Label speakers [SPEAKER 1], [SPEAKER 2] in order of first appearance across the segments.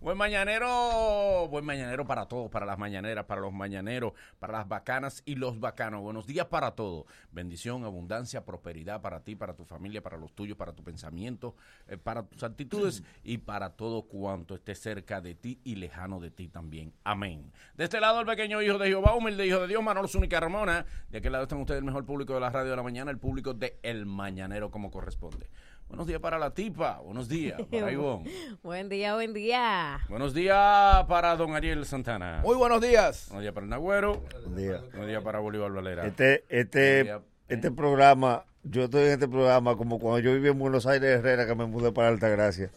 [SPEAKER 1] Buen mañanero, buen mañanero para todos, para las mañaneras, para los mañaneros, para las bacanas y los bacanos. Buenos días para todos. Bendición, abundancia, prosperidad para ti, para tu familia, para los tuyos, para tu pensamiento, eh, para tus actitudes y para todo cuanto esté cerca de ti y lejano de ti también. Amén. De este lado el pequeño hijo de Jehová, humilde hijo de Dios, Manolo Zúñiga Ramona. De aquel lado están ustedes el mejor público de la radio de la mañana, el público de El Mañanero como corresponde. Buenos días para la tipa, buenos días para Ivonne.
[SPEAKER 2] Buen día, buen día.
[SPEAKER 1] Buenos días para don Ariel Santana.
[SPEAKER 3] Muy buenos días.
[SPEAKER 1] Buenos días para el Nagüero.
[SPEAKER 4] Buen día.
[SPEAKER 1] Buenos días para Bolívar Valera.
[SPEAKER 4] Este,
[SPEAKER 1] Buen
[SPEAKER 4] este,
[SPEAKER 1] día.
[SPEAKER 4] este programa, yo estoy en este programa como cuando yo viví en Buenos Aires Herrera, que me mudé para Altagracia.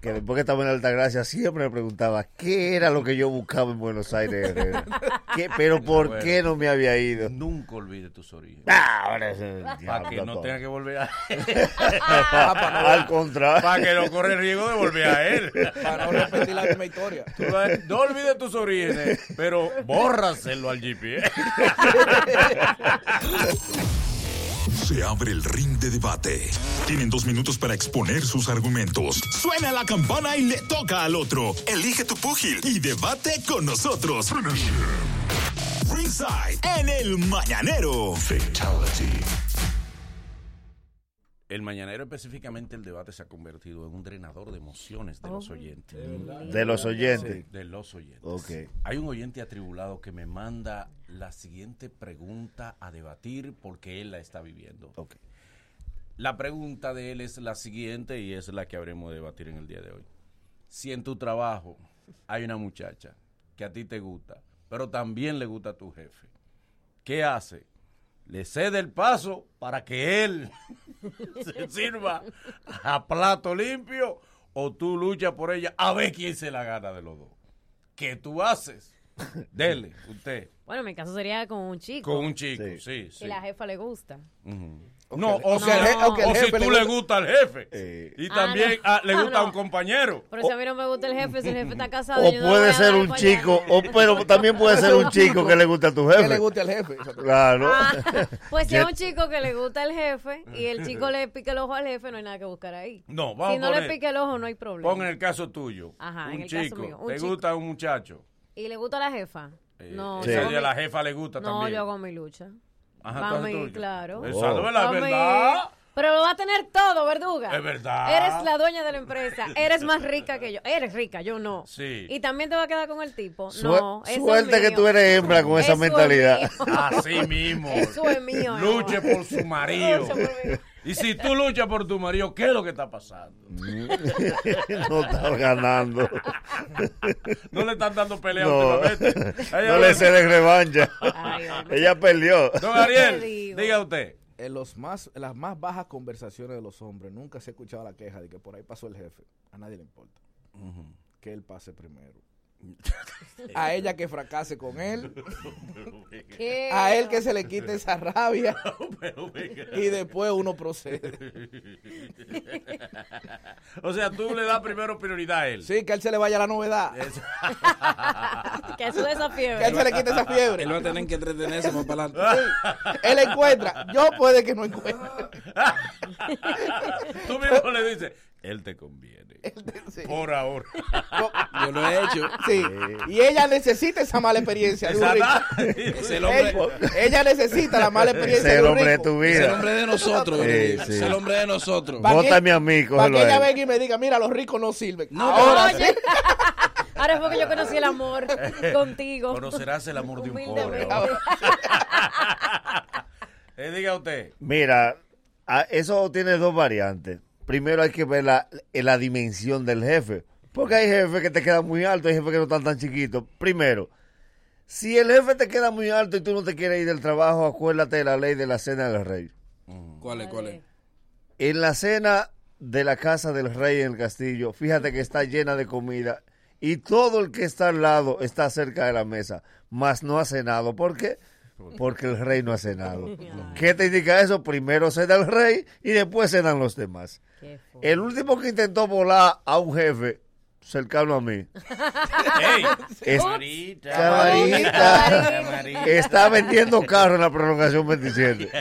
[SPEAKER 4] Que después que estaba en Altagracia siempre me preguntaba qué era lo que yo buscaba en Buenos Aires Herrera. ¿Qué- pero por
[SPEAKER 1] Bueno.
[SPEAKER 4] qué no me había ido.
[SPEAKER 1] Nunca olvide tus orígenes.
[SPEAKER 4] Ah, ahora es el
[SPEAKER 1] Para
[SPEAKER 4] diablo
[SPEAKER 1] que no
[SPEAKER 4] todo.
[SPEAKER 1] tenga que volver a Ah,
[SPEAKER 4] Al
[SPEAKER 1] Para
[SPEAKER 4] contrario.
[SPEAKER 1] que no corra el riesgo de volver a él.
[SPEAKER 3] Para no repetir la misma historia.
[SPEAKER 1] Tú No, no olvides tus orígenes, pero bórraselo al ¿eh? GPS.
[SPEAKER 5] Se abre el ring de debate. Tienen dos minutos para exponer sus argumentos. Suena la campana y le toca al otro. Elige tu púgil y debate con nosotros. Ringside en el mañanero.
[SPEAKER 1] El mañanero, específicamente el debate, se ha convertido en un drenador de emociones de los oyentes.
[SPEAKER 4] De los oyentes.
[SPEAKER 1] De los oyentes.
[SPEAKER 4] Ok.
[SPEAKER 1] Hay un oyente atribulado que me manda la siguiente pregunta a debatir porque él la está viviendo.
[SPEAKER 4] Ok.
[SPEAKER 1] La pregunta de él es la siguiente y es la que habremos de debatir en el día de hoy. Si en tu trabajo hay una muchacha que a ti te gusta, pero también le gusta a tu jefe, ¿qué hace? Le cede el paso para que él se sirva a plato limpio o tú luchas por ella a ver quién se la gana de los dos. ¿Qué tú haces? Dele, usted,
[SPEAKER 2] Bueno, en mi caso sería con un chico.
[SPEAKER 1] con un chico, sí,
[SPEAKER 4] Sí.
[SPEAKER 1] sí.
[SPEAKER 2] Que la jefa le gusta.
[SPEAKER 1] No, o,
[SPEAKER 2] No.
[SPEAKER 1] si, al je-
[SPEAKER 2] o que
[SPEAKER 1] o si tú le gusta al jefe.
[SPEAKER 4] Eh.
[SPEAKER 1] Y
[SPEAKER 2] Ah,
[SPEAKER 1] también
[SPEAKER 2] no.
[SPEAKER 1] ah, le
[SPEAKER 2] Ah,
[SPEAKER 1] gusta a un
[SPEAKER 2] no.
[SPEAKER 1] compañero.
[SPEAKER 2] Pero si a mí no me gusta el jefe, si el jefe está casado.
[SPEAKER 4] O
[SPEAKER 2] yo no le voy
[SPEAKER 4] puede
[SPEAKER 2] a
[SPEAKER 4] ser
[SPEAKER 2] dar
[SPEAKER 4] un
[SPEAKER 2] para
[SPEAKER 4] chico,
[SPEAKER 2] allá.
[SPEAKER 4] o, pero también puede ser un chico que le gusta a tu
[SPEAKER 3] Que le
[SPEAKER 4] jefe.
[SPEAKER 3] guste al jefe.
[SPEAKER 4] Claro.
[SPEAKER 2] Ah, pues si
[SPEAKER 4] Yo-
[SPEAKER 2] es un chico que le gusta el jefe y el chico le pica el ojo al jefe, no hay nada que buscar ahí.
[SPEAKER 1] No, vamos
[SPEAKER 2] Si no
[SPEAKER 1] a
[SPEAKER 2] le
[SPEAKER 1] poner-
[SPEAKER 2] pica el ojo, no hay problema.
[SPEAKER 1] Pon en el caso tuyo.
[SPEAKER 2] Ajá, en
[SPEAKER 1] un
[SPEAKER 2] el caso
[SPEAKER 1] chico.
[SPEAKER 2] mío, un
[SPEAKER 1] ¿Te
[SPEAKER 2] chico.
[SPEAKER 1] gusta un muchacho?
[SPEAKER 2] ¿Y le gusta a la jefa? No,
[SPEAKER 1] Eh,
[SPEAKER 4] Sí.
[SPEAKER 2] yo
[SPEAKER 1] ese
[SPEAKER 2] hago
[SPEAKER 1] día
[SPEAKER 2] mi-
[SPEAKER 1] la jefa le gusta
[SPEAKER 2] no,
[SPEAKER 1] también.
[SPEAKER 2] yo hago mi lucha.
[SPEAKER 1] Ajá,
[SPEAKER 2] Vamos
[SPEAKER 1] entonces
[SPEAKER 2] a ir,
[SPEAKER 1] tú-
[SPEAKER 2] claro.
[SPEAKER 1] Exacto, es la
[SPEAKER 2] Vamos a ir.
[SPEAKER 1] verdad.
[SPEAKER 2] Pero lo va a tener todo, verduga.
[SPEAKER 1] Es verdad.
[SPEAKER 2] Eres la dueña de la empresa. Eres más rica que yo. Eres rica, yo no.
[SPEAKER 1] Sí.
[SPEAKER 2] Y también te va a quedar con el tipo.
[SPEAKER 4] Sue-
[SPEAKER 2] no. eso es
[SPEAKER 4] suerte que
[SPEAKER 2] mío.
[SPEAKER 4] tú eres hembra con esa
[SPEAKER 2] Eso es
[SPEAKER 4] mentalidad.
[SPEAKER 2] mío.
[SPEAKER 1] Así mismo.
[SPEAKER 2] Eso es mío.
[SPEAKER 1] Luche
[SPEAKER 2] hermano.
[SPEAKER 1] por su marido.
[SPEAKER 2] Luche por mí.
[SPEAKER 1] y si tú luchas por tu marido, ¿qué es lo que está pasando?
[SPEAKER 4] no estás ganando.
[SPEAKER 1] No le están dando pelea
[SPEAKER 4] No,
[SPEAKER 1] últimamente. Ella
[SPEAKER 4] no le cedes revancha.
[SPEAKER 2] Ay, hombre.
[SPEAKER 4] Ella perdió.
[SPEAKER 1] Don
[SPEAKER 2] Te
[SPEAKER 1] Ariel,
[SPEAKER 2] digo.
[SPEAKER 1] diga usted.
[SPEAKER 3] En los más, en las más bajas conversaciones de los hombres nunca se ha escuchado la queja de que por ahí pasó el jefe. A nadie le importa. Que él pase primero. A ella que fracase con él.
[SPEAKER 2] ¿Qué?
[SPEAKER 3] A él que se le quite esa rabia. Y después uno procede.
[SPEAKER 1] O sea, tú le das primero prioridad a él.
[SPEAKER 3] Sí, que a él se le vaya la novedad.
[SPEAKER 2] Que eso es esa
[SPEAKER 3] Que a él
[SPEAKER 2] fiebre.
[SPEAKER 3] se le quite esa fiebre.
[SPEAKER 6] Él va a tener que entretenerse más para adelante.
[SPEAKER 3] Sí. Él encuentra. Yo puede que no encuentre.
[SPEAKER 1] Tú mismo le dices, él te conviene.
[SPEAKER 3] Sí.
[SPEAKER 1] Por ahora.
[SPEAKER 6] Yo lo he hecho.
[SPEAKER 3] Sí. Y ella necesita esa mala experiencia. de un rico.
[SPEAKER 6] Es el hombre,
[SPEAKER 3] Ella, ella necesita la mala
[SPEAKER 4] Es
[SPEAKER 3] experiencia
[SPEAKER 4] el
[SPEAKER 3] de un
[SPEAKER 4] hombre de
[SPEAKER 3] rico.
[SPEAKER 4] tu
[SPEAKER 6] es el
[SPEAKER 4] vida.
[SPEAKER 6] hombre de nosotros.
[SPEAKER 4] Sí,
[SPEAKER 6] Benedicto.
[SPEAKER 4] sí.
[SPEAKER 6] Es el hombre de nosotros.
[SPEAKER 3] Pa' que-
[SPEAKER 4] Bótame a mí,
[SPEAKER 3] Para
[SPEAKER 4] cógelo
[SPEAKER 3] que ella
[SPEAKER 4] a él.
[SPEAKER 3] venga y me diga, mira, los ricos no sirven.
[SPEAKER 6] No,
[SPEAKER 3] Ahora
[SPEAKER 2] Oye. Ahora fue que yo conocí el amor contigo.
[SPEAKER 1] Conocerás el amor de un pobre.
[SPEAKER 2] Humildemente.
[SPEAKER 1] Eh, diga usted.
[SPEAKER 4] Mira, a- eso tiene dos variantes. Primero hay que ver la, la dimensión del jefe. Porque hay jefes que te quedan muy altos, hay jefes que no están tan chiquitos. Primero, si el jefe te queda muy alto y tú no te quieres ir del trabajo, acuérdate de la ley de la cena del rey.
[SPEAKER 6] ¿Cuál es? ¿Cuál es?
[SPEAKER 4] En la cena de la casa del rey en el castillo, fíjate que está llena de comida y todo el que está al lado está cerca de la mesa, mas no ha cenado. ¿Por qué? Porque el rey no ha cenado. ¿Qué te indica eso? Primero cena el rey y después cenan los demás.
[SPEAKER 2] Qué fu-
[SPEAKER 4] El último que intentó volar a un jefe cercano a mí,
[SPEAKER 1] ¡Ey!
[SPEAKER 4] es-
[SPEAKER 1] Camarita.
[SPEAKER 4] Camarita.
[SPEAKER 1] Camarita.
[SPEAKER 4] está vendiendo carro en la prolongación 27.
[SPEAKER 1] Lo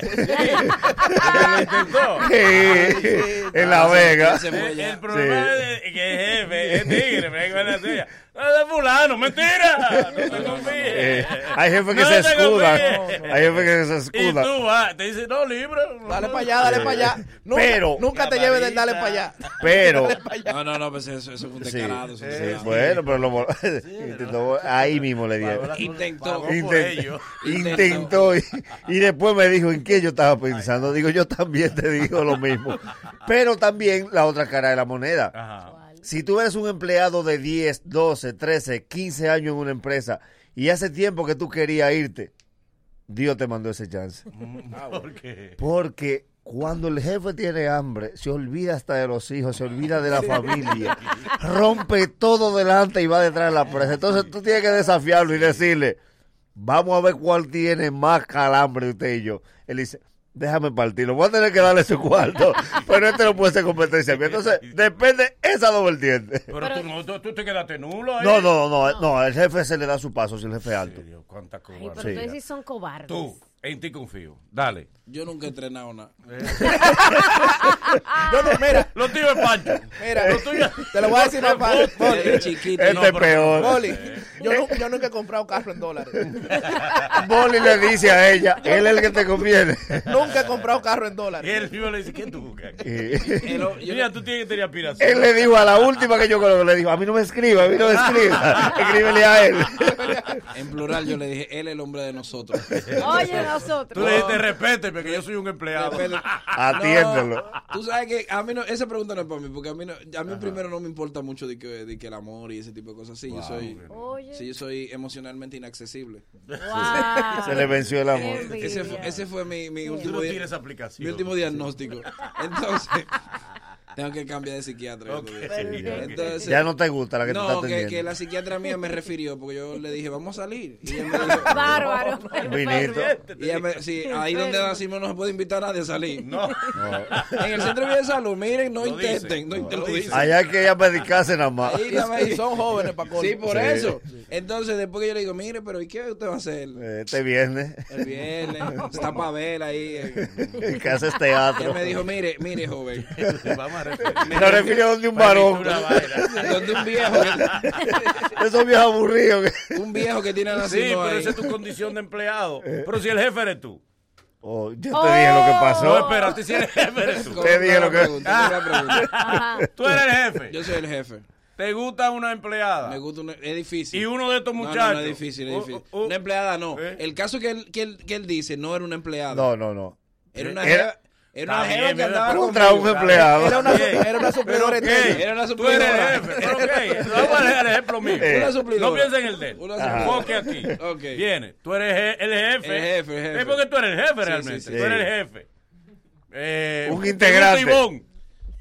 [SPEAKER 1] intentó.
[SPEAKER 4] en La Vega.
[SPEAKER 6] Se fue
[SPEAKER 1] El,
[SPEAKER 6] ya.
[SPEAKER 1] el problema es que el jefe es tigre, pero es la tuya. No de fulano, mentira. No te
[SPEAKER 4] Eh,
[SPEAKER 1] confíes.
[SPEAKER 4] hay jefes que
[SPEAKER 1] No
[SPEAKER 4] se
[SPEAKER 1] te
[SPEAKER 4] escudan.
[SPEAKER 1] confíes.
[SPEAKER 4] Hay jefes que se
[SPEAKER 1] Y
[SPEAKER 4] escudan.
[SPEAKER 1] tú vas, te dice, no, libre.
[SPEAKER 3] Dale para allá, dale para allá. Nunca,
[SPEAKER 4] Eh, Pero-
[SPEAKER 3] nunca te
[SPEAKER 1] Camarita.
[SPEAKER 3] lleves del dale para allá.
[SPEAKER 4] Pero,
[SPEAKER 6] No, no, no, pues eso, eso fue un
[SPEAKER 4] sí,
[SPEAKER 6] descarado. eso
[SPEAKER 4] sí, Eh,
[SPEAKER 6] fue un descarado.
[SPEAKER 4] bueno, pero lo, intentó- ahí mismo le dieron.
[SPEAKER 6] Intentó.
[SPEAKER 1] Pagó por
[SPEAKER 4] Intent-
[SPEAKER 1] ello.
[SPEAKER 4] intentó y, y después me dijo en qué yo estaba pensando. Digo, yo también te digo lo mismo. Pero también la otra cara de la moneda.
[SPEAKER 1] Ajá.
[SPEAKER 4] Si tú eres un empleado de 10, 12, 13, 15 años en una empresa y hace tiempo que tú querías irte, Dios te mandó ese chance.
[SPEAKER 1] Mm, ¿Por qué?
[SPEAKER 4] Porque cuando el jefe tiene hambre, se olvida hasta de los hijos, se olvida de la familia, rompe todo delante y va detrás de la presa. Entonces tú tienes que desafiarlo y decirle, vamos a ver cuál tiene más calambre usted y yo. Él dice, déjame partirlo, voy a tener que darle su cuarto, pero este no puede ser competencia mía. Entonces depende esa doble vertiente.
[SPEAKER 1] Pero, tú, no, tú, tú te quedaste nulo ahí.
[SPEAKER 4] No, no, no, no, el jefe se le da su paso si el jefe es alto.
[SPEAKER 1] Dios, cuánta
[SPEAKER 2] Ay, pero
[SPEAKER 1] cobardía.
[SPEAKER 2] ustedes sí son cobardes.
[SPEAKER 1] Tú, en ti confío. Dale.
[SPEAKER 6] Yo nunca he entrenado nada.
[SPEAKER 3] No, no, mira,
[SPEAKER 1] Lo tío es Pancho.
[SPEAKER 3] Mira,
[SPEAKER 1] Lo tuyo-
[SPEAKER 3] te lo voy a decir más fácil.
[SPEAKER 6] Desde
[SPEAKER 3] Boli,
[SPEAKER 6] chiquito.
[SPEAKER 4] Este es
[SPEAKER 1] pero-
[SPEAKER 4] peor.
[SPEAKER 3] Boli, yo, nu- yo nunca he comprado carro en dólares.
[SPEAKER 4] Boli le dice a ella, él es el que te conviene.
[SPEAKER 3] Nunca he comprado carro en
[SPEAKER 1] Y
[SPEAKER 3] dólares.
[SPEAKER 1] el tío le dice, ¿qué tú buscas?
[SPEAKER 4] Y-
[SPEAKER 6] Pero yo-
[SPEAKER 1] Mira, tú tienes que tener aspiración.
[SPEAKER 4] Él le dijo a la última que yo conozco, le dijo, a mí no me escriba, a mí no me escriba, escríbele a él.
[SPEAKER 6] en plural yo le dije, él es el hombre de nosotros.
[SPEAKER 2] Oye,
[SPEAKER 1] Tú
[SPEAKER 2] nosotros.
[SPEAKER 1] le dijiste, respete, porque yo soy un empleado.
[SPEAKER 4] Atiéndelo.
[SPEAKER 6] No, tú sabes que a mí no, esa pregunta no es para mí, porque a mí, no- a mí primero no me importa mucho de que, de que el amor y ese tipo de cosas. Sí, yo soy,
[SPEAKER 2] Oye.
[SPEAKER 6] sí, yo soy emocionalmente inaccesible.
[SPEAKER 2] Wow.
[SPEAKER 4] Se le venció el amor.
[SPEAKER 2] Qué envidia.
[SPEAKER 6] Ese fue, ese fue mi, mi
[SPEAKER 1] Tú no
[SPEAKER 6] último
[SPEAKER 1] tienes
[SPEAKER 6] día-
[SPEAKER 1] esa
[SPEAKER 6] mi
[SPEAKER 1] aplicación.
[SPEAKER 6] último diagnóstico. Entonces, tengo que cambiar de psiquiatra. yo creo. Entonces,
[SPEAKER 4] Ya no te gusta la que te
[SPEAKER 6] no,
[SPEAKER 4] está
[SPEAKER 6] que, que
[SPEAKER 4] atendiendo.
[SPEAKER 6] la psiquiatra mía me refirió, porque yo le dije, vamos a salir. Y ella me dijo,
[SPEAKER 2] Bárbaro.
[SPEAKER 4] Vinito.
[SPEAKER 6] y ella me- sí, ahí donde nacimos no se puede invitar a nadie a salir.
[SPEAKER 1] No.
[SPEAKER 6] En el centro de vida de salud, miren, no
[SPEAKER 1] Lo
[SPEAKER 6] intenten,
[SPEAKER 1] dicen.
[SPEAKER 6] no
[SPEAKER 1] Lo
[SPEAKER 6] intenten.
[SPEAKER 1] dicen.
[SPEAKER 4] Allá que ella medicase nada más.
[SPEAKER 6] Ahí nada más-
[SPEAKER 3] Y son jóvenes para
[SPEAKER 6] Sí, por
[SPEAKER 4] Sí.
[SPEAKER 6] eso. Entonces, después que yo le digo, mire, pero ¿y qué usted va a hacer?
[SPEAKER 4] Eh, Este viernes,
[SPEAKER 6] El viernes, está Pavel ahí. eh.
[SPEAKER 4] que haces
[SPEAKER 6] Él
[SPEAKER 4] teatro.
[SPEAKER 6] me dijo, mire, mire, joven,
[SPEAKER 1] Vamos a repetir.
[SPEAKER 4] Me refirió donde un varón,
[SPEAKER 1] Una vaina.
[SPEAKER 6] donde un viejo,
[SPEAKER 4] esos viejos aburridos. que-
[SPEAKER 6] un viejo que tiene
[SPEAKER 1] Sí,
[SPEAKER 6] nacido
[SPEAKER 1] pero
[SPEAKER 6] ahí.
[SPEAKER 1] esa es tu condición de empleado. Pero si el jefe eres tú.
[SPEAKER 4] Oh, yo te dije lo que
[SPEAKER 1] No,
[SPEAKER 4] pasó.
[SPEAKER 1] espérate, si el jefe eres tú.
[SPEAKER 6] Con
[SPEAKER 4] Te dije
[SPEAKER 6] una
[SPEAKER 4] lo que-
[SPEAKER 6] pregunta, con una pregunta.
[SPEAKER 2] Ajá.
[SPEAKER 1] Tú eres el jefe.
[SPEAKER 6] Yo soy el jefe.
[SPEAKER 1] ¿Te gusta una
[SPEAKER 6] Me
[SPEAKER 1] empleada?
[SPEAKER 6] gusta una- es difícil.
[SPEAKER 1] Y uno de estos
[SPEAKER 6] No, no,
[SPEAKER 1] muchachos.
[SPEAKER 6] No, es difícil, es
[SPEAKER 1] Oh,
[SPEAKER 6] difícil.
[SPEAKER 1] oh, oh.
[SPEAKER 6] Una empleada no.
[SPEAKER 1] ¿Eh?
[SPEAKER 6] El caso que él, que, él, que él dice no era una empleada.
[SPEAKER 4] No, no, no. Eh,
[SPEAKER 6] Era una
[SPEAKER 4] Era-
[SPEAKER 6] jeva, era una
[SPEAKER 1] Está
[SPEAKER 6] jeva
[SPEAKER 1] bien,
[SPEAKER 6] que
[SPEAKER 1] mira,
[SPEAKER 6] andaba con
[SPEAKER 4] Contra un empleado.
[SPEAKER 3] Era una,
[SPEAKER 1] Bien.
[SPEAKER 3] era una
[SPEAKER 1] Pero
[SPEAKER 3] suplidora
[SPEAKER 1] ok,
[SPEAKER 3] eterna.
[SPEAKER 6] Era una
[SPEAKER 1] tú eres
[SPEAKER 6] suplidora.
[SPEAKER 1] el jefe, pero ok, no voy a dejar el ejemplo mío.
[SPEAKER 4] Eh.
[SPEAKER 6] Una suplidora.
[SPEAKER 1] No pienses en el de él.
[SPEAKER 6] Una
[SPEAKER 1] Ajá. Enfoque aquí.
[SPEAKER 6] Ok.
[SPEAKER 1] Viene, tú eres je- el jefe.
[SPEAKER 6] El jefe, el jefe.
[SPEAKER 1] Es porque tú eres el jefe realmente.
[SPEAKER 6] sí,
[SPEAKER 4] sí.
[SPEAKER 1] Tú eres el jefe. Eh,
[SPEAKER 4] Un
[SPEAKER 1] te
[SPEAKER 4] integrante.
[SPEAKER 1] gusta Ivonne,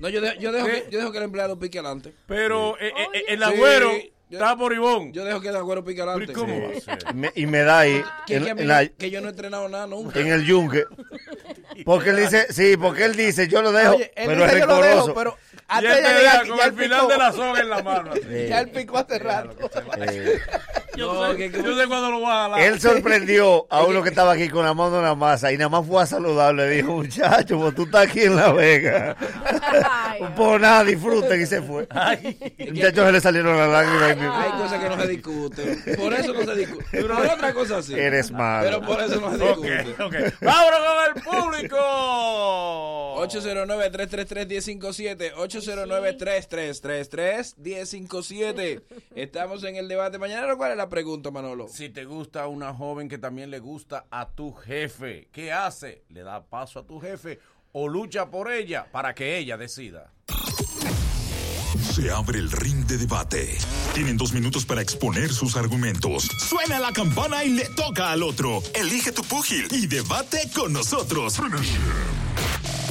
[SPEAKER 6] No, yo, de- yo, dejo
[SPEAKER 1] ¿Qué?
[SPEAKER 6] que, yo dejo que el empleado pique adelante.
[SPEAKER 1] pero eh, eh, eh, el
[SPEAKER 6] Sí,
[SPEAKER 1] agüero
[SPEAKER 6] yo-
[SPEAKER 1] está por Ivonne.
[SPEAKER 6] Yo dejo que el agüero pique
[SPEAKER 1] Pero ¿y
[SPEAKER 6] adelante.
[SPEAKER 1] ¿Cómo
[SPEAKER 6] Sí.
[SPEAKER 1] va a ser?
[SPEAKER 4] Y me- y me da ahí,
[SPEAKER 6] Que,
[SPEAKER 4] en,
[SPEAKER 6] que a mí
[SPEAKER 4] en
[SPEAKER 6] no-
[SPEAKER 4] la-
[SPEAKER 6] que yo no he entrenado nada nunca.
[SPEAKER 4] en el yunque. Porque él dice, sí, porque él dice, yo lo dejo,
[SPEAKER 3] Oye, él
[SPEAKER 4] pero es
[SPEAKER 3] dice yo lo dejo,
[SPEAKER 4] rencoroso.
[SPEAKER 3] pero
[SPEAKER 1] Y
[SPEAKER 3] antes
[SPEAKER 1] él
[SPEAKER 3] de
[SPEAKER 1] te
[SPEAKER 3] llegar
[SPEAKER 1] deja
[SPEAKER 3] aquí,
[SPEAKER 1] con
[SPEAKER 3] ya
[SPEAKER 1] el
[SPEAKER 3] él
[SPEAKER 1] final de la
[SPEAKER 3] picó.
[SPEAKER 1] soga en la mano. así.
[SPEAKER 3] Ya él picó hace rato.
[SPEAKER 4] Eh,
[SPEAKER 1] Yo,
[SPEAKER 6] No,
[SPEAKER 1] sé,
[SPEAKER 6] que-
[SPEAKER 1] yo sé cuándo lo vas a jalar.
[SPEAKER 4] Él sorprendió a uno que estaba aquí con la mano en la masa y nada más fue a saludarle. Le dijo, muchacho, pues tú estás aquí en La Vega.
[SPEAKER 2] Ay, ay.
[SPEAKER 4] Por nada, disfruten y se fue. El muchacho se le salieron las lágrimas. ahí mismo.
[SPEAKER 6] Hay cosas que no se discuten. Por eso no se discuten. Por otra cosa sí.
[SPEAKER 4] Eres malo.
[SPEAKER 6] Pero por eso no se
[SPEAKER 1] Ok,
[SPEAKER 6] discuten.
[SPEAKER 1] ok. ¡Vámonos con el público!
[SPEAKER 6] 809-333-1057 809-333-1057 Estamos en el debate mañana ¿Cuál es la pregunta, Manolo?
[SPEAKER 1] Si te gusta una joven que también le gusta a tu jefe, ¿qué hace? ¿Le da paso a tu jefe o lucha por ella para que ella decida?
[SPEAKER 5] Se abre el ring de debate. Tienen dos minutos para exponer sus argumentos. Suena la campana y le toca al otro. Elige tu púgil y debate con nosotros.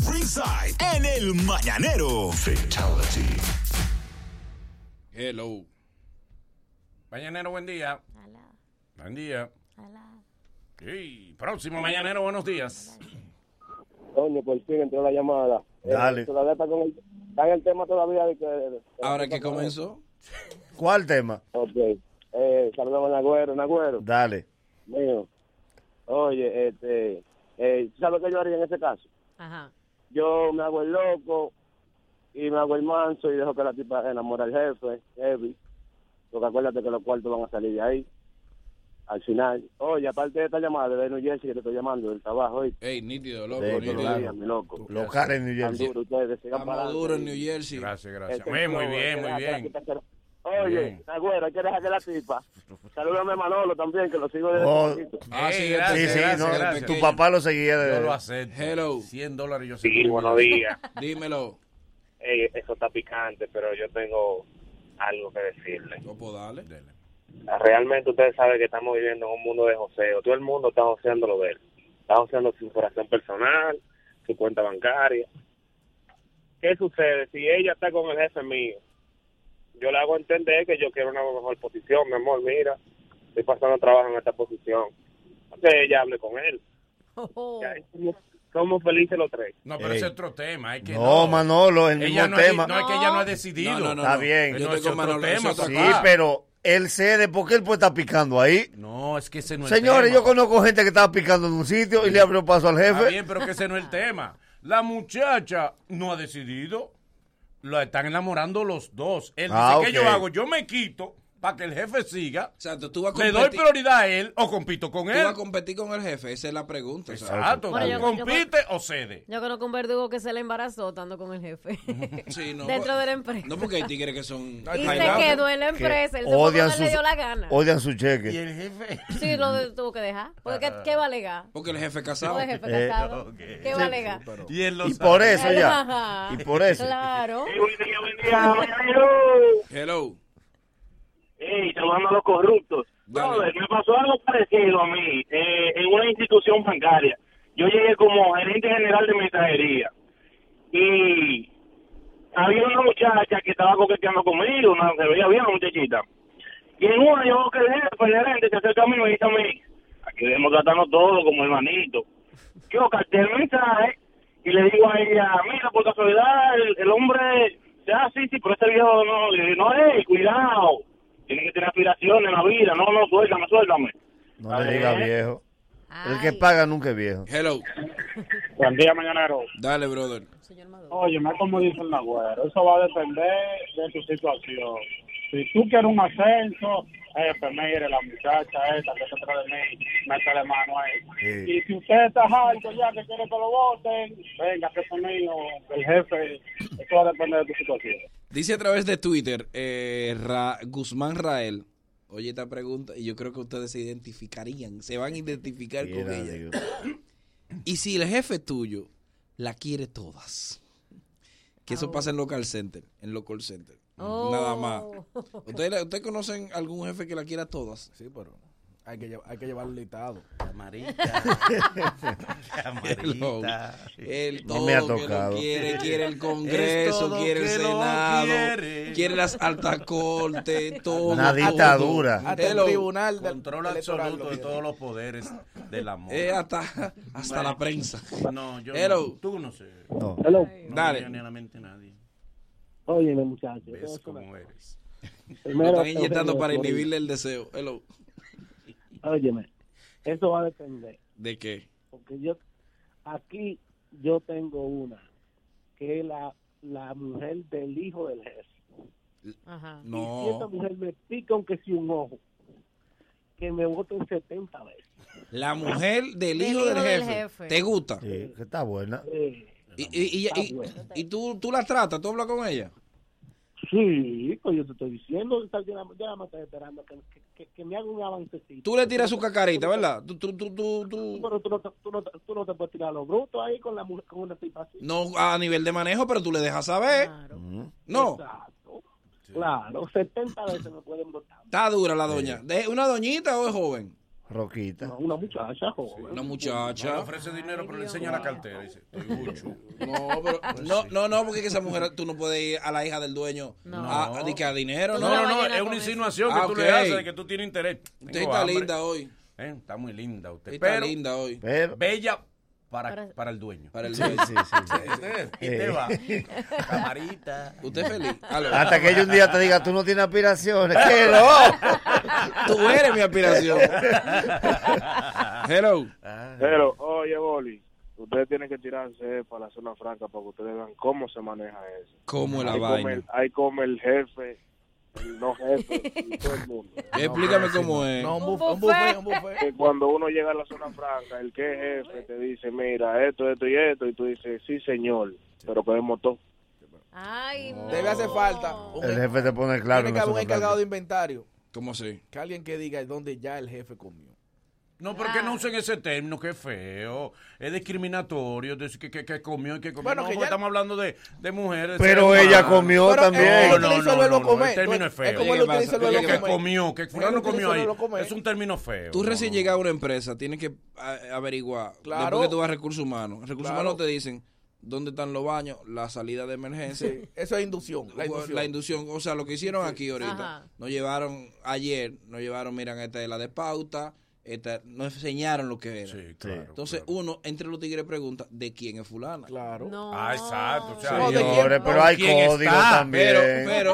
[SPEAKER 5] Ringside en el mañanero. Fatality.
[SPEAKER 6] Hello
[SPEAKER 1] Mañanero, buen día.
[SPEAKER 7] Alá,
[SPEAKER 1] Buen día.
[SPEAKER 7] alá.
[SPEAKER 1] Sí, próximo mañanero, buenos días.
[SPEAKER 8] Coño, por fin entró la llamada. Eh,
[SPEAKER 4] Dale.
[SPEAKER 8] todavía está, con el, está en el tema todavía de que...
[SPEAKER 6] Ahora que comenzó,
[SPEAKER 4] ¿Cuál tema?
[SPEAKER 8] Ok. Eh, saludamos a Nagüero. Nagüero,
[SPEAKER 4] Dale.
[SPEAKER 8] mío. Oye, este... Eh, ¿Sabes lo que yo haría en ese caso?
[SPEAKER 2] Ajá.
[SPEAKER 8] Yo me hago el loco y me hago el manso y dejo que la tipa enamore al jefe, heavy. Porque acuérdate que los cuartos van a salir de ahí. Al final. Oye, aparte de esta llamada de New Jersey que te estoy llamando del trabajo, hoy.
[SPEAKER 6] ey, nítido, loco,
[SPEAKER 4] Sí,
[SPEAKER 6] nítido.
[SPEAKER 4] claro.
[SPEAKER 8] mi loco.
[SPEAKER 4] Los caras en New
[SPEAKER 8] Tan
[SPEAKER 4] Jersey.
[SPEAKER 8] duro ustedes, sigan para
[SPEAKER 6] Estamos
[SPEAKER 8] adelante.
[SPEAKER 6] duros en New Jersey.
[SPEAKER 1] Gracias, gracias.
[SPEAKER 8] Ese
[SPEAKER 1] Muy, muy
[SPEAKER 8] flow, que
[SPEAKER 1] bien, muy
[SPEAKER 8] deja que la
[SPEAKER 1] bien.
[SPEAKER 8] tipa se-
[SPEAKER 1] Muy
[SPEAKER 8] Oye,
[SPEAKER 1] bien.
[SPEAKER 8] Nagüero, hay que dejar que la tipa. Salúdame a Manolo también, que lo sigo desde
[SPEAKER 4] Oh,
[SPEAKER 8] chiquito.
[SPEAKER 6] Ah, sí,
[SPEAKER 1] Ey,
[SPEAKER 6] gracias,
[SPEAKER 4] Sí, sí,
[SPEAKER 1] gracias,
[SPEAKER 4] no,
[SPEAKER 1] gracias.
[SPEAKER 4] tu papá lo seguía
[SPEAKER 1] Yo lo
[SPEAKER 4] de...
[SPEAKER 1] acepto.
[SPEAKER 6] Hello.
[SPEAKER 1] 100 dólares yo
[SPEAKER 9] Sí, buenos días.
[SPEAKER 6] Dímelo.
[SPEAKER 9] Ey, eso está picante, pero yo tengo algo que decirle.
[SPEAKER 6] Yo puedo darle.
[SPEAKER 1] Dele.
[SPEAKER 9] Realmente ustedes saben que estamos viviendo en un mundo de joseo. Todo el mundo está joseando lo de él. Está joseando su información personal, su cuenta bancaria. ¿Qué sucede? Si ella está con el jefe mío, yo le hago entender que yo quiero una mejor posición. Mi amor, mira, estoy pasando trabajo en esta posición. Que ella hable con él.
[SPEAKER 2] Oh, oh.
[SPEAKER 9] Ya, somos- somos felices los tres.
[SPEAKER 1] No, pero
[SPEAKER 4] Ey.
[SPEAKER 1] ese es otro tema. Es que
[SPEAKER 4] No,
[SPEAKER 1] no,
[SPEAKER 4] Manolo, el
[SPEAKER 1] Ella
[SPEAKER 4] mismo
[SPEAKER 1] no,
[SPEAKER 4] tema.
[SPEAKER 1] Ha, no, es que ella no ha decidido.
[SPEAKER 6] No, no, no.
[SPEAKER 4] Está
[SPEAKER 6] no.
[SPEAKER 4] bien.
[SPEAKER 6] Yo
[SPEAKER 1] No, es
[SPEAKER 6] estoy
[SPEAKER 1] otro
[SPEAKER 6] con Manolo. ese
[SPEAKER 1] tema,
[SPEAKER 6] es otro
[SPEAKER 4] Sí,
[SPEAKER 6] tema.
[SPEAKER 4] pero él cede porque él puede estar picando ahí.
[SPEAKER 1] No, es que ese no es el tema.
[SPEAKER 4] Señores, yo conozco gente que estaba picando en un sitio y le abrió paso al
[SPEAKER 1] Está
[SPEAKER 4] jefe.
[SPEAKER 1] bien, pero que ese no es el tema. La muchacha no ha decidido. La están enamorando los dos. Él
[SPEAKER 4] Ah,
[SPEAKER 1] dice, ¿qué
[SPEAKER 4] ok.
[SPEAKER 1] yo hago? Yo me quito para que el jefe siga.
[SPEAKER 6] Exacto, tú vas a
[SPEAKER 1] Le doy
[SPEAKER 6] competir,
[SPEAKER 1] prioridad a él o compito con
[SPEAKER 6] tú vas
[SPEAKER 1] él.
[SPEAKER 6] a competir con el jefe, esa es la pregunta. o sea.
[SPEAKER 1] Exacto.
[SPEAKER 2] Bueno, yo-
[SPEAKER 1] ¿Compite o cede?
[SPEAKER 2] Yo conozco un verdugo que se le embarazó estando con el jefe.
[SPEAKER 6] Sí, no,
[SPEAKER 2] Dentro
[SPEAKER 6] pues-
[SPEAKER 2] de la empresa.
[SPEAKER 6] No, porque hay tigres que son...
[SPEAKER 2] y se
[SPEAKER 6] Bailando.
[SPEAKER 2] quedó en la empresa. Él se fue
[SPEAKER 4] odian,
[SPEAKER 2] cuando
[SPEAKER 4] sus-
[SPEAKER 2] le dio la gana.
[SPEAKER 4] odian su cheque.
[SPEAKER 1] el jefe?
[SPEAKER 2] Sí, lo de- tuvo que dejar. Porque ¿qué, qué va a alegar?
[SPEAKER 6] Porque el jefe es
[SPEAKER 2] No
[SPEAKER 6] casado.
[SPEAKER 2] es jefe
[SPEAKER 4] Eh,
[SPEAKER 2] casado.
[SPEAKER 1] ok.
[SPEAKER 2] ¿Qué va a alegar?
[SPEAKER 1] Y él lo
[SPEAKER 4] Y
[SPEAKER 1] sabe.
[SPEAKER 4] por eso ya.
[SPEAKER 2] Ajá.
[SPEAKER 4] Y por eso.
[SPEAKER 2] Claro.
[SPEAKER 8] Sí, buen día, buen día, Manolo.
[SPEAKER 6] Hello.
[SPEAKER 8] Ey, llamando a los corruptos.
[SPEAKER 6] Dale.
[SPEAKER 8] Brother, me pasó algo parecido a mí eh, en una institución bancaria. Yo llegué como gerente general de mensajería y había una muchacha que estaba coqueteando conmigo, una, se veía bien la muchachita. Y en una yo veo que el jefe, el gerente, se acerca a mí y me dice a mí, aquí debemos tratarnos todos como hermanitos. Yo capté el mensaje y le digo a ella, mira, por casualidad, el, el hombre, ya, sí, sí, pero este viejo no, le digo, no, hey, cuidado, tiene que tener aspiraciones en la vida, no, no, suéltame, suéltame.
[SPEAKER 4] No le diga viejo. El que
[SPEAKER 2] Ay,
[SPEAKER 4] paga nunca es viejo.
[SPEAKER 6] Hello.
[SPEAKER 9] Buen día, mañanero.
[SPEAKER 6] Dale, brother.
[SPEAKER 2] señor Maduro.
[SPEAKER 8] Oye, no es como dice el Nagüero, eso va a depender de tu situación. Si tú quieres un ascenso, jefe, mire, la muchacha esta que se trae de mí, métele mano ahí.
[SPEAKER 4] Sí.
[SPEAKER 8] Y si usted está alto ya que quiere que lo voten, venga, que son mío, el jefe, eso va a depender de tu situación.
[SPEAKER 6] Dice a través de Twitter, eh, Ra- Guzmán Rael. Oye, esta pregunta, y yo creo que ustedes se identificarían, se van a identificar con
[SPEAKER 4] Mira,
[SPEAKER 6] ella.
[SPEAKER 4] digo,
[SPEAKER 6] Y si el jefe tuyo la quiere todas.
[SPEAKER 3] Ah,
[SPEAKER 6] Que eso pasa en los call centers, en los call centers.
[SPEAKER 2] Oh.
[SPEAKER 6] Nada más. ¿Ustedes, la- ustedes conocen algún jefe que la quiera todas?
[SPEAKER 3] Sí, pero hay que, llevar, hay que llevarlo listado.
[SPEAKER 1] Camarita. Camarita.
[SPEAKER 6] El
[SPEAKER 4] No
[SPEAKER 6] todo
[SPEAKER 4] me ha
[SPEAKER 6] que lo
[SPEAKER 4] tocado.
[SPEAKER 6] quiere, quiere el Congreso,
[SPEAKER 1] todo
[SPEAKER 6] quiere el
[SPEAKER 1] que lo
[SPEAKER 6] Senado, quiere.
[SPEAKER 1] quiere.
[SPEAKER 6] las altas cortes, todo.
[SPEAKER 4] Una
[SPEAKER 6] todo.
[SPEAKER 4] dictadura.
[SPEAKER 3] Hasta el
[SPEAKER 6] Hello.
[SPEAKER 3] tribunal del
[SPEAKER 1] Control
[SPEAKER 3] electoral
[SPEAKER 1] absoluto
[SPEAKER 3] lo
[SPEAKER 1] de
[SPEAKER 3] tiene.
[SPEAKER 1] todos los poderes del amor.
[SPEAKER 6] Eh, hasta hasta la prensa.
[SPEAKER 1] No, yo
[SPEAKER 6] Hello.
[SPEAKER 1] no. Tú no sé.
[SPEAKER 4] no.
[SPEAKER 1] No
[SPEAKER 6] Dale.
[SPEAKER 1] me viene a la mente nadie.
[SPEAKER 8] Oye, muchachos,
[SPEAKER 1] Ves cómo eres.
[SPEAKER 6] Lo están inyectando para inhibirle el deseo. Hello.
[SPEAKER 8] Óyeme, eso va a depender.
[SPEAKER 6] ¿De qué?
[SPEAKER 8] porque yo aquí yo tengo una que es la, la mujer del hijo del jefe
[SPEAKER 2] Ajá.
[SPEAKER 8] y si esa
[SPEAKER 6] No.
[SPEAKER 8] mujer me pica aunque si un ojo que me voten 70 veces
[SPEAKER 6] La mujer del
[SPEAKER 2] Del
[SPEAKER 6] hijo del
[SPEAKER 2] hijo del
[SPEAKER 6] jefe.
[SPEAKER 2] jefe.
[SPEAKER 6] ¿Te gusta?
[SPEAKER 4] Sí, que está buena.
[SPEAKER 8] Eh,
[SPEAKER 6] Y, y, y, y- y tú, tú la tratas, tú hablas con ella.
[SPEAKER 8] sí pues yo te estoy diciendo está- ya, ya me estoy esperando que, que- que, que me haga un avancecito
[SPEAKER 6] Tú le tiras su cacarita, ¿verdad? Tú, tú, tú, tú, tú-
[SPEAKER 8] pero tú no, te- tú, no, te- tú no te puedes tirar a los brutos ahí con la mujer, con una tipa así
[SPEAKER 6] No a nivel de manejo, pero tú le dejas saber.
[SPEAKER 2] Claro.
[SPEAKER 6] No.
[SPEAKER 8] Exacto. claro 70 veces me pueden votar
[SPEAKER 6] Está dura la doña. ¿De- ¿Una doñita o es joven?
[SPEAKER 4] Roquita.
[SPEAKER 7] Una muchacha, joven.
[SPEAKER 6] Una
[SPEAKER 1] No le
[SPEAKER 6] muchacha.
[SPEAKER 1] ofrece dinero, pero le enseña la cartera. Dice, estoy gucho.
[SPEAKER 6] No, pero,
[SPEAKER 1] Pues
[SPEAKER 6] no, no, no, porque es que esa mujer tú no puedes ir a la hija del dueño a, a- ni Ah, que a dinero,
[SPEAKER 1] No,
[SPEAKER 6] ¿no?
[SPEAKER 1] no, no, es una insinuación que
[SPEAKER 6] Ah,
[SPEAKER 1] tú
[SPEAKER 6] ok.
[SPEAKER 1] le haces de que tú tienes interés.
[SPEAKER 6] Usted
[SPEAKER 1] Tengo
[SPEAKER 6] está
[SPEAKER 1] hambre.
[SPEAKER 6] linda hoy.
[SPEAKER 1] Eh, Está muy linda usted.
[SPEAKER 6] Está
[SPEAKER 1] pero
[SPEAKER 6] linda hoy.
[SPEAKER 4] Pero,
[SPEAKER 1] bella para,
[SPEAKER 2] Para-
[SPEAKER 1] para el dueño.
[SPEAKER 6] Para el
[SPEAKER 4] sí,
[SPEAKER 6] dueño.
[SPEAKER 4] sí, sí.
[SPEAKER 1] Usted, y te
[SPEAKER 4] Eh.
[SPEAKER 1] va. Camarita.
[SPEAKER 6] Usted es feliz. Aló.
[SPEAKER 4] Hasta que ella un día te diga, tú no tienes aspiraciones. ¡Qué loco!
[SPEAKER 6] Tú eres mi aspiración. Hello.
[SPEAKER 9] Pero, oye, Boli, ustedes tienen que tirarse para la zona franca para que ustedes vean cómo se maneja eso.
[SPEAKER 6] ¿Cómo es la
[SPEAKER 9] Ahí come,
[SPEAKER 6] vaina?
[SPEAKER 9] el, ahí come el jefe, el no jefe y todo el mundo.
[SPEAKER 6] Explícame cómo es.
[SPEAKER 3] No, un
[SPEAKER 2] Un
[SPEAKER 3] buffet, un
[SPEAKER 2] buffet.
[SPEAKER 3] buffet, un buffet.
[SPEAKER 9] Que cuando uno llega a la zona franca, el que es jefe te dice, mira, esto, esto y esto, y tú dices, sí, señor, pero comemos todo.
[SPEAKER 2] Ay, no.
[SPEAKER 3] Debe hacer falta. Un
[SPEAKER 4] El jefe te pone claro.
[SPEAKER 3] tiene
[SPEAKER 4] en
[SPEAKER 3] que
[SPEAKER 4] la
[SPEAKER 3] haber un
[SPEAKER 4] zona
[SPEAKER 3] encargado
[SPEAKER 4] franca.
[SPEAKER 3] de inventario.
[SPEAKER 6] ¿Cómo así?
[SPEAKER 3] Que alguien que diga dónde ya el jefe comió.
[SPEAKER 1] No, pero que no usen ese término, que es feo. Es discriminatorio. de que, que, que comió y que comió.
[SPEAKER 3] Bueno,
[SPEAKER 1] No,
[SPEAKER 3] que
[SPEAKER 1] porque
[SPEAKER 3] ya-
[SPEAKER 1] estamos hablando de, de mujeres. de
[SPEAKER 4] Pero
[SPEAKER 1] seres
[SPEAKER 4] ella
[SPEAKER 1] humanos.
[SPEAKER 4] comió
[SPEAKER 3] Pero
[SPEAKER 4] también.
[SPEAKER 3] él
[SPEAKER 1] No, no,
[SPEAKER 3] utiliza
[SPEAKER 1] no,
[SPEAKER 3] luego
[SPEAKER 1] no, no, el
[SPEAKER 3] comer.
[SPEAKER 1] término es
[SPEAKER 3] Tú-
[SPEAKER 1] feo.
[SPEAKER 3] como él
[SPEAKER 6] ¿Qué
[SPEAKER 3] utiliza
[SPEAKER 6] pasa?
[SPEAKER 3] el verbo
[SPEAKER 6] Oye,
[SPEAKER 1] Que
[SPEAKER 6] que
[SPEAKER 3] comer.
[SPEAKER 1] comió, que fulano
[SPEAKER 3] Él
[SPEAKER 1] comió
[SPEAKER 3] utilizó
[SPEAKER 1] ahí.
[SPEAKER 3] luego comer.
[SPEAKER 1] Es un término feo.
[SPEAKER 6] Tú
[SPEAKER 1] No,
[SPEAKER 6] recién
[SPEAKER 1] no.
[SPEAKER 6] llegas a una empresa, tienes que a- averiguar.
[SPEAKER 3] Claro.
[SPEAKER 6] Después que tú vas a recursos humanos. Recursos
[SPEAKER 3] Claro.
[SPEAKER 6] humanos te dicen dónde están los baños, la salida de emergencia.
[SPEAKER 3] Sí, eso es inducción. La inducción.
[SPEAKER 6] la inducción, o sea, lo que hicieron aquí ahorita,
[SPEAKER 2] Ajá.
[SPEAKER 6] nos llevaron ayer, nos llevaron, miran, esta es la de pauta, esta, nos enseñaron lo que era.
[SPEAKER 1] Sí, claro.
[SPEAKER 6] Entonces
[SPEAKER 1] claro.
[SPEAKER 6] uno, entre los tigres, pregunta, ¿de quién es fulana?
[SPEAKER 3] Claro.
[SPEAKER 2] No.
[SPEAKER 1] Ah, exacto, o sea,
[SPEAKER 3] No, de
[SPEAKER 4] Señores,
[SPEAKER 3] quién-
[SPEAKER 4] pero hay
[SPEAKER 1] ¿Quién está?
[SPEAKER 4] código también.
[SPEAKER 6] Pero, pero,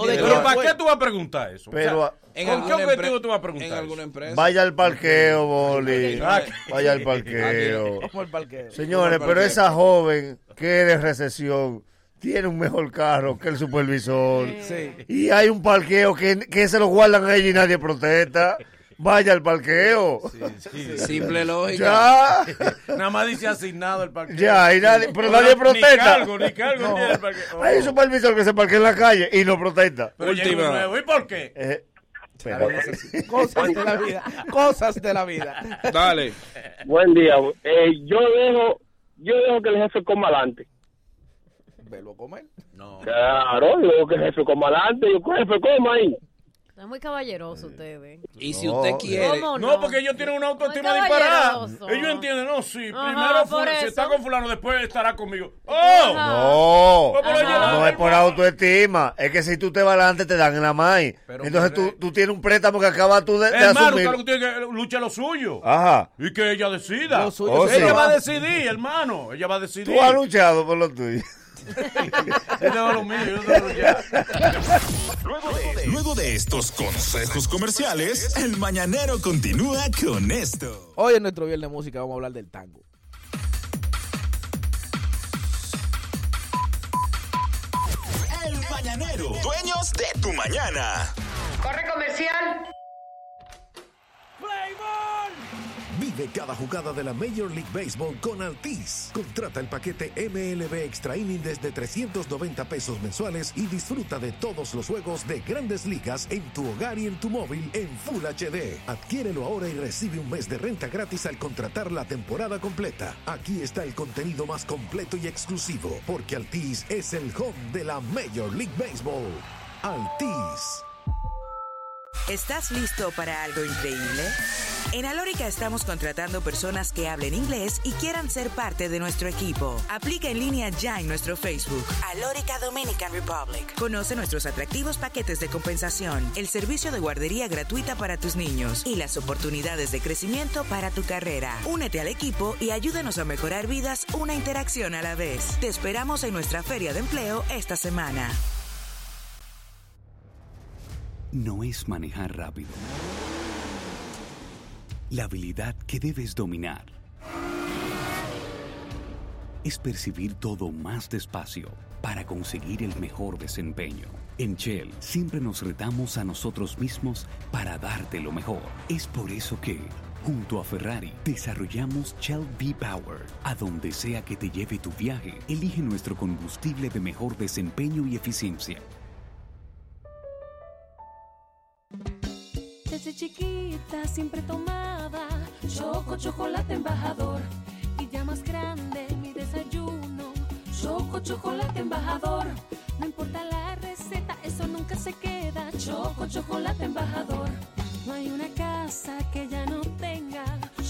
[SPEAKER 3] O de
[SPEAKER 1] Pero
[SPEAKER 3] quién
[SPEAKER 1] ¿para
[SPEAKER 3] fue.
[SPEAKER 1] qué tú vas a preguntar eso?
[SPEAKER 4] Pero,
[SPEAKER 1] O sea,
[SPEAKER 6] en
[SPEAKER 1] ¿Con qué
[SPEAKER 6] alguna
[SPEAKER 1] objetivo
[SPEAKER 6] empre-
[SPEAKER 1] tú vas a preguntar
[SPEAKER 6] En
[SPEAKER 1] eso?
[SPEAKER 6] alguna empresa.
[SPEAKER 4] Vaya al parqueo, Boli.
[SPEAKER 1] Ah,
[SPEAKER 4] Vaya al parqueo.
[SPEAKER 3] Como el parqueo.
[SPEAKER 4] Señores, pero esa joven que es de recesión tiene un mejor carro que el supervisor.
[SPEAKER 3] Sí.
[SPEAKER 4] Y hay un parqueo que, que se lo guardan a ella y nadie protesta. Vaya al parqueo.
[SPEAKER 6] Simple lógica.
[SPEAKER 4] Ya,
[SPEAKER 1] Nada más dice asignado el parqueo.
[SPEAKER 4] ya, y nadie, pero nadie
[SPEAKER 1] Ni
[SPEAKER 4] protesta.
[SPEAKER 1] cargo, ni cargo tiene el parqueo.
[SPEAKER 4] Hay un supervisor que se parquea en la calle y no protesta.
[SPEAKER 1] Pero llega
[SPEAKER 6] Última.
[SPEAKER 1] un nuevo. ¿Y por qué?
[SPEAKER 4] Eh, pero-
[SPEAKER 3] Cosas de la vida. Cosas de la vida.
[SPEAKER 6] Dale.
[SPEAKER 8] Buen día. Eh, yo dejo yo dejo que el jefe coma adelante.
[SPEAKER 3] Velo a comer.
[SPEAKER 1] No.
[SPEAKER 8] Claro, yo dejo que el jefe coma adelante. Yo, jefe, coma ahí.
[SPEAKER 2] Están muy caballerosos ustedes.
[SPEAKER 6] Y si
[SPEAKER 4] No.
[SPEAKER 6] usted quiere,
[SPEAKER 2] ¿Cómo
[SPEAKER 1] No, porque ellos tienen una autoestima
[SPEAKER 2] Muy
[SPEAKER 1] disparada.
[SPEAKER 2] caballeroso.
[SPEAKER 1] Ellos entienden, no, sí,
[SPEAKER 2] Ajá,
[SPEAKER 1] primero
[SPEAKER 2] por
[SPEAKER 1] fula- si
[SPEAKER 2] eso.
[SPEAKER 1] está con fulano, después estará conmigo. ¡Oh!
[SPEAKER 4] No,
[SPEAKER 1] Pues, pero
[SPEAKER 2] Ajá.
[SPEAKER 4] no es por autoestima. Es que si tú te vas adelante, te dan en la maíz.
[SPEAKER 1] Pero,
[SPEAKER 4] Entonces tú,
[SPEAKER 1] hombre.
[SPEAKER 4] tú tienes un préstamo que acabas tú de, de
[SPEAKER 1] Hermano,
[SPEAKER 4] asumir. Ah.
[SPEAKER 1] usted lo que tiene que luchar lo suyo.
[SPEAKER 4] Ajá.
[SPEAKER 1] Y que ella decida.
[SPEAKER 3] Lo suyo
[SPEAKER 4] Oh, sí.
[SPEAKER 1] ella va a decidir, hermano. Ella va a decidir.
[SPEAKER 4] Tú has luchado por lo tuyo.
[SPEAKER 1] Yo tengo lo mío, yo tengo lo ya.
[SPEAKER 5] Luego de estos consejos comerciales, el mañanero continúa con esto.
[SPEAKER 3] Hoy en nuestro viernes de música vamos a hablar del tango.
[SPEAKER 5] El mañanero, dueños de tu mañana.
[SPEAKER 10] Vive cada jugada de la Major League Baseball con Altis. Contrata el paquete MLB Extra Inning desde 390 pesos mensuales y disfruta de todos los juegos de grandes ligas en tu hogar y en tu móvil en Full HD. Adquiérelo ahora y recibe un mes de renta gratis al contratar la temporada completa. Aquí está el contenido más completo y exclusivo, porque Altis es el home de la Major League Baseball. Altis.
[SPEAKER 11] ¿Estás listo para algo increíble? En Alórica estamos contratando personas que hablen inglés y quieran ser parte de nuestro equipo. Aplica en línea ya en nuestro Facebook. Alórica Dominican Republic. Conoce nuestros atractivos paquetes de compensación, el servicio de guardería gratuita para tus niños y las oportunidades de crecimiento para tu carrera. Únete al equipo y ayúdanos a mejorar vidas una interacción a la vez. Te esperamos en nuestra feria de empleo esta semana.
[SPEAKER 12] no es manejar rápido. La habilidad que debes dominar es percibir todo más despacio para conseguir el mejor desempeño. En Shell siempre nos retamos a nosotros mismos para darte lo mejor. Es por eso que, junto a Ferrari, desarrollamos Shell V-Power. A donde sea que te lleve tu viaje, elige nuestro combustible de mejor desempeño y eficiencia.
[SPEAKER 11] Desde chiquita siempre tomaba Choco Chocolate Embajador. Y ya más grande mi desayuno, Choco Chocolate Embajador. No importa la receta, eso nunca se queda, Choco Chocolate Embajador. No hay una casa que ya no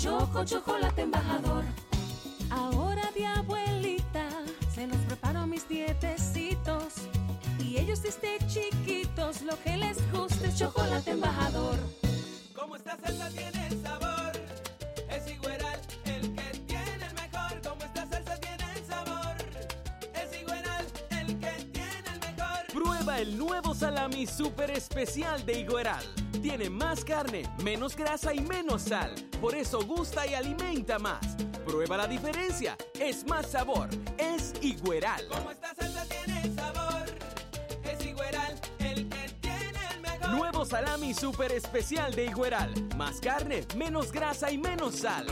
[SPEAKER 7] Choco chocolate embajador. Ahora de abuelita se los preparo mis dietecitos. Y ellos desde chiquitos lo que les gusta es chocolate embajador.
[SPEAKER 13] Como esta salsa tiene sabor, es Igueral el que tiene el mejor. Como esta salsa tiene sabor, es Igueral el que tiene el mejor.
[SPEAKER 14] Prueba el nuevo salami super especial de Higueral. Tiene más carne, menos grasa y menos sal. Por eso gusta y alimenta más. Prueba la diferencia. Es más sabor. Es Higueral.
[SPEAKER 13] Como esta salsa tiene sabor, es Igueral el que tiene el mejor.
[SPEAKER 14] Nuevo salami super especial de Higueral. Más carne, menos grasa y menos sal.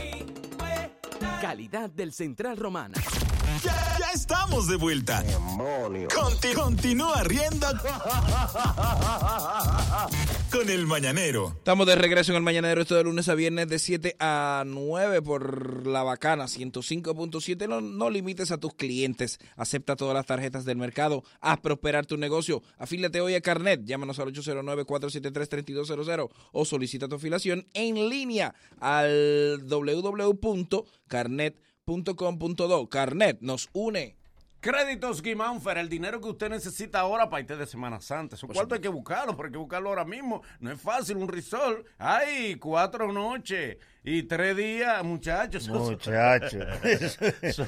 [SPEAKER 14] Calidad del Central Romana.
[SPEAKER 5] Ya, ya estamos de vuelta. Conti- continúa riendo con el mañanero.
[SPEAKER 6] Estamos de regreso en el Mañanero, esto de lunes a viernes de 7 a 9 por La Bacana 105.7. No, no limites a tus clientes, acepta todas las tarjetas del mercado, haz prosperar tu negocio, afílate hoy a Carnet, llámanos al 809-473-3200 o solicita tu afiliación en línea al www.carnet.com.do. Carnet nos une.
[SPEAKER 1] Créditos Guimánfer, el dinero que usted necesita ahora para irte de Semana Santa. Su cuarto hay que buscarlo, porque hay que buscarlo ahora mismo. No es fácil, un risol. ¡Ay! Cuatro noches y tres días, muchachos.
[SPEAKER 4] Muchachos.
[SPEAKER 1] son,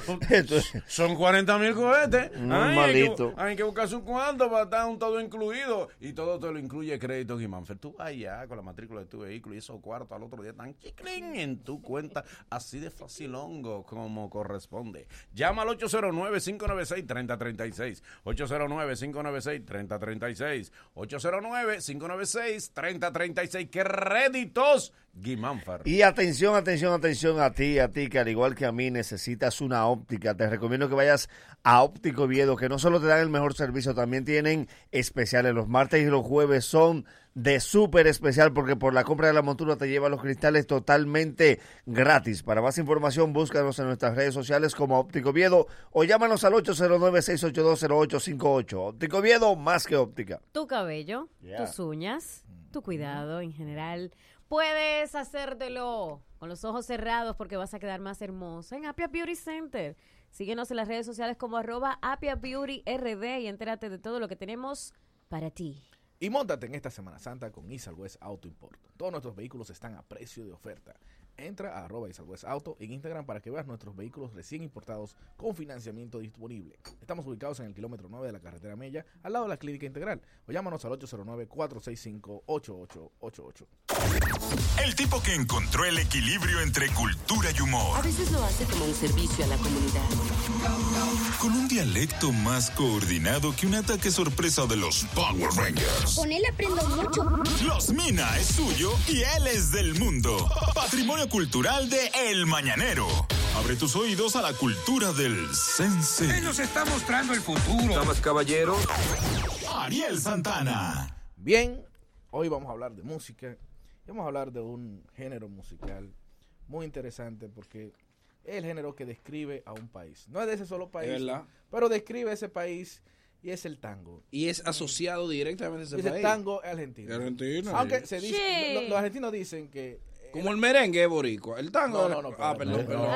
[SPEAKER 1] son 40 mil cohetes.
[SPEAKER 4] Muy
[SPEAKER 1] Ay, hay que bu-
[SPEAKER 4] malito.
[SPEAKER 1] Hay que buscar su cuarto para estar un todo incluido. Y todo te lo incluye Créditos Guimánfer. Tú vas ya con la matrícula de tu vehículo y esos cuartos al otro día están chiclin en tu cuenta. Así de facilongo como corresponde. Llama al 809-596-3036. 809-596-3036. 809-596-3036. Créditos Guimánfer.
[SPEAKER 4] Y atención, atención, atención a ti, a ti que al igual que a mí necesitas una óptica. Te recomiendo que vayas a Óptico Viedo, que no solo te dan el mejor servicio, también tienen especiales. Los martes y los jueves son de súper especial porque por la compra de la montura te lleva los cristales totalmente gratis. Para más información, búscanos en nuestras redes sociales como Óptico Viedo o llámanos al 809-682-0858. Óptico Viedo, más que óptica.
[SPEAKER 2] tu cabello,
[SPEAKER 4] Yeah. Mm.
[SPEAKER 2] tus uñas, tu cuidado en general. Puedes hacértelo con los ojos cerrados porque vas a quedar más hermosa en Apia Beauty Center. Síguenos en las redes sociales como arroba Apia Beauty RD y entérate de todo lo que tenemos para ti.
[SPEAKER 3] Y móntate en esta Semana Santa con Isal West Auto Import. Todos nuestros vehículos están a precio de oferta. Entra a arroba Isal West Auto en Instagram para que veas nuestros vehículos recién importados con financiamiento disponible. Estamos ubicados en el kilómetro 9 de la carretera Mella, al lado de la Clínica Integral. O llámanos al 809-465-8888.
[SPEAKER 5] El tipo que encontró el equilibrio entre cultura y humor.
[SPEAKER 15] A veces lo hace como un servicio a la comunidad.
[SPEAKER 5] Con un dialecto más coordinado que un ataque sorpresa de los Power Rangers.
[SPEAKER 16] Con él aprendo mucho.
[SPEAKER 5] Los Mina es suyo y él es del mundo. Patrimonio cultural de El Mañanero. Abre tus oídos a la cultura del sense. Él nos está mostrando el futuro. Damas, caballeros. Ariel Santana.
[SPEAKER 3] Bien, hoy vamos a hablar de música. Y Vamos a hablar de un género musical muy interesante porque es el género que describe a un país. No es de ese solo país,
[SPEAKER 6] Es verdad.
[SPEAKER 3] pero describe ese país y es el tango.
[SPEAKER 6] Y es asociado directamente a ese
[SPEAKER 3] Dice
[SPEAKER 6] país.
[SPEAKER 3] tango argentino.
[SPEAKER 6] De Argentina.
[SPEAKER 3] Aunque se dice,
[SPEAKER 6] Sí.
[SPEAKER 3] lo- los argentinos dicen que
[SPEAKER 6] Como el merengue es boricua. El tango.
[SPEAKER 3] No, no, no,
[SPEAKER 6] Ah, perdón, perdón.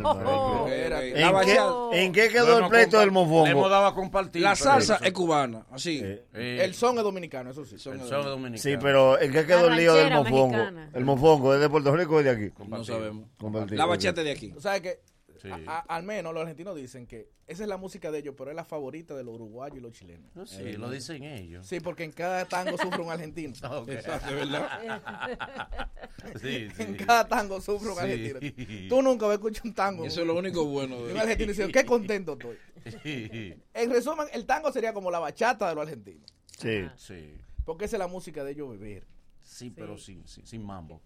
[SPEAKER 4] No.
[SPEAKER 6] Espérate.
[SPEAKER 4] ¿En
[SPEAKER 6] La
[SPEAKER 4] qué-
[SPEAKER 6] bachata-
[SPEAKER 4] en qué quedó No, el no, pleito compa- del mofongo?
[SPEAKER 1] le hemos dado a compartir,
[SPEAKER 6] La
[SPEAKER 1] pero
[SPEAKER 6] salsa
[SPEAKER 1] eso-
[SPEAKER 6] es cubana, así.
[SPEAKER 3] el son es dominicano, eso sí.
[SPEAKER 1] El son es dominicano.
[SPEAKER 4] Sí, pero ¿en qué quedó
[SPEAKER 3] La
[SPEAKER 4] el lío del
[SPEAKER 3] ranchera
[SPEAKER 4] mofongo?
[SPEAKER 3] mexicana.
[SPEAKER 4] ¿El mofongo es de Puerto Rico o es de aquí?
[SPEAKER 6] No sabemos.
[SPEAKER 4] Compartido,
[SPEAKER 6] La
[SPEAKER 4] ok.
[SPEAKER 6] bachata de aquí.
[SPEAKER 3] Tú sabes que
[SPEAKER 4] Sí.
[SPEAKER 3] a- a- al menos los argentinos dicen que esa es la música de ellos, pero es la favorita de los uruguayos y los chilenos.
[SPEAKER 1] No, sí, lo dicen ellos. Ah,
[SPEAKER 3] Sí, porque en cada tango sufre un argentino.
[SPEAKER 1] Ok.
[SPEAKER 3] Exacto,
[SPEAKER 1] De verdad. Sí, sí.
[SPEAKER 3] En cada tango sufre un
[SPEAKER 1] Sí.
[SPEAKER 3] argentino. Tú nunca vas a escuchar un tango.
[SPEAKER 6] Eso es lo único bueno de
[SPEAKER 3] Y un argentino dice, qué contento estoy.
[SPEAKER 1] Sí.
[SPEAKER 3] En resumen, el tango sería como la bachata de los argentinos.
[SPEAKER 4] Sí.
[SPEAKER 1] Sí.
[SPEAKER 3] Porque esa es la música de ellos beber.
[SPEAKER 1] Sí, pero sin, sin, sin mambo.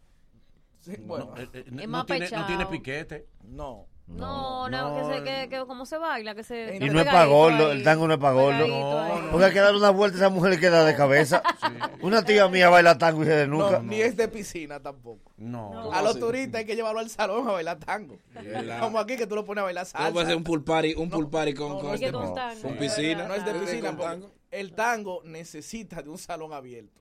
[SPEAKER 3] Sí, bueno.
[SPEAKER 1] No, eh, eh,
[SPEAKER 3] Es
[SPEAKER 1] no-
[SPEAKER 3] más
[SPEAKER 1] no tiene,
[SPEAKER 2] pechao.
[SPEAKER 1] no tiene piquete.
[SPEAKER 3] No.
[SPEAKER 2] No, no, que se, que, que cómo se baila, que se...
[SPEAKER 4] Y no es para gordo, el tango no es para gordo.
[SPEAKER 2] Pegadito ahí.
[SPEAKER 4] Porque hay que dar una vuelta y esa mujer le queda de cabeza. Una tía mía baila tango y se desnuda.
[SPEAKER 3] No, ni es de piscina tampoco.
[SPEAKER 1] No.
[SPEAKER 3] A los turistas hay que llevarlo al salón a bailar tango.
[SPEAKER 6] verdad.
[SPEAKER 3] Como aquí que tú lo pones a bailar salsa.
[SPEAKER 6] No puede ser un pool party, un pool party con, con, este
[SPEAKER 3] es que
[SPEAKER 6] con-
[SPEAKER 3] con tango.
[SPEAKER 6] con piscina.
[SPEAKER 3] No es de
[SPEAKER 6] Con
[SPEAKER 3] piscina. porque
[SPEAKER 6] tango.
[SPEAKER 3] El tango necesita de un salón abierto.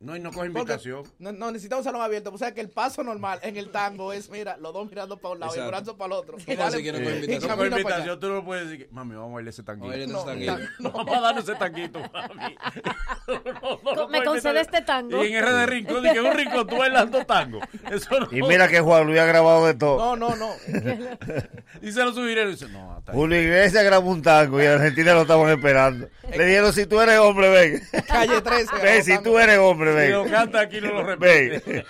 [SPEAKER 1] No, y no coge
[SPEAKER 3] Porque
[SPEAKER 1] invitación.
[SPEAKER 3] No, no, necesita un salón abierto. O sea que el paso normal en el tango es, mira, los dos mirando para un lado y el
[SPEAKER 1] Exacto.
[SPEAKER 3] brazo para el otro.
[SPEAKER 1] Sí.
[SPEAKER 3] Dale,
[SPEAKER 1] Sí.
[SPEAKER 3] y
[SPEAKER 1] Eh, No
[SPEAKER 3] camina
[SPEAKER 1] coge
[SPEAKER 3] para allá.
[SPEAKER 1] invitación, tú no puedes decir, que, mami, vamos a bailar ese tanguito.
[SPEAKER 6] Vamos a bailar ese
[SPEAKER 1] No,
[SPEAKER 6] tanguito.
[SPEAKER 1] no, vamos a darnos ese tanguito, mami.
[SPEAKER 2] Co- me concede este tango.
[SPEAKER 1] Y en R de Rincón, dije, un rincón, tú bailando tango. Eso no.
[SPEAKER 4] Y mira que Juan Luis ha grabado de todo.
[SPEAKER 3] no, no.
[SPEAKER 1] y se lo subiré y dice, no, hasta ahí.
[SPEAKER 4] Julio Iglesias grabó un tango y en Argentina lo estaban esperando. Le dijeron, si tú eres hombre, ven.
[SPEAKER 3] Calle 13.
[SPEAKER 4] Ven, si tú eres hombre, ven.
[SPEAKER 3] Si lo canta aquí, no lo repite.
[SPEAKER 4] Ven.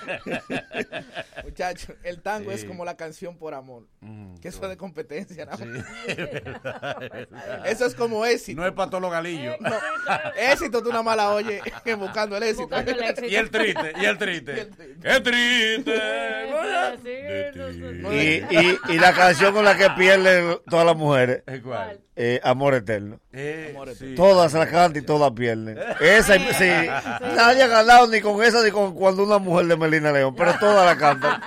[SPEAKER 3] Muchachos, el tango
[SPEAKER 4] Sí.
[SPEAKER 3] es como la canción por amor.
[SPEAKER 1] Mm,
[SPEAKER 3] que eso es de competencia, nada más.
[SPEAKER 1] es verdad, es verdad.
[SPEAKER 3] Eso es como éxito.
[SPEAKER 1] No es para todos los galillos.
[SPEAKER 3] No. Éxito, tú nada más la oyes que buscando el éxito.
[SPEAKER 1] Y el triste, y el triste. ¡Qué triste!
[SPEAKER 4] Y, y, y la canción con la que pierden todas las mujeres.
[SPEAKER 1] ¿Cuál?
[SPEAKER 4] Eh, Amor Eterno.
[SPEAKER 1] Eh, sí.
[SPEAKER 4] Todas la cantan y todas pierden. Esa, y- sí. Nadie ha ganado ni con esa ni con cuando una mujer de Melina León, pero todas la cantan.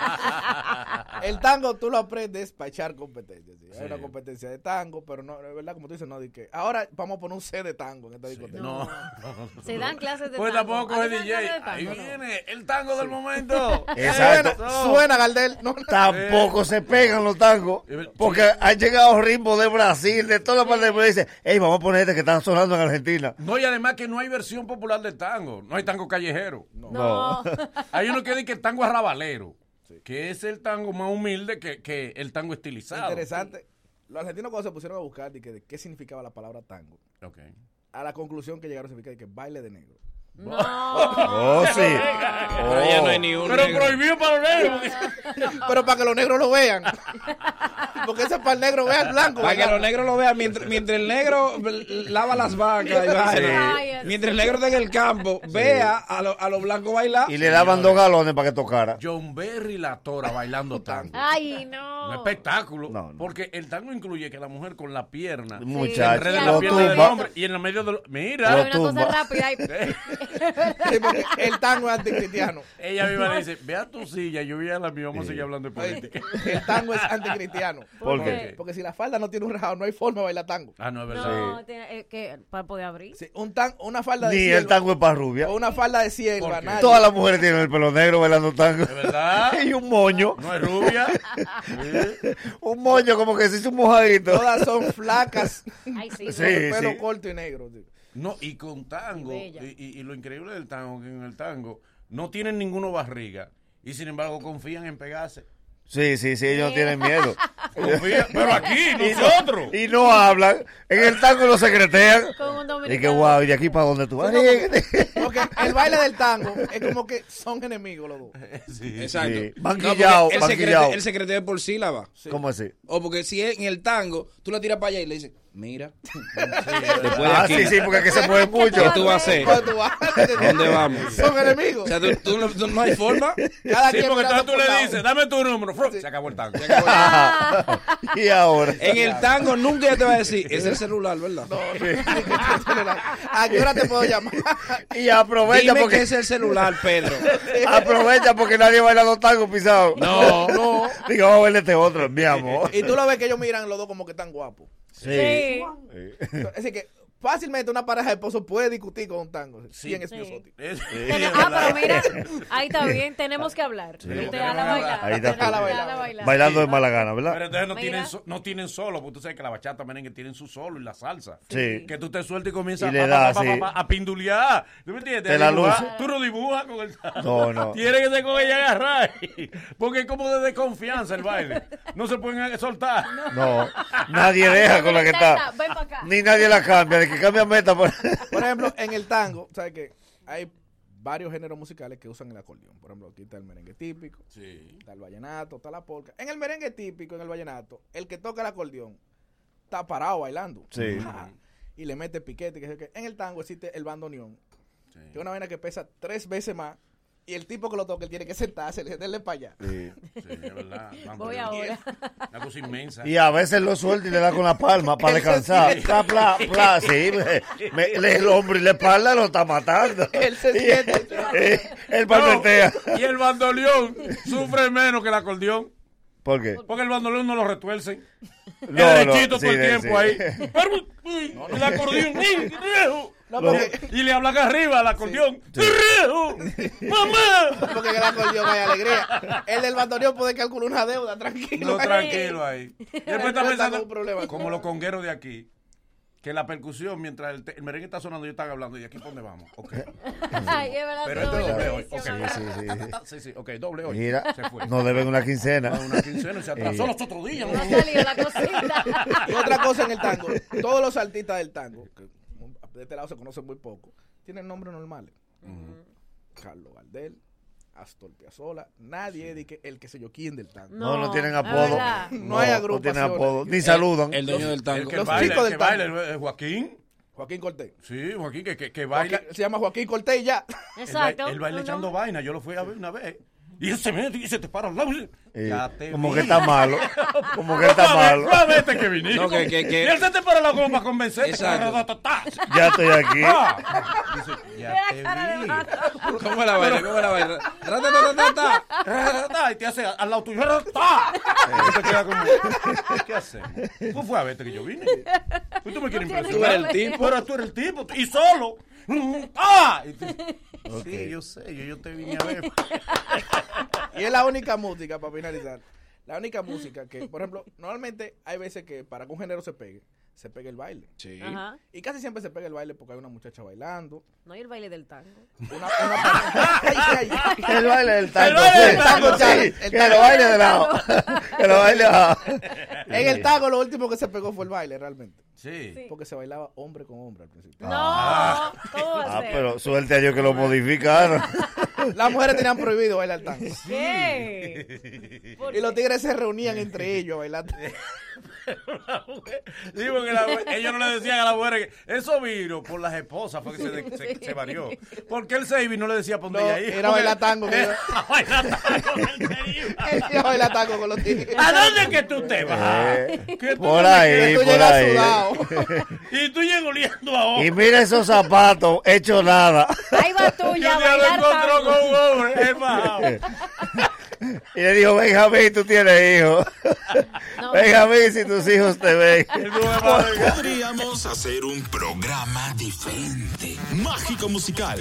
[SPEAKER 3] El tango tú lo aprendes para echar competencias. ¿sí? Hay una competencia de tango, pero no, es verdad, como tú dices, no, di que ahora vamos a poner un C de tango en esta discoteca.
[SPEAKER 1] No.
[SPEAKER 2] Se dan clases de
[SPEAKER 1] Pues
[SPEAKER 2] tango.
[SPEAKER 1] tampoco
[SPEAKER 2] A
[SPEAKER 1] coge
[SPEAKER 2] mí me dan
[SPEAKER 1] DJ.
[SPEAKER 2] clases de
[SPEAKER 1] Ahí
[SPEAKER 2] tango,
[SPEAKER 1] viene el tango del momento.
[SPEAKER 4] Exacto.
[SPEAKER 3] Suena, suena, Gardel. No,
[SPEAKER 4] Tampoco se pegan los tangos.
[SPEAKER 1] Eh,
[SPEAKER 4] Porque han llegado ritmos de Brasil, de toda la parte del mundo. y Dicen, hey, vamos a poner este que están sonando en Argentina.
[SPEAKER 1] No, y además que no hay versión popular del tango. No hay tango callejero.
[SPEAKER 4] No. No.
[SPEAKER 1] hay uno que dice que el tango arrabalero, que es el tango más humilde que, que el tango estilizado.
[SPEAKER 3] Interesante. Los argentinos cuando se pusieron a buscar de, que, de qué significaba la palabra tango,
[SPEAKER 1] Ok.
[SPEAKER 3] a la conclusión que llegaron significa de que baile de negro. Oh.
[SPEAKER 2] No.
[SPEAKER 4] Oh, sí.
[SPEAKER 6] Pero ya no hay ni un
[SPEAKER 3] Pero
[SPEAKER 6] negro.
[SPEAKER 1] prohibido para los negros.
[SPEAKER 3] Pero para que los negros lo vean. Porque ese es para el negro, vea el blanco.
[SPEAKER 6] Para que
[SPEAKER 3] bailando.
[SPEAKER 6] los negros lo vean, mientras, mientras el negro lava las vacas, y
[SPEAKER 3] Sí.
[SPEAKER 6] vaina, mientras el negro está en el campo, vea a los a los blancos
[SPEAKER 1] Ah,
[SPEAKER 6] bailar.
[SPEAKER 4] Y le daban dos galones para que tocara.
[SPEAKER 1] John Berry la tora bailando tango.
[SPEAKER 2] Ay, no.
[SPEAKER 1] Un espectáculo. Porque el tango incluye que la mujer con la pierna.
[SPEAKER 4] Muchacho,
[SPEAKER 1] se enreda en
[SPEAKER 4] lo
[SPEAKER 1] la pierna del
[SPEAKER 4] tumba.
[SPEAKER 1] hombre y en el medio del. Mira.
[SPEAKER 4] Lo Hay una cosa tumba.
[SPEAKER 2] rápida ahí.
[SPEAKER 3] Sí, porque el tango es anticristiano.
[SPEAKER 1] Ella misma le dice: Ve a tu silla, yo voy a la mía, vamos a seguir hablando de política.
[SPEAKER 3] El tango es anticristiano.
[SPEAKER 1] ¿Por qué?
[SPEAKER 3] Porque si la falda no tiene un rajado, no hay forma de bailar tango.
[SPEAKER 1] Ah, no, es
[SPEAKER 2] No, tiene- eh, que, para poder abrir.
[SPEAKER 3] Sí, un tan, una falda de
[SPEAKER 4] Ni el
[SPEAKER 3] cielo.
[SPEAKER 4] tango es para rubia.
[SPEAKER 3] O una falda de cielo. nadie. Ah.
[SPEAKER 4] Todas las mujeres tienen el pelo negro bailando tango.
[SPEAKER 1] verdad?
[SPEAKER 4] y un moño.
[SPEAKER 1] No es rubia.
[SPEAKER 4] un moño como que se hizo un mojadito.
[SPEAKER 3] Todas son flacas.
[SPEAKER 4] Sí,
[SPEAKER 3] Con el pelo
[SPEAKER 4] sí.
[SPEAKER 3] corto y negro. sí.
[SPEAKER 1] No, y con tango,
[SPEAKER 3] Bella.
[SPEAKER 1] y, y- y lo increíble del tango, que en el tango no tienen ninguno barriga y sin embargo confían en pegarse.
[SPEAKER 4] Sí, sí, sí, ellos no tienen miedo.
[SPEAKER 1] Confía- pero aquí,
[SPEAKER 4] Y no-
[SPEAKER 1] nosotros.
[SPEAKER 4] Y no hablan. En el tango lo secretean. Y que guau, ¿y de aquí para dónde tú vas?
[SPEAKER 3] Porque el baile del tango es como que son enemigos los dos.
[SPEAKER 6] Exacto.
[SPEAKER 4] Sí.
[SPEAKER 6] No, porque
[SPEAKER 4] Banquillao,
[SPEAKER 6] el,
[SPEAKER 4] banquillao.
[SPEAKER 6] secrete, el secreteo es por sílaba.
[SPEAKER 4] ¿Cómo así?
[SPEAKER 6] O porque si es en el tango, tú la tiras para allá y le dices, mira. Después de
[SPEAKER 4] Ah,
[SPEAKER 6] aquí.
[SPEAKER 4] sí, sí, porque es que se mueve mucho.
[SPEAKER 6] ¿Qué tú vas a hacer?
[SPEAKER 4] ¿Dónde vas?
[SPEAKER 6] ¿Dónde vamos?
[SPEAKER 3] Son enemigos.
[SPEAKER 6] O sea, tú, tú no- tú no hay forma.
[SPEAKER 1] sí, porque entonces tú le dices, dame tu número, fru, se acabó el tango.
[SPEAKER 4] y ahora.
[SPEAKER 6] En el tango nunca ya te va a decir, es el celular, ¿verdad?
[SPEAKER 3] ¿A qué hora te puedo llamar?
[SPEAKER 4] Y aprovecha
[SPEAKER 6] Dime
[SPEAKER 4] porque-
[SPEAKER 6] que es el celular, Pedro.
[SPEAKER 4] Aprovecha porque nadie baila los tangos pisados.
[SPEAKER 6] No.
[SPEAKER 3] No.
[SPEAKER 4] Digo, vamos a verle este otro, mi amor.
[SPEAKER 3] Y tú lo ves que ellos miran los dos como que están guapos.
[SPEAKER 4] Sí. Sí.
[SPEAKER 3] Así que fácilmente una pareja de esposos puede discutir con un tango. Sí, en espiosote.
[SPEAKER 2] Tene- ah, pero mira, ahí está bien, tenemos que hablar.
[SPEAKER 4] Sí.
[SPEAKER 2] Te da la bailada.
[SPEAKER 4] Ahí
[SPEAKER 2] te da la bailada.
[SPEAKER 4] Bailando de mala gana, ¿verdad?
[SPEAKER 1] Pero entonces no tienen, so- no tienen solo, porque tú sabes que la bachata merengue tienen su solo y la salsa.
[SPEAKER 4] Sí.
[SPEAKER 1] Que tú te sueltas y comienzas
[SPEAKER 4] Y le
[SPEAKER 1] pa, pa,
[SPEAKER 4] da,
[SPEAKER 1] pa, pa,
[SPEAKER 4] sí.
[SPEAKER 1] pa, pa, a pindulear. ¿Tú me entiendes?
[SPEAKER 4] Te
[SPEAKER 1] A
[SPEAKER 4] la
[SPEAKER 1] dibujar.
[SPEAKER 4] luces.
[SPEAKER 1] Tú no dibujas con el tango.
[SPEAKER 4] No, no.
[SPEAKER 1] Tienes que ser con ella agarrar. Porque es como de desconfianza el baile. No se pueden soltar.
[SPEAKER 4] No, nadie deja con la que está.
[SPEAKER 3] Ven pa' acá.
[SPEAKER 4] Ni nadie la cambia, de que cambia meta. pues. Por...
[SPEAKER 3] Por ejemplo, en el tango, ¿sabes qué? Hay varios géneros musicales que usan el acordeón. Por ejemplo, aquí está el merengue típico, está el vallenato, está la polca. En el merengue típico, en el vallenato, el que toca el acordeón está parado bailando.
[SPEAKER 4] Sí.
[SPEAKER 3] Ah, Y le mete piquete. Que sé yo qué. En el tango existe el bandoneón, que es una vaina que pesa tres veces más. Y el tipo que lo toca, él tiene que sentarse, le denle para allá.
[SPEAKER 4] Sí.
[SPEAKER 1] Sí, es verdad. Vamos,
[SPEAKER 3] Voy
[SPEAKER 1] yo-
[SPEAKER 3] ahora.
[SPEAKER 1] Una cosa inmensa.
[SPEAKER 4] Y a veces lo suelta y le da con la palma para descansar. Pla, pla, pla, sí. me- me- le- el hombro y la espalda lo está matando.
[SPEAKER 3] Él se
[SPEAKER 4] siente. Él palmetea.
[SPEAKER 1] Y el bandoleón sufre menos que el acordeón.
[SPEAKER 4] ¿Por qué?
[SPEAKER 1] Porque el bandolón no lo retuercen. Es
[SPEAKER 4] no,
[SPEAKER 1] derechito todo
[SPEAKER 4] sí,
[SPEAKER 1] el
[SPEAKER 4] de-
[SPEAKER 1] tiempo
[SPEAKER 4] sí.
[SPEAKER 1] ahí. El acordeón.
[SPEAKER 3] No,
[SPEAKER 1] Lo-
[SPEAKER 3] porque-
[SPEAKER 1] Y le hablan arriba al acordeón. ¡Mamá!
[SPEAKER 3] Porque el acordeón hay alegría. El del bandoneón puede calcular una deuda, tranquilo.
[SPEAKER 1] No, tranquilo ahí. Y después está
[SPEAKER 3] No está
[SPEAKER 1] pensando,
[SPEAKER 3] con problema.
[SPEAKER 1] como los congueros de aquí, que la percusión, mientras el, te- el merengue está sonando, yo están hablando, ¿y aquí por dónde vamos? Ok.
[SPEAKER 2] Ay, es verdad,
[SPEAKER 1] Pero este
[SPEAKER 2] todo
[SPEAKER 1] es doble hoy.
[SPEAKER 2] buenísimo.
[SPEAKER 1] Ok.
[SPEAKER 4] Sí, sí, sí.
[SPEAKER 1] Sí, sí, ok, doble hoy.
[SPEAKER 4] Mira,
[SPEAKER 1] Se fue.
[SPEAKER 4] nos deben una quincena.
[SPEAKER 1] Ah, Una quincena, se atrasó
[SPEAKER 4] Eh,
[SPEAKER 1] los otros días.
[SPEAKER 3] No ha salido la cosita. Y otra cosa en el tango. Todos los artistas del tango, que de este lado se conocen muy poco, tienen nombres normales. Carlos Valdel, Astor Piazzolla, nadie es de que el que sé yo quién del tango.
[SPEAKER 4] No, no tienen apodo.
[SPEAKER 3] No, hay agrupaciones.
[SPEAKER 4] No tienen apodo. Ni saludan.
[SPEAKER 1] El que baila, el que baila, el- el Joaquín.
[SPEAKER 3] Joaquín Cortés.
[SPEAKER 1] Sí, Joaquín, que, que, que baila.
[SPEAKER 3] se llama Joaquín Cortés y ya.
[SPEAKER 1] Él, ba- él baila echando vaina. Yo lo fui a ver una vez. Y él se mete y se te para al lado.
[SPEAKER 4] Eh,
[SPEAKER 1] Ya te
[SPEAKER 4] como
[SPEAKER 1] vi.
[SPEAKER 4] que está malo. Como que está
[SPEAKER 1] Fue a ver-
[SPEAKER 4] malo.
[SPEAKER 1] fue a verte que viniste.
[SPEAKER 4] No, que- que- que-
[SPEAKER 1] Y él se te para al lado como para convencerte.
[SPEAKER 4] Exacto.
[SPEAKER 1] Ta-ta-ta-ta.
[SPEAKER 4] Ya estoy aquí.
[SPEAKER 1] Ah. Dice, ya te vi.
[SPEAKER 6] ¿Cómo la baila? ¿Cómo la baila? Ra, ta, ta, ta, ta, ta.
[SPEAKER 1] Y te hace al lado tuyo. ra, ta. Y tú te quedas como, ¿Qué hacemos? Tú fue a verte que yo vine. Pues tú me quieres
[SPEAKER 6] No tiene
[SPEAKER 1] impresionar.
[SPEAKER 6] que ver.
[SPEAKER 1] Pero tú eres el tipo. Y solo. ¡Ah! Y tú-
[SPEAKER 3] Ok.
[SPEAKER 1] Sí, yo sé. Yo, yo te vine a ver.
[SPEAKER 3] Y es la única música, para finalizar, la única música que, por ejemplo, normalmente hay veces que para que un género se pegue, se pega el baile.
[SPEAKER 6] Sí.
[SPEAKER 2] Ajá.
[SPEAKER 3] Y casi siempre se pega el baile porque hay una muchacha bailando.
[SPEAKER 2] No hay el baile del tango.
[SPEAKER 3] Una, una- Ay, ay, ay.
[SPEAKER 4] El baile del tango.
[SPEAKER 3] baile del
[SPEAKER 4] sí.
[SPEAKER 3] tango,
[SPEAKER 4] Sí,
[SPEAKER 3] chale. El
[SPEAKER 4] Que
[SPEAKER 3] tango.
[SPEAKER 4] lo baile de lado. Que lo baile de lado.
[SPEAKER 3] En el tango lo último que se pegó fue el baile, realmente.
[SPEAKER 1] Sí.
[SPEAKER 3] Porque se bailaba hombre con hombre al principio.
[SPEAKER 4] Ah. Ah, pero suerte a ellos que lo modificaron.
[SPEAKER 3] Las mujeres tenían prohibido bailar tango.
[SPEAKER 1] ¿Qué?
[SPEAKER 3] Y los tigres se reunían entre ellos a bailar
[SPEAKER 1] Sí, porque la- ellos no le decían a la mujer que eso vino por las esposas, fue que se, de- se, se varió. Porque el Seibi no le decía por
[SPEAKER 3] No,
[SPEAKER 1] dónde ella iba.
[SPEAKER 3] era bailar tango, que
[SPEAKER 1] Era bailar tango.
[SPEAKER 3] Era bailar tango con los tigres.
[SPEAKER 1] ¿A dónde es que tú te vas?
[SPEAKER 4] Eh,
[SPEAKER 1] Que tú
[SPEAKER 4] por
[SPEAKER 1] no me
[SPEAKER 4] ahí,
[SPEAKER 1] quieres.
[SPEAKER 4] por ahí.
[SPEAKER 1] Y tú llegas oliendo a
[SPEAKER 4] Y mira esos zapatos, hecho nada.
[SPEAKER 2] Ahí va
[SPEAKER 1] Yo
[SPEAKER 2] tuya,
[SPEAKER 1] ya
[SPEAKER 2] a
[SPEAKER 1] lo
[SPEAKER 2] bailar
[SPEAKER 1] encontró
[SPEAKER 2] tango.
[SPEAKER 1] con un hombre, es bajado.
[SPEAKER 4] Y le dijo, Benjamín, tú tienes hijos.
[SPEAKER 2] No.
[SPEAKER 4] Benjamín, si tus hijos te ven.
[SPEAKER 5] Pues Podríamos hacer un programa diferente. Mágico musical.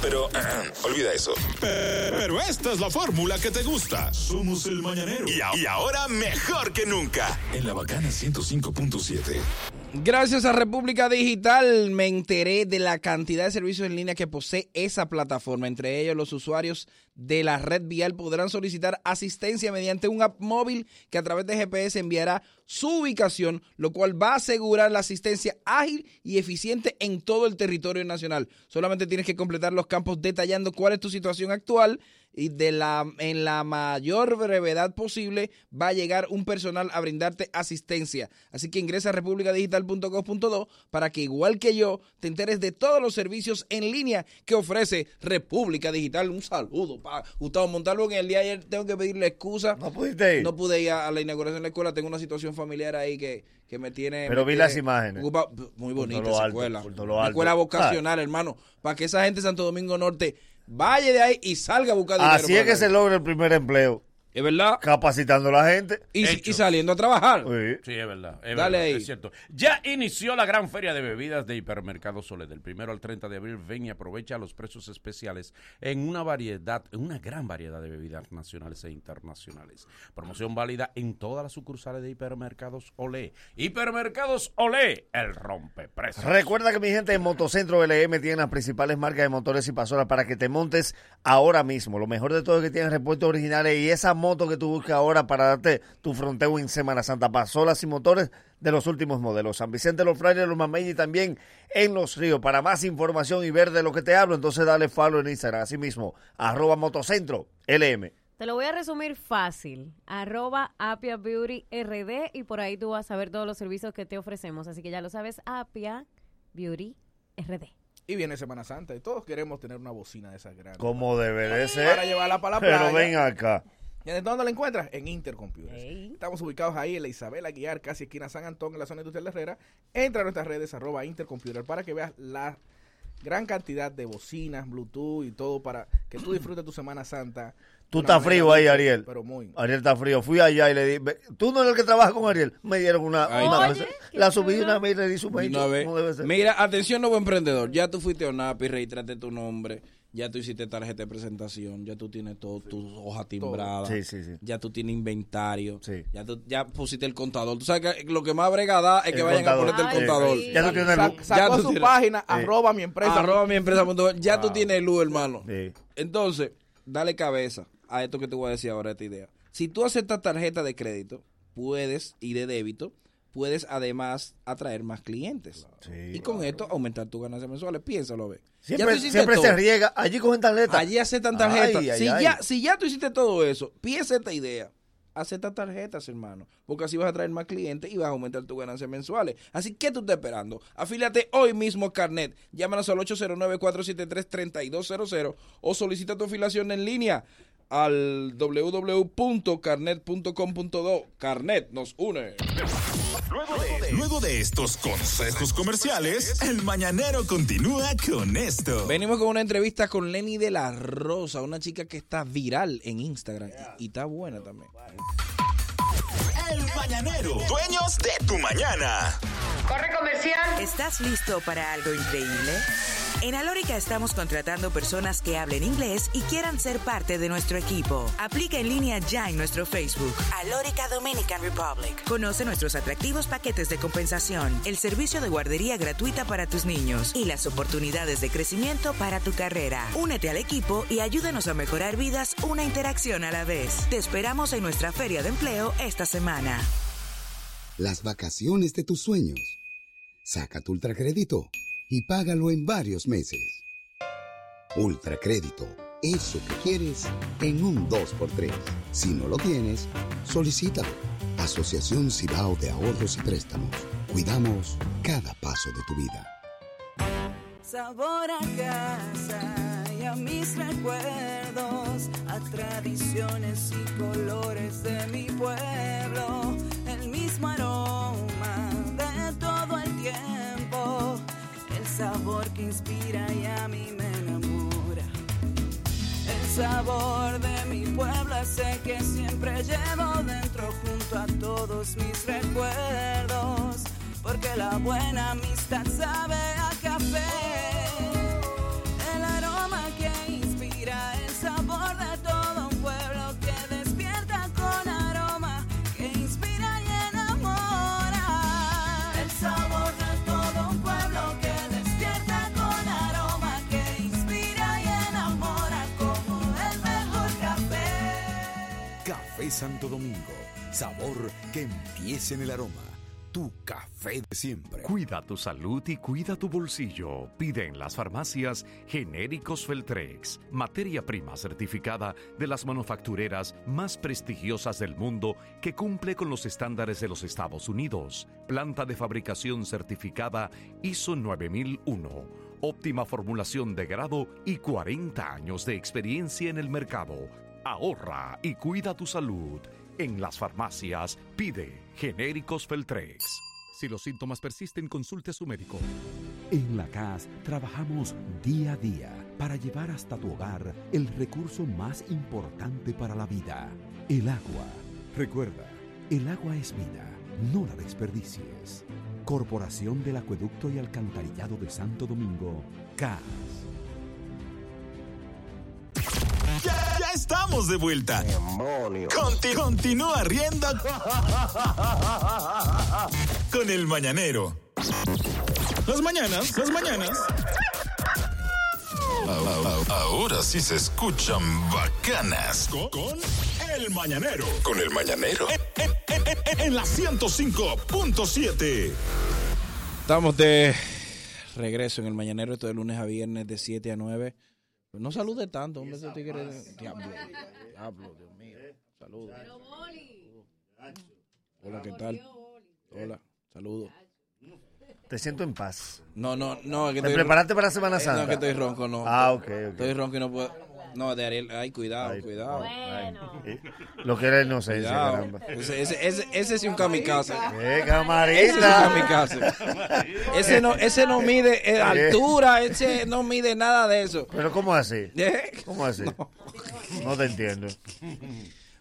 [SPEAKER 5] Pero eh, olvida eso. Pero esta es la fórmula que te gusta. Somos el mañanero. Y, a- y ahora mejor que nunca. En la bacana 105.7.
[SPEAKER 6] Gracias a República Digital me enteré de la cantidad de servicios en línea que posee esa plataforma. Entre ellos, los usuarios de la red vial podrán solicitar asistencia mediante un app móvil que a través de GPS enviará su ubicación, lo cual va a asegurar la asistencia ágil y eficiente en todo el territorio nacional. Solamente tienes que completar los campos detallando cuál es tu situación actual y de la en la mayor brevedad posible va a llegar un personal a brindarte asistencia. Así que ingresa a republicadigital.gov.do para que igual que yo te enteres de todos los servicios en línea que ofrece República Digital. Un saludo para Gustavo Montalvo que el día de ayer tengo que pedirle excusa. No
[SPEAKER 4] pudiste ir.
[SPEAKER 6] No pude ir a, a la inauguración de la escuela, tengo una situación familiar ahí que, que me tiene
[SPEAKER 4] Pero vi
[SPEAKER 6] me tiene
[SPEAKER 4] las imágenes.
[SPEAKER 6] ocupado. Muy
[SPEAKER 4] Por
[SPEAKER 6] bonita
[SPEAKER 4] todo lo
[SPEAKER 6] esa
[SPEAKER 4] alto,
[SPEAKER 6] escuela.
[SPEAKER 4] por todo lo
[SPEAKER 6] Una
[SPEAKER 4] alto. Ah,
[SPEAKER 6] escuela vocacional, hermano, para que esa gente de Santo Domingo Norte vaya de ahí y salga a buscar dinero.
[SPEAKER 4] Así es
[SPEAKER 6] para
[SPEAKER 4] que
[SPEAKER 6] acá.
[SPEAKER 4] se logra el primer empleo.
[SPEAKER 6] Es verdad.
[SPEAKER 4] Capacitando a la gente.
[SPEAKER 6] Y, y saliendo a trabajar.
[SPEAKER 1] Sí, es verdad.
[SPEAKER 6] Dale
[SPEAKER 1] es verdad,
[SPEAKER 6] ahí.
[SPEAKER 1] Es cierto. Ya inició la gran feria de bebidas de Hipermercado Sole. Del primero al 30 de abril, ven y aprovecha los precios especiales en una variedad, en una gran variedad de bebidas nacionales e internacionales. Promoción válida en todas las sucursales de Hipermercados Olé. Hipermercados Olé, el rompeprecios.
[SPEAKER 4] Recuerda que mi gente en Motocentro LM tiene las principales marcas de motores y pasoras para que te montes ahora mismo. Lo mejor de todo es que tienen repuestos originales y esa moto que tú buscas ahora para darte tu fronteo en Semana Santa. Pasoras y motores de los últimos modelos. San Vicente, Los Frailes, Los Mamey y también en Los Ríos. Para más información y ver de lo que te hablo, entonces dale follow en Instagram. Así mismo, arroba Motocentro LM.
[SPEAKER 2] Te lo voy a resumir fácil. Arroba Apia Beauty RD y por ahí tú vas a ver todos los servicios que te ofrecemos. Así que ya lo sabes, Apia Beauty RD.
[SPEAKER 3] Y viene Semana Santa y todos queremos tener una bocina de esas grandes.
[SPEAKER 4] Como debe de ser.
[SPEAKER 3] Para llevarla para la
[SPEAKER 4] Pero
[SPEAKER 3] playa.
[SPEAKER 4] ven acá.
[SPEAKER 3] ¿Y en dónde la encuentras? En Intercomputers. Estamos ubicados ahí en la Isabel Aguiar, casi esquina San Antón, en la zona industrial de Herrera. Entra a nuestras redes, arroba Intercomputer, para que veas la gran cantidad de bocinas, Bluetooth y todo para que tú disfrutes tu Semana Santa.
[SPEAKER 4] Tú
[SPEAKER 3] de una
[SPEAKER 4] estás
[SPEAKER 3] manera
[SPEAKER 4] frío ahí,
[SPEAKER 3] muy-
[SPEAKER 4] Ariel.
[SPEAKER 3] Pero muy.
[SPEAKER 4] Ariel está frío. Fui allá y le di. ve- Tú no eres el que trabaja con Ariel. Me dieron una.
[SPEAKER 6] Ahí
[SPEAKER 4] una-
[SPEAKER 6] está.
[SPEAKER 4] la subí de una vez y le di su
[SPEAKER 6] De
[SPEAKER 4] peito.
[SPEAKER 6] una vez.
[SPEAKER 4] ¿Cómo debe ser?
[SPEAKER 6] Mira, atención nuevo emprendedor, ya tú fuiste a ONAPI, registraste tu nombre, ya tú hiciste tarjeta de presentación, ya tú tienes todo, tus hojas timbradas,
[SPEAKER 4] Sí, sí, sí.
[SPEAKER 6] ya tú tienes inventario, ya, tú, ya pusiste el contador. Tú sabes que lo que más bregada es que
[SPEAKER 4] El
[SPEAKER 6] vayan
[SPEAKER 4] contador.
[SPEAKER 6] a
[SPEAKER 4] Sí.
[SPEAKER 6] ponerte el contador.
[SPEAKER 4] Ya tú tienes
[SPEAKER 6] Sa-
[SPEAKER 4] luz.
[SPEAKER 6] ya
[SPEAKER 3] Sacó
[SPEAKER 6] tú
[SPEAKER 3] su
[SPEAKER 6] tienes-
[SPEAKER 3] página,
[SPEAKER 6] Sí.
[SPEAKER 3] arroba mi empresa.
[SPEAKER 6] Arroba mi empresa punto com. Ya tú
[SPEAKER 3] Wow.
[SPEAKER 6] tienes luz, hermano.
[SPEAKER 4] Sí.
[SPEAKER 6] Entonces, dale cabeza a esto que te voy a decir ahora, esta idea. Si tú aceptas tarjeta de crédito, puedes, y de débito, puedes además atraer más clientes. y con esto aumentar tus ganancias mensuales. Piénsalo, a ver. Ya tú
[SPEAKER 4] Siempre,
[SPEAKER 6] hiciste
[SPEAKER 4] siempre se
[SPEAKER 6] todo.
[SPEAKER 4] riega. Allí cogen tarjeta.
[SPEAKER 6] Allí aceptan tarjetas.
[SPEAKER 4] Ay, ay,
[SPEAKER 6] si,
[SPEAKER 4] ay.
[SPEAKER 6] Ya, si ya tú hiciste todo eso, piensa esta idea. Acepta tarjetas, hermano, porque así vas a traer más clientes y vas a aumentar tus ganancias mensuales. Así que tú estás esperando. Afíliate hoy mismo a Carnet. Llámanos al 809-473-3200 o solicita tu afiliación en línea al www.carnet.com.do. Carnet nos une.
[SPEAKER 5] Luego de estos consejos comerciales, el mañanero continúa con esto.
[SPEAKER 6] Venimos con una entrevista con Lenny de la Rosa, una chica que está viral en Instagram y- y está buena también.
[SPEAKER 5] El mañanero, dueños de tu mañana.
[SPEAKER 11] Corre comercial. ¿Estás listo para algo increíble? En Alórica estamos contratando personas que hablen inglés y quieran ser parte de nuestro equipo. Aplica en línea ya en nuestro Facebook. Alórica Dominican Republic. Conoce nuestros atractivos paquetes de compensación, el servicio de guardería gratuita para tus niños y las oportunidades de crecimiento para tu carrera. Únete al equipo y ayúdanos a mejorar vidas una interacción a la vez. Te esperamos en nuestra feria de empleo esta semana.
[SPEAKER 17] Las vacaciones de tus sueños. Saca tu ultracrédito y págalo en varios meses. Ultracrédito, eso que quieres en un 2x3. Si no lo tienes, solicítalo. Asociación Cibao de Ahorros y Préstamos. Cuidamos cada paso de tu vida.
[SPEAKER 18] Sabor a casa y a mis recuerdos, a tradiciones y colores de mi pueblo, el mismo aroma de todo el tiempo, el sabor que inspira y a mí me enamora. El sabor de mi pueblo sé que siempre llevo dentro junto a todos mis recuerdos, porque la buena amistad sabe a café. El aroma que inspira, el sabor de todo un pueblo que despierta con aroma, que inspira y enamora. El sabor de todo un pueblo que despierta con aroma, que inspira y enamora como el mejor café.
[SPEAKER 19] Café Santo Domingo. Sabor que empiece en el aroma. Tu café de siempre.
[SPEAKER 20] Cuida tu salud y cuida tu bolsillo. Pide en las farmacias genéricos Feltrex, materia prima certificada de las manufactureras más prestigiosas del mundo que cumple con los estándares de los Estados Unidos. Planta de fabricación certificada ISO 9001. Óptima formulación de grado y 40 años de experiencia en el mercado. Ahorra y cuida tu salud. En las farmacias pide genéricos Feltrex. Si los síntomas persisten, consulte a su médico.
[SPEAKER 12] En la CAS trabajamos día a día para llevar hasta tu hogar el recurso más importante para la vida, el agua. Recuerda, el agua es vida, no la desperdicies. Corporación del Acueducto y Alcantarillado de Santo Domingo, CAS.
[SPEAKER 5] Ya, ya estamos de vuelta. Conti- continúa riendo con el mañanero. Las mañanas, las mañanas. A- a- Ahora sí se escuchan bacanas con, con el mañanero. Eh, Con el mañanero. En, en- en- en la 105.7.
[SPEAKER 6] Estamos de regreso en el mañanero, esto de lunes a viernes de 7 a 9. No salude tanto, hombre, ese tigre. Diablo, diablo, Dios mío. Saludos. Hola, ¿qué tal? Hola, saludos.
[SPEAKER 4] Te siento en paz.
[SPEAKER 6] No, no, no. es que
[SPEAKER 4] ¿Te
[SPEAKER 6] estoy-
[SPEAKER 4] preparaste para la Semana
[SPEAKER 6] Eh,
[SPEAKER 4] Santa?
[SPEAKER 6] No, que estoy ronco, no.
[SPEAKER 4] Ah, ok, ok.
[SPEAKER 6] Estoy ronco y no puedo. No, de Ariel, ay, cuidado, cuidado.
[SPEAKER 4] Eh, Lo que era inocencia,
[SPEAKER 6] Cuidado.
[SPEAKER 4] caramba.
[SPEAKER 6] Ese, ese, ese, ese sí un kamikaze.
[SPEAKER 4] ¡Eh, camarita!
[SPEAKER 6] Ese sí un kamikaze. Ese no, ese no mide eh, altura, ese no mide nada de eso.
[SPEAKER 4] Pero ¿cómo así?
[SPEAKER 6] ¿Eh?
[SPEAKER 4] ¿Cómo así? No te entiendo.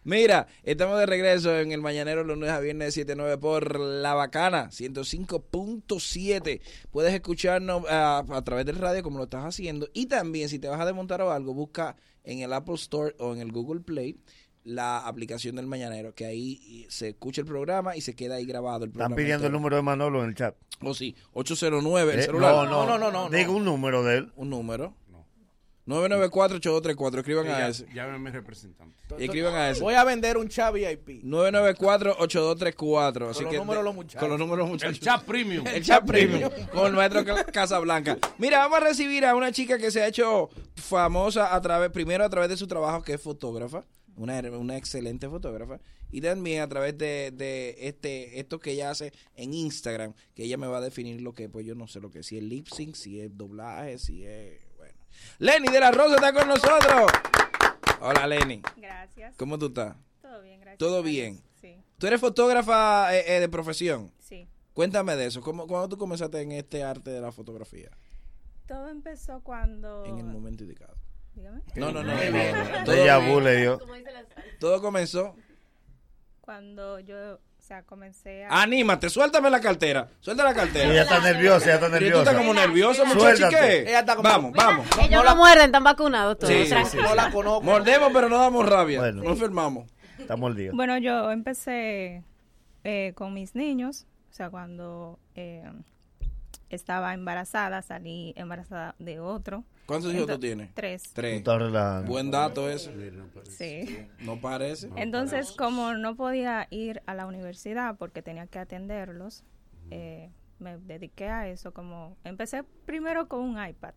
[SPEAKER 6] Mira, estamos de regreso en el Mañanero lunes a viernes de 7 a 9 por La Bacana 105.7. Puedes escucharnos ah, a través del radio como lo estás haciendo y también si te vas a desmontar o algo, busca en el Apple Store o en el Google Play la aplicación del Mañanero, que ahí se escucha el programa y se queda ahí grabado el programa.
[SPEAKER 4] Están pidiendo el
[SPEAKER 6] entero.
[SPEAKER 4] número de Manolo en el chat.
[SPEAKER 6] Oh, sí, 809, el
[SPEAKER 4] Eh,
[SPEAKER 6] celular.
[SPEAKER 4] no, no.
[SPEAKER 6] no, no, no, no.
[SPEAKER 4] Digo un número de él.
[SPEAKER 6] Un número. 994-8234, escriban a
[SPEAKER 1] Ya-
[SPEAKER 6] ese.
[SPEAKER 1] Llámeme representante.
[SPEAKER 6] Y escriban a ese.
[SPEAKER 3] Voy a vender un chat VIP.
[SPEAKER 6] 994-8234. Así
[SPEAKER 3] los
[SPEAKER 6] que
[SPEAKER 3] números de los muchachos.
[SPEAKER 6] Con los números de los muchachos.
[SPEAKER 1] El chat premium.
[SPEAKER 6] El chat premium. con el maestro Ca- Casablanca. Mira, vamos a recibir a una chica que se ha hecho famosa a través, primero a través de su trabajo, que es fotógrafa. Una, her- una excelente fotógrafa. Y también a través de, de este, esto que ella hace en Instagram, que ella me va a definir lo que, pues yo no sé lo que es, si es lip sync, si es doblaje, si es. Bueno. Lenny de la Rosa está con nosotros. Hola, Lenny.
[SPEAKER 21] Gracias.
[SPEAKER 6] ¿Cómo tú estás?
[SPEAKER 21] Todo bien, gracias.
[SPEAKER 6] ¿Todo
[SPEAKER 21] a Dios.
[SPEAKER 6] bien?
[SPEAKER 21] Sí,
[SPEAKER 6] Tú eres fotógrafa eh, eh, de profesión.
[SPEAKER 21] sí.
[SPEAKER 6] Cuéntame de eso. ¿Cómo, ¿Cuándo tú comenzaste en este arte de la fotografía?
[SPEAKER 21] Todo empezó cuando...
[SPEAKER 6] En el momento indicado.
[SPEAKER 21] Dígame.
[SPEAKER 6] No, no, no.
[SPEAKER 4] Muy
[SPEAKER 6] no,
[SPEAKER 4] bien.
[SPEAKER 6] no, no.
[SPEAKER 4] Déjà
[SPEAKER 6] Todo-
[SPEAKER 4] vu le dio.
[SPEAKER 6] Todo comenzó.
[SPEAKER 21] Cuando yo, o sea, comencé
[SPEAKER 6] Ah.
[SPEAKER 21] a...
[SPEAKER 6] Anímate, suéltame la cartera. Suelta la cartera.
[SPEAKER 4] Ella está nerviosa, ella está
[SPEAKER 6] Pero
[SPEAKER 4] nerviosa.
[SPEAKER 6] Tú estás como nervioso,
[SPEAKER 4] Suéltate.
[SPEAKER 6] muchacho. ¿Qué?
[SPEAKER 2] Eh,
[SPEAKER 3] Ella está como-
[SPEAKER 6] Vamos, vamos.
[SPEAKER 2] Ellos no, muerden, están vacunados todos.
[SPEAKER 6] Sí, sí,
[SPEAKER 2] tranquilo.
[SPEAKER 6] sí, sí. Mordemos, pero no damos rabia. No enfermamos.
[SPEAKER 4] Estamos al día.
[SPEAKER 21] Bueno, yo empecé eh, con mis niños, o sea, cuando eh, estaba embarazada, salí embarazada de otro.
[SPEAKER 6] ¿Cuántos hijos
[SPEAKER 21] Ento-
[SPEAKER 6] tú tienes?
[SPEAKER 21] Tres.
[SPEAKER 6] Tres.
[SPEAKER 4] Estás relajando.
[SPEAKER 6] Buen dato ese.
[SPEAKER 21] Sí.
[SPEAKER 6] No parece.
[SPEAKER 21] Entonces, como no podía ir a la universidad porque tenía que atenderlos, eh, me dediqué a eso. Como empecé primero con un iPad,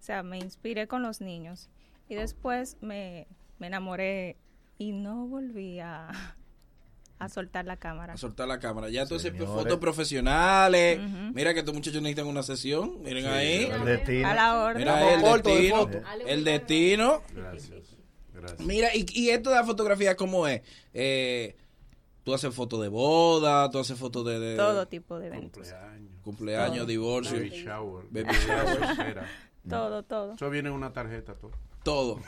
[SPEAKER 21] o sea, me inspiré con los niños y después me, me enamoré y no volví a, a soltar la cámara.
[SPEAKER 6] A soltar la cámara. Ya tú haces
[SPEAKER 4] Señores.
[SPEAKER 6] fotos profesionales. Mira que estos muchachos necesitan una sesión. Miren ahí.
[SPEAKER 4] el destino.
[SPEAKER 21] A la orden.
[SPEAKER 6] Mira
[SPEAKER 21] Como
[SPEAKER 6] ahí, el
[SPEAKER 21] corto de
[SPEAKER 6] destino.
[SPEAKER 21] foto.
[SPEAKER 6] El destino.
[SPEAKER 1] Gracias. Gracias.
[SPEAKER 6] Mira, y, y esto de la fotografía, ¿cómo es? Eh, tú haces fotos de boda, tú haces fotos de, de-
[SPEAKER 21] Todo tipo de eventos.
[SPEAKER 6] cumpleaños,
[SPEAKER 21] Todo.
[SPEAKER 6] divorcio.
[SPEAKER 21] Baby
[SPEAKER 1] shower.
[SPEAKER 6] Baby shower.
[SPEAKER 21] Todo, todo.
[SPEAKER 1] Eso viene en una tarjeta, todo.
[SPEAKER 6] Todo.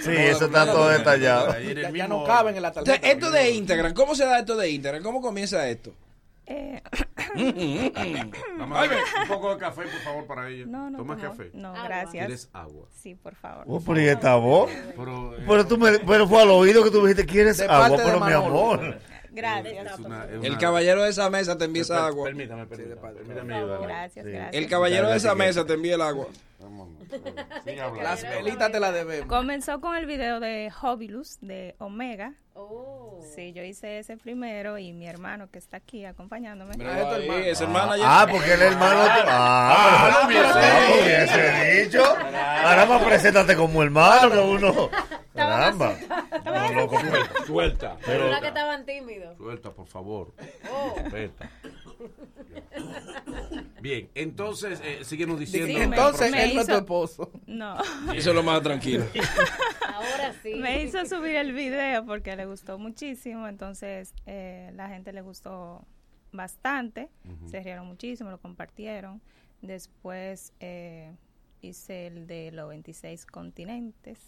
[SPEAKER 4] Sí, eso está todo detallado.
[SPEAKER 3] Ya- ya no caben en la tarjeta.
[SPEAKER 6] O sea, esto de Instagram, ¿cómo se da esto de Instagram? ¿Cómo comienza esto?
[SPEAKER 21] Eh,
[SPEAKER 6] Ay, ve.
[SPEAKER 1] un poco de café, por favor, para ella.
[SPEAKER 21] no, no.
[SPEAKER 1] ¿Tomas
[SPEAKER 21] tomo-
[SPEAKER 1] café?
[SPEAKER 21] No, gracias.
[SPEAKER 1] ¿Quieres agua?
[SPEAKER 21] Sí, por favor.
[SPEAKER 4] Oh, pero ¿y esta voz?
[SPEAKER 1] Pero, eh,
[SPEAKER 4] Pero, tú me, pero fue al oído que tú me dijiste, ¿quieres
[SPEAKER 6] De
[SPEAKER 4] agua?
[SPEAKER 6] parte de
[SPEAKER 4] Pero mi
[SPEAKER 6] Manolo.
[SPEAKER 4] amor.
[SPEAKER 21] Gracias.
[SPEAKER 6] El caballero de esa mesa te envía esa agua.
[SPEAKER 1] Permítame, permítame. permítame ayudarla.
[SPEAKER 21] Gracias,
[SPEAKER 1] Sí.
[SPEAKER 21] gracias.
[SPEAKER 6] El caballero de esa mesa te envía el agua.
[SPEAKER 3] Las velitas te las debemos.
[SPEAKER 21] Comenzó con el video de Hobilus de Omega. Sí, yo hice ese primero y mi hermano que está aquí acompañándome.
[SPEAKER 6] Mira, esto, hermano. Ahí, ese hermano allá.
[SPEAKER 4] Ah, porque él es hermano. tu- Ah,
[SPEAKER 6] Ah,
[SPEAKER 4] pero-
[SPEAKER 6] lo hubiese
[SPEAKER 4] ah,
[SPEAKER 6] dicho.
[SPEAKER 4] hubiese dicho. Ahora más preséntate como hermano que uno. Caramba.
[SPEAKER 2] Estaban
[SPEAKER 4] No, loco. pues.
[SPEAKER 1] Suelta, Suelta.
[SPEAKER 2] Pero la que
[SPEAKER 1] suelta.
[SPEAKER 2] estaban tímidos.
[SPEAKER 1] Suelta, por favor.
[SPEAKER 2] Oh.
[SPEAKER 1] Respeta. Bien, entonces, eh, síguenos diciendo.
[SPEAKER 21] Sí, me-
[SPEAKER 3] Entonces,
[SPEAKER 21] me
[SPEAKER 3] él no es tu
[SPEAKER 21] hizo-
[SPEAKER 3] esposo.
[SPEAKER 21] No.
[SPEAKER 6] Eso es lo más tranquilo.
[SPEAKER 2] Ahora sí.
[SPEAKER 21] Me hizo subir el video porque le gustó muchísimo, entonces eh, la gente le gustó bastante, se rieron muchísimo, lo compartieron. Después eh, hice el de los 26 continentes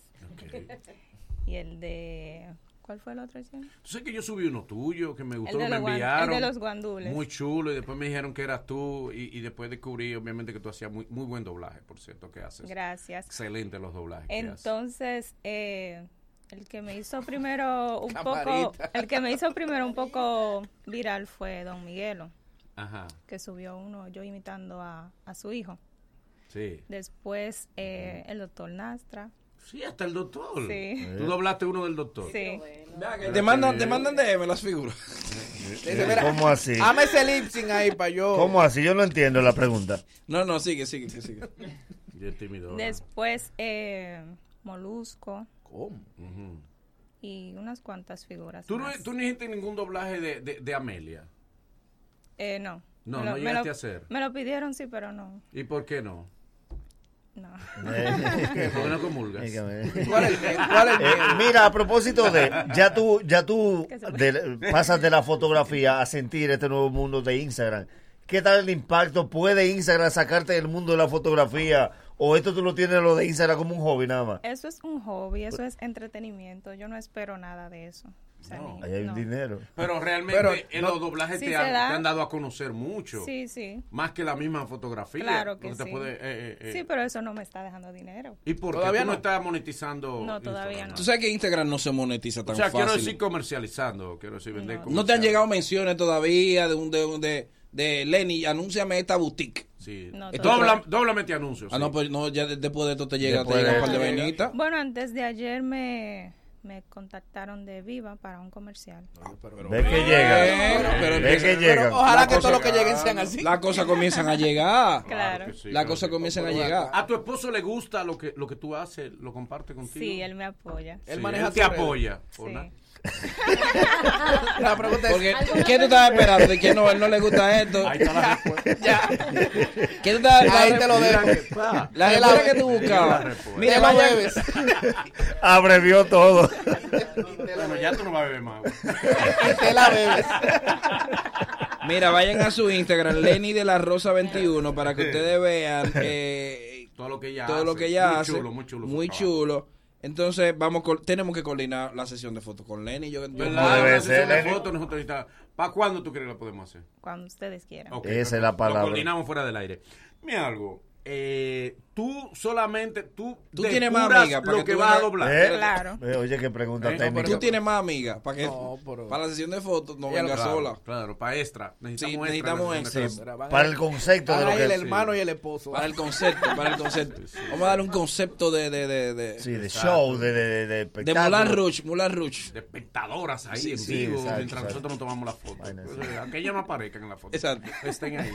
[SPEAKER 21] y el de... ¿Cuál fue el otro? Jen?
[SPEAKER 1] Tú sabes que yo subí uno tuyo que me
[SPEAKER 21] El
[SPEAKER 1] gustó,
[SPEAKER 21] de
[SPEAKER 1] me
[SPEAKER 21] los guan-
[SPEAKER 1] enviaron.
[SPEAKER 21] el de los guandules.
[SPEAKER 1] Muy chulo, y después me dijeron que eras tú, y, y después descubrí, obviamente, que tú hacías muy, muy buen doblaje, por cierto, que haces.
[SPEAKER 21] Gracias.
[SPEAKER 1] Excelente los doblajes. que haces.
[SPEAKER 21] Entonces, eh, el que me hizo primero un poco,
[SPEAKER 1] Camarita.
[SPEAKER 21] el que me hizo primero un poco viral fue Don Miguelo,
[SPEAKER 1] Ajá,
[SPEAKER 21] que subió uno yo imitando a, a su hijo.
[SPEAKER 1] sí.
[SPEAKER 21] Después eh, el doctor Nastra.
[SPEAKER 1] Sí, hasta el doctor.
[SPEAKER 21] Sí.
[SPEAKER 1] Tú doblaste uno del doctor.
[SPEAKER 21] Sí.
[SPEAKER 6] Te mandan, te mandan DM las figuras.
[SPEAKER 4] ¿Cómo así?
[SPEAKER 3] Hame ese lip sync ahí para yo.
[SPEAKER 4] ¿Cómo así? Yo no entiendo la pregunta.
[SPEAKER 6] No, no, sigue, sigue, que sigue.
[SPEAKER 1] Yo tímido.
[SPEAKER 21] Después eh, Molusco
[SPEAKER 3] ¿Cómo?
[SPEAKER 21] y unas cuantas figuras.
[SPEAKER 1] ¿Tú, no,
[SPEAKER 21] más.
[SPEAKER 1] tú no hiciste ningún doblaje de, de, de Amelia.
[SPEAKER 21] Eh, no.
[SPEAKER 1] No,
[SPEAKER 21] Me
[SPEAKER 1] no
[SPEAKER 21] me
[SPEAKER 1] llegaste a hacer.
[SPEAKER 21] Me lo pidieron, sí, pero no.
[SPEAKER 1] ¿Y por qué no?
[SPEAKER 21] No.
[SPEAKER 1] qué? ¿Por qué no comulgas?
[SPEAKER 4] Eh, que-
[SPEAKER 1] ¿Cuál es el- cuál es el
[SPEAKER 4] Eh,
[SPEAKER 1] miedo?
[SPEAKER 4] mira, a propósito de, ya tú, ya tú de- pasas de la fotografía a sentir este nuevo mundo de Instagram. ¿Qué tal el impacto? ¿Puede Instagram sacarte del mundo de la fotografía? ¿O esto tú lo tienes lo de Instagram como un hobby nada más?
[SPEAKER 21] Eso es un hobby, eso es entretenimiento. Yo no espero nada de eso. O sea, ni-
[SPEAKER 4] Ahí hay
[SPEAKER 21] no.
[SPEAKER 4] dinero.
[SPEAKER 1] Pero realmente
[SPEAKER 21] Pero
[SPEAKER 1] en
[SPEAKER 21] no-
[SPEAKER 1] los doblajes
[SPEAKER 21] Sí
[SPEAKER 1] te,
[SPEAKER 21] se
[SPEAKER 1] han, te
[SPEAKER 21] da.
[SPEAKER 1] han dado a conocer mucho.
[SPEAKER 21] Sí, sí.
[SPEAKER 1] Más que la misma fotografía.
[SPEAKER 21] Claro que
[SPEAKER 1] porque te
[SPEAKER 21] sí.
[SPEAKER 1] puede- eh, eh, eh.
[SPEAKER 21] Sí, pero eso no me está dejando dinero.
[SPEAKER 1] ¿Y por qué
[SPEAKER 21] Todavía
[SPEAKER 1] tú no,
[SPEAKER 21] no.
[SPEAKER 1] estás monetizando?
[SPEAKER 21] No, todavía
[SPEAKER 1] Instagram?
[SPEAKER 21] no.
[SPEAKER 6] Tú sabes que Instagram no se monetiza tan
[SPEAKER 1] O sea, quiero
[SPEAKER 6] fácil.
[SPEAKER 1] decir comercializando, quiero decir vender
[SPEAKER 6] no te han llegado menciones todavía de un de, un- de, de Lenny, anúnciame esta boutique.
[SPEAKER 1] Sí.
[SPEAKER 21] No,
[SPEAKER 6] Esto-
[SPEAKER 1] Dobla- doblemente anuncios.
[SPEAKER 6] Ah, no, pues no, ya de- después de esto te llega, te
[SPEAKER 1] Después
[SPEAKER 6] llega
[SPEAKER 1] de
[SPEAKER 6] un par de
[SPEAKER 1] esto llega.
[SPEAKER 6] vainitas.
[SPEAKER 21] Bueno, antes de ayer me, me contactaron de Viva para un comercial.
[SPEAKER 4] Ve que llegan.
[SPEAKER 6] Pero- Ah, pero
[SPEAKER 4] Ve que
[SPEAKER 6] empieza-
[SPEAKER 4] llegan.
[SPEAKER 6] pero
[SPEAKER 4] La
[SPEAKER 6] Ojalá que
[SPEAKER 4] cosa-
[SPEAKER 6] todos los que lleguen sean así. Las cosas comienzan a llegar.
[SPEAKER 21] Claro.
[SPEAKER 1] que sí,
[SPEAKER 6] Las
[SPEAKER 1] claro
[SPEAKER 6] cosas
[SPEAKER 1] que-
[SPEAKER 6] comienzan a llegar.
[SPEAKER 1] ¿A tu esposo le gusta lo que, lo que tú haces? ¿Lo comparte contigo?
[SPEAKER 21] Sí, él me apoya.
[SPEAKER 1] Sí, él te apoya. Ona.
[SPEAKER 21] La
[SPEAKER 6] pregunta es- Porque, ¿qué tú estabas esperando? De que no, él no le gusta esto.
[SPEAKER 1] Ahí está la
[SPEAKER 6] Ya. ¿Qué tú estabas
[SPEAKER 4] Ahí te lo
[SPEAKER 6] Mira
[SPEAKER 4] dejo.
[SPEAKER 6] que- La respuesta que tú buscabas. Mira,
[SPEAKER 4] la
[SPEAKER 6] vaya-
[SPEAKER 4] bebes. Abrevió todo.
[SPEAKER 1] Bueno, ya tú no vas a beber más.
[SPEAKER 6] Te la bebes. Mira, vayan a su Instagram, Lenny de la Rosa 21, para que ustedes vean eh,
[SPEAKER 1] Todo lo que ella
[SPEAKER 6] todo
[SPEAKER 1] hace.
[SPEAKER 6] lo que ella
[SPEAKER 1] Muy
[SPEAKER 6] hace.
[SPEAKER 1] chulo, muy chulo su
[SPEAKER 6] Muy
[SPEAKER 1] trabajo.
[SPEAKER 6] chulo. Entonces, vamos con- tenemos que coordinar la sesión de fotos con Lenny. Yo, yo-
[SPEAKER 1] ¿Verdad? Una sesión de fotos, nosotros ahorita- ¿Para cuándo tú crees que la podemos hacer?
[SPEAKER 21] Cuando ustedes quieran.
[SPEAKER 1] Ok,
[SPEAKER 4] Esa es
[SPEAKER 1] perfecto.
[SPEAKER 4] la
[SPEAKER 1] Lo
[SPEAKER 4] palabra.
[SPEAKER 1] coordinamos fuera del aire. Mira algo. eh, tú solamente, tú,
[SPEAKER 6] Tú tienes más
[SPEAKER 1] depuras
[SPEAKER 6] amigas para
[SPEAKER 1] lo
[SPEAKER 6] que
[SPEAKER 1] que,
[SPEAKER 6] tú
[SPEAKER 1] va a
[SPEAKER 6] veas-
[SPEAKER 1] doblar.
[SPEAKER 6] Eh, Claro.
[SPEAKER 4] Eh, Oye, qué pregunta
[SPEAKER 1] Eh,
[SPEAKER 4] técnica.
[SPEAKER 6] Tú tienes más amigas para que
[SPEAKER 1] No, pero-
[SPEAKER 6] para la sesión de fotos no
[SPEAKER 1] Ella lo
[SPEAKER 6] venga
[SPEAKER 1] sabe,
[SPEAKER 6] sola.
[SPEAKER 1] Claro, para extra. Necesitamos
[SPEAKER 6] Sí,
[SPEAKER 1] extra
[SPEAKER 6] necesitamos
[SPEAKER 1] en la sesión de
[SPEAKER 6] extra.
[SPEAKER 1] fotos.
[SPEAKER 4] Para el concepto de lo que
[SPEAKER 3] el
[SPEAKER 4] es.
[SPEAKER 3] hermano y el esposo.
[SPEAKER 6] Para el concepto, para el concepto. Vamos a darle un concepto de de de de,
[SPEAKER 4] Sí, de
[SPEAKER 6] Exacto.
[SPEAKER 4] show, de, de, de, de
[SPEAKER 6] de
[SPEAKER 4] espectáculo.
[SPEAKER 6] Moulin Rouge, Moulin Rouge.
[SPEAKER 1] De espectadoras ahí
[SPEAKER 6] Sí,
[SPEAKER 1] en
[SPEAKER 6] sí,
[SPEAKER 1] vivo,
[SPEAKER 6] exacto,
[SPEAKER 1] mientras
[SPEAKER 6] exacto.
[SPEAKER 1] nosotros no tomamos la foto.
[SPEAKER 6] Vaina,
[SPEAKER 1] Pues,
[SPEAKER 6] sí.
[SPEAKER 1] eh, aunque ellas no aparezcan en la foto.
[SPEAKER 6] Exacto.
[SPEAKER 1] Estén ahí,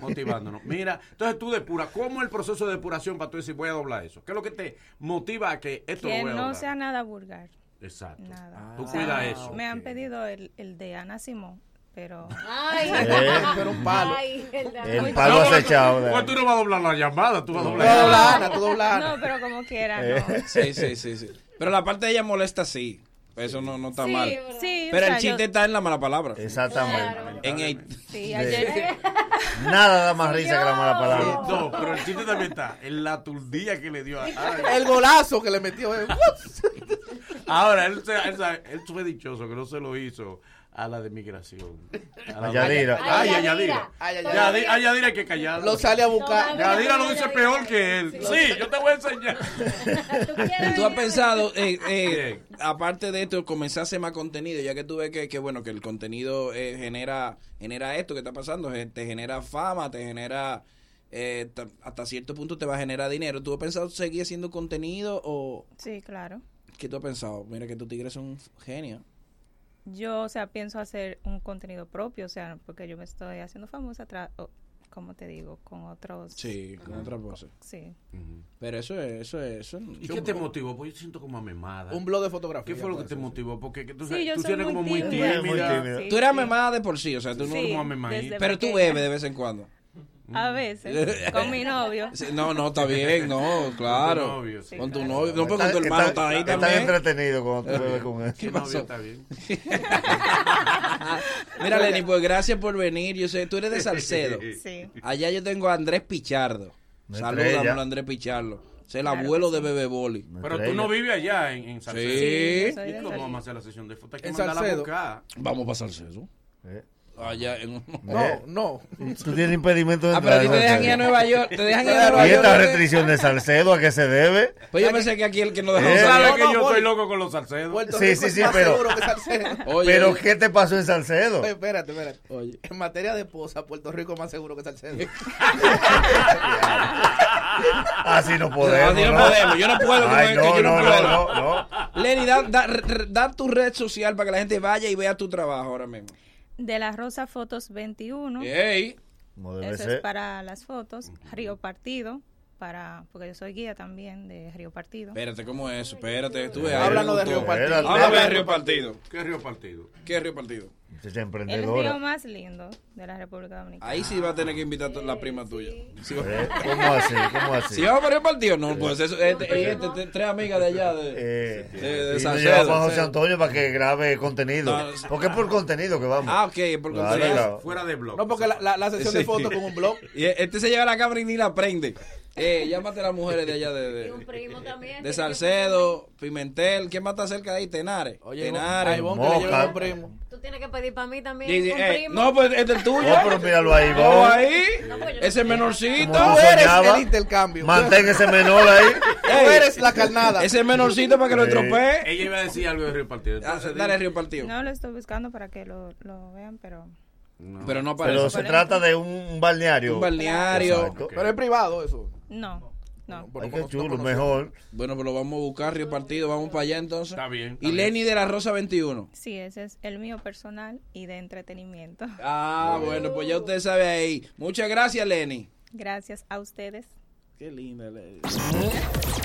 [SPEAKER 1] motivándonos. Mira, entonces tú depuras. ¿Cómo es el proceso de depuración para tú decir voy a doblar eso? ¿Qué es lo que te motiva a que esto
[SPEAKER 21] Que
[SPEAKER 1] lo voy a
[SPEAKER 21] no
[SPEAKER 1] doblar?
[SPEAKER 21] sea nada vulgar.
[SPEAKER 1] Exacto.
[SPEAKER 21] Nada.
[SPEAKER 1] Tú
[SPEAKER 21] O sea,
[SPEAKER 1] cuida eso.
[SPEAKER 21] Me han pedido el, el de Ana Simón, pero.
[SPEAKER 2] Ay.
[SPEAKER 4] Eh.
[SPEAKER 2] Pero un palo. Ay, el de Ana.
[SPEAKER 4] El palo
[SPEAKER 1] porque-
[SPEAKER 4] acechado, de-
[SPEAKER 1] porque tú no vas a doblar la llamada, tú vas a doblar.
[SPEAKER 6] No, dobla Ana, tú dobla Ana.
[SPEAKER 21] No, pero como quiera.
[SPEAKER 6] Eh.
[SPEAKER 21] No.
[SPEAKER 6] Sí, sí, sí, sí. Pero la parte de ella molesta sí. Eso no, no está
[SPEAKER 21] Sí,
[SPEAKER 6] mal.
[SPEAKER 21] ¿verdad? sí,
[SPEAKER 6] Pero
[SPEAKER 21] o
[SPEAKER 6] el
[SPEAKER 21] sea,
[SPEAKER 6] chiste
[SPEAKER 21] yo-
[SPEAKER 6] está en la mala palabra.
[SPEAKER 4] Exactamente.
[SPEAKER 6] En el
[SPEAKER 21] Sí,
[SPEAKER 3] Eh,
[SPEAKER 21] ayer.
[SPEAKER 4] Nada da más risa que la mala palabra.
[SPEAKER 1] No, pero el chiste también está en la turdía que le dio a
[SPEAKER 3] El golazo que le metió. eh.
[SPEAKER 1] Ahora, él, se- él sabe- él fue dichoso que no se lo hizo a la de migración. A la-
[SPEAKER 4] A Yadira.
[SPEAKER 1] Ay, a Yadira.
[SPEAKER 3] A Yadira.
[SPEAKER 1] Yadi- A Yadira hay que callar.
[SPEAKER 3] Lo sale a buscar.
[SPEAKER 1] Yadira lo dice peor que él. Sí, yo te voy a enseñar.
[SPEAKER 6] Tú has pensado, eh, eh, aparte de esto, comenzar a hacer más contenido, ya que tú ves que, que, bueno, que el contenido eh, genera, genera esto que está pasando, eh, te genera fama, te genera, eh, ta- hasta cierto punto te va a generar dinero. ¿Tú has pensado seguir haciendo contenido o
[SPEAKER 21] Sí, claro.
[SPEAKER 6] qué tú has pensado? Mira que tus tigres son genios.
[SPEAKER 21] Yo, o sea, pienso hacer un contenido propio, o sea, porque yo me estoy haciendo famosa, tra- o, como te digo, con otros.
[SPEAKER 6] Sí, con
[SPEAKER 21] Ajá,
[SPEAKER 6] otras
[SPEAKER 21] co-
[SPEAKER 6] voces.
[SPEAKER 21] Sí.
[SPEAKER 6] Pero eso es, eso es, eso es-
[SPEAKER 1] ¿Y qué te motivó? Pues yo te siento como amemada.
[SPEAKER 3] Un blog de fotografía.
[SPEAKER 1] ¿Qué fue lo que
[SPEAKER 3] puede
[SPEAKER 1] te
[SPEAKER 3] ser, sí.
[SPEAKER 1] motivó? Porque que tú,
[SPEAKER 21] Sí,
[SPEAKER 1] sabes-
[SPEAKER 21] yo
[SPEAKER 1] tú
[SPEAKER 21] soy
[SPEAKER 1] eres como muy
[SPEAKER 21] muy
[SPEAKER 1] tímida.
[SPEAKER 21] tímida.
[SPEAKER 6] Tú eres amemada de por sí, o sea, tú no
[SPEAKER 21] Sí,
[SPEAKER 6] como
[SPEAKER 21] desde
[SPEAKER 6] Pero tú
[SPEAKER 21] pequeña.
[SPEAKER 6] bebes de vez en cuando. Mm.
[SPEAKER 21] A veces, con mi novio.
[SPEAKER 6] Sí, No, no, está bien, no, claro. Con tu novio,
[SPEAKER 1] novio, sí.
[SPEAKER 6] no, pero con tu hermano está ahí
[SPEAKER 4] están
[SPEAKER 6] también.
[SPEAKER 4] entretenidos cuando tú bebes con él.
[SPEAKER 6] ¿Qué pasó?
[SPEAKER 1] Está bien.
[SPEAKER 6] Mira, Lenny, pues gracias por venir. Yo sé, tú eres de Salcedo.
[SPEAKER 21] Sí.
[SPEAKER 6] Allá yo tengo a Andrés Pichardo.
[SPEAKER 4] Una
[SPEAKER 6] Salúdamelo,
[SPEAKER 4] estrella.
[SPEAKER 6] Andrés Pichardo. Es el
[SPEAKER 21] Claro que
[SPEAKER 6] abuelo de
[SPEAKER 21] sí.
[SPEAKER 6] Bebe Boli.
[SPEAKER 1] Pero tú no vives allá en, en Salcedo.
[SPEAKER 6] Sí.
[SPEAKER 21] yo soy
[SPEAKER 1] ¿Y
[SPEAKER 21] de
[SPEAKER 1] cómo vamos
[SPEAKER 21] Salcedo.
[SPEAKER 1] a hacer la sesión de fotos? Hay que
[SPEAKER 3] En
[SPEAKER 1] mandarla a
[SPEAKER 3] Salcedo.
[SPEAKER 1] buscar.
[SPEAKER 6] Vamos para Salcedo. Eh. Allá en
[SPEAKER 4] Eh.
[SPEAKER 3] No, no.
[SPEAKER 4] Tú tienes impedimento de
[SPEAKER 6] Ah, pero a ti te
[SPEAKER 4] entrar,
[SPEAKER 6] dejan
[SPEAKER 4] ¿no?
[SPEAKER 6] ir a Nueva York. Te dejan ir a Nueva
[SPEAKER 4] ¿Y
[SPEAKER 6] York.
[SPEAKER 4] esta
[SPEAKER 6] ¿no?
[SPEAKER 4] restricción de Salcedo a qué se debe?
[SPEAKER 6] Pues yo pensé que aquí el que no
[SPEAKER 1] Tú
[SPEAKER 6] dejaba
[SPEAKER 1] sabes
[SPEAKER 6] salir.
[SPEAKER 1] que yo estoy loco con los Salcedos.
[SPEAKER 3] Puerto
[SPEAKER 4] Sí,
[SPEAKER 3] Rico
[SPEAKER 4] sí,
[SPEAKER 3] es
[SPEAKER 4] sí,
[SPEAKER 3] más
[SPEAKER 4] pero-
[SPEAKER 3] seguro que Salcedo.
[SPEAKER 6] Oye,
[SPEAKER 4] ¿Pero qué te pasó en Salcedo?
[SPEAKER 3] Oye, espérate, espérate.
[SPEAKER 6] Oye.
[SPEAKER 3] En materia de esposa, Puerto Rico es más seguro que Salcedo.
[SPEAKER 4] Así no podemos.
[SPEAKER 6] Así no podemos. Yo no puedo, como
[SPEAKER 4] Ay,
[SPEAKER 6] es
[SPEAKER 4] no,
[SPEAKER 6] que yo no
[SPEAKER 4] no,
[SPEAKER 6] puedo.
[SPEAKER 4] no, no, no.
[SPEAKER 6] Lenny, da, da- r- da tu red social para que la gente vaya y vea tu trabajo ahora mismo.
[SPEAKER 21] De la Rosa Fotos 21.
[SPEAKER 6] Ey.
[SPEAKER 4] Como debe
[SPEAKER 21] Eso
[SPEAKER 4] ser.
[SPEAKER 21] es para las fotos. Río Partido. para, porque yo soy guía también de Río Partido.
[SPEAKER 6] Espérate, ¿cómo es eso? Espérate, tú ves.
[SPEAKER 3] Háblanos de Río Partido.
[SPEAKER 6] Háblame de Río Partido.
[SPEAKER 1] ¿Qué Río Partido?
[SPEAKER 6] ¿Qué Río Partido?
[SPEAKER 4] Es
[SPEAKER 21] El río más lindo de la República Dominicana.
[SPEAKER 6] Ahí sí va a tener que invitar a la prima tuya. Sí va-
[SPEAKER 4] Eh, ¿Cómo así? ¿Cómo así? Eh.
[SPEAKER 6] Si vamos a Río Partido, no, pues eso. Este, este, este, tres amigas de allá. De, de, de
[SPEAKER 4] Y nos
[SPEAKER 6] Salcedo.
[SPEAKER 4] llevamos a José Antonio para que grabe contenido.
[SPEAKER 6] No, sí.
[SPEAKER 4] Porque es por contenido que vamos.
[SPEAKER 6] Ah, ok, por
[SPEAKER 4] Claro,
[SPEAKER 6] contenido.
[SPEAKER 4] claro.
[SPEAKER 1] de blog.
[SPEAKER 6] No, porque la, la, la sesión
[SPEAKER 4] Sí.
[SPEAKER 6] de fotos con un blog. Y este se lleva la cámara y ni la prende. Eh, llámate a las mujeres de allá de, de,
[SPEAKER 2] primo también.
[SPEAKER 6] de Salcedo, Pimentel. ¿Quién más está cerca de ahí? Tenares. Oye, Tenares.
[SPEAKER 3] a Ivonne que le lleve Moca. un primo.
[SPEAKER 2] Tú tienes que pedir para mí también.
[SPEAKER 6] Dice,
[SPEAKER 2] un
[SPEAKER 6] eh,
[SPEAKER 2] primo.
[SPEAKER 6] no, pues este es el tuyo.
[SPEAKER 4] Oh, pero míralo ahí,
[SPEAKER 6] Míralo
[SPEAKER 4] vos.
[SPEAKER 6] ahí. Ese menorcito.
[SPEAKER 4] Como tú soñabas.
[SPEAKER 3] intercambio.
[SPEAKER 4] Mantén ese menor ahí.
[SPEAKER 6] Ey,
[SPEAKER 3] eres la carnada.
[SPEAKER 6] Ese menorcito para que lo
[SPEAKER 4] Sí.
[SPEAKER 6] estropee. Ah,
[SPEAKER 1] Ella iba a decir algo de Río Partido. Entonces,
[SPEAKER 6] Dale,
[SPEAKER 1] dime.
[SPEAKER 6] Río Partido.
[SPEAKER 21] No lo estoy buscando para que lo, lo vean, pero
[SPEAKER 6] Pero no aparece.
[SPEAKER 4] Pero se trata de un balneario.
[SPEAKER 6] Un balneario.
[SPEAKER 4] Exacto.
[SPEAKER 3] Pero es privado eso.
[SPEAKER 21] no, no.
[SPEAKER 4] Ay, qué chulo, mejor.
[SPEAKER 6] Bueno, pero vamos a buscar Río Partido. Vamos para allá entonces. Está
[SPEAKER 1] bien.
[SPEAKER 6] y Lenny de la Rosa 21.
[SPEAKER 21] Sí, ese es el mío personal y de entretenimiento.
[SPEAKER 6] Ah, bueno, pues ya usted sabe ahí. Muchas gracias, Lenny.
[SPEAKER 21] Gracias a ustedes.
[SPEAKER 6] Qué linda, Lenny.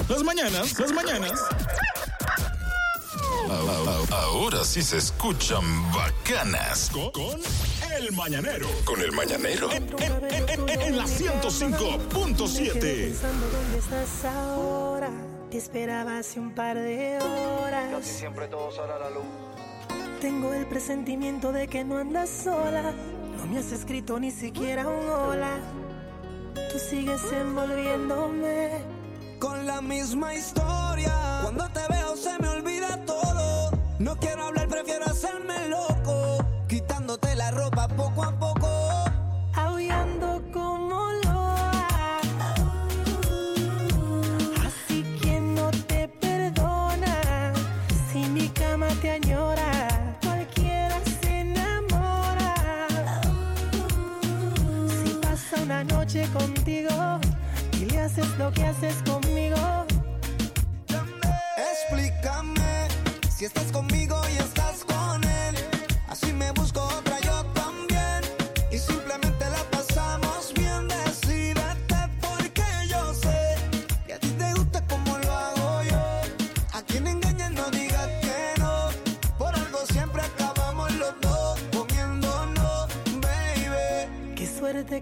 [SPEAKER 5] Las mañanas, las mañanas. Ahora sí se escuchan bacanas con, con el mañanero. Eh, Con el mañanero. En, en- en- en- en la 105.7.
[SPEAKER 9] Pensando dónde estás ahora. Te esperaba hace un par de horas. Casi siempre todo sale a la luz. Tengo el presentimiento de que no andas sola. No me has escrito ni siquiera un hola. Tú sigues envolviéndome.
[SPEAKER 13] Con la misma historia. Cuando te veo se me olvida todo. No quiero hablar, prefiero hacerme loco. Quitándote la ropa poco a poco.
[SPEAKER 9] Aullando como loa. Así que no te perdona. Si mi cama te añora, cualquiera se enamora. Si pasa una noche contigo y le haces lo que haces conmigo.
[SPEAKER 13] Explícame si estás conmigo y estás con él. Así me busco otra yo también. Y simplemente la pasamos bien. Decídete porque yo sé que a ti te gusta como lo hago yo. A quien engañas no digas que no. Por algo siempre acabamos los dos comiéndonos, baby.
[SPEAKER 9] Qué suerte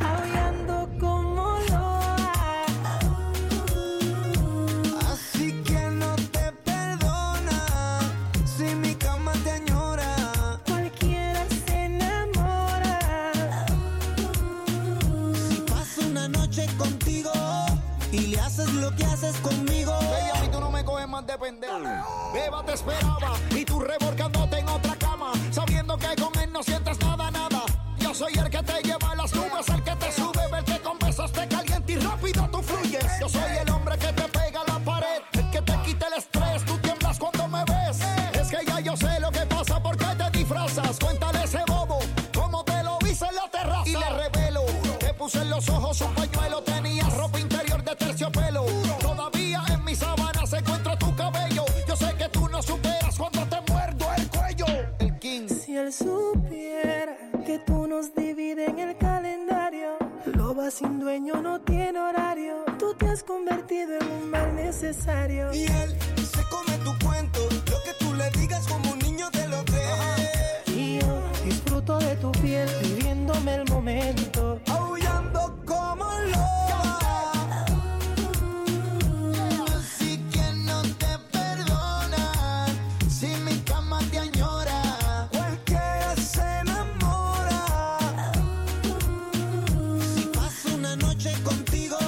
[SPEAKER 9] Aullando como loa.
[SPEAKER 13] Así que no te perdona. Si mi cama te añora.
[SPEAKER 9] Cualquiera se enamora.
[SPEAKER 13] Si paso una noche contigo. Y le haces lo que haces conmigo.
[SPEAKER 22] Baby, a mí tú no me coges más de pendejo. Beba te esperaba y tú revolcándote en otra cama, sabiendo que con él no sientes nada, nada. Yo soy el que te lleva a las nubes, el que te sube, el que con besos te calienta y rápido tú fluyes. Yo soy el hombre que te pega a la pared, el que te quita el estrés, tú tiemblas cuando me ves. Es que ya yo sé lo que pasa porque te disfrazas. Cuéntale ese bobo, cómo te lo hice en la terraza. Y le revelo, te puse en los ojos un pañuelo, tenías ropa interior de terciopelo. Todavía en mi sábana se encuentra tu cabello. Yo sé que tú no superas cuando te muerdo el cuello. El king.
[SPEAKER 9] Si él supiera que tú nos divides en el calendario, loba sin dueño no tiene horario. Tú te has convertido en un mal necesario.
[SPEAKER 13] Y él se come tu cuento. Lo que tú le digas como un niño te lo cree.
[SPEAKER 9] Y yo disfruto de tu piel, viviéndome el momento.
[SPEAKER 13] Aullando como loba. Así que no te perdona. Si mi cama te añora, cualquiera se enamora. Si paso una noche contigo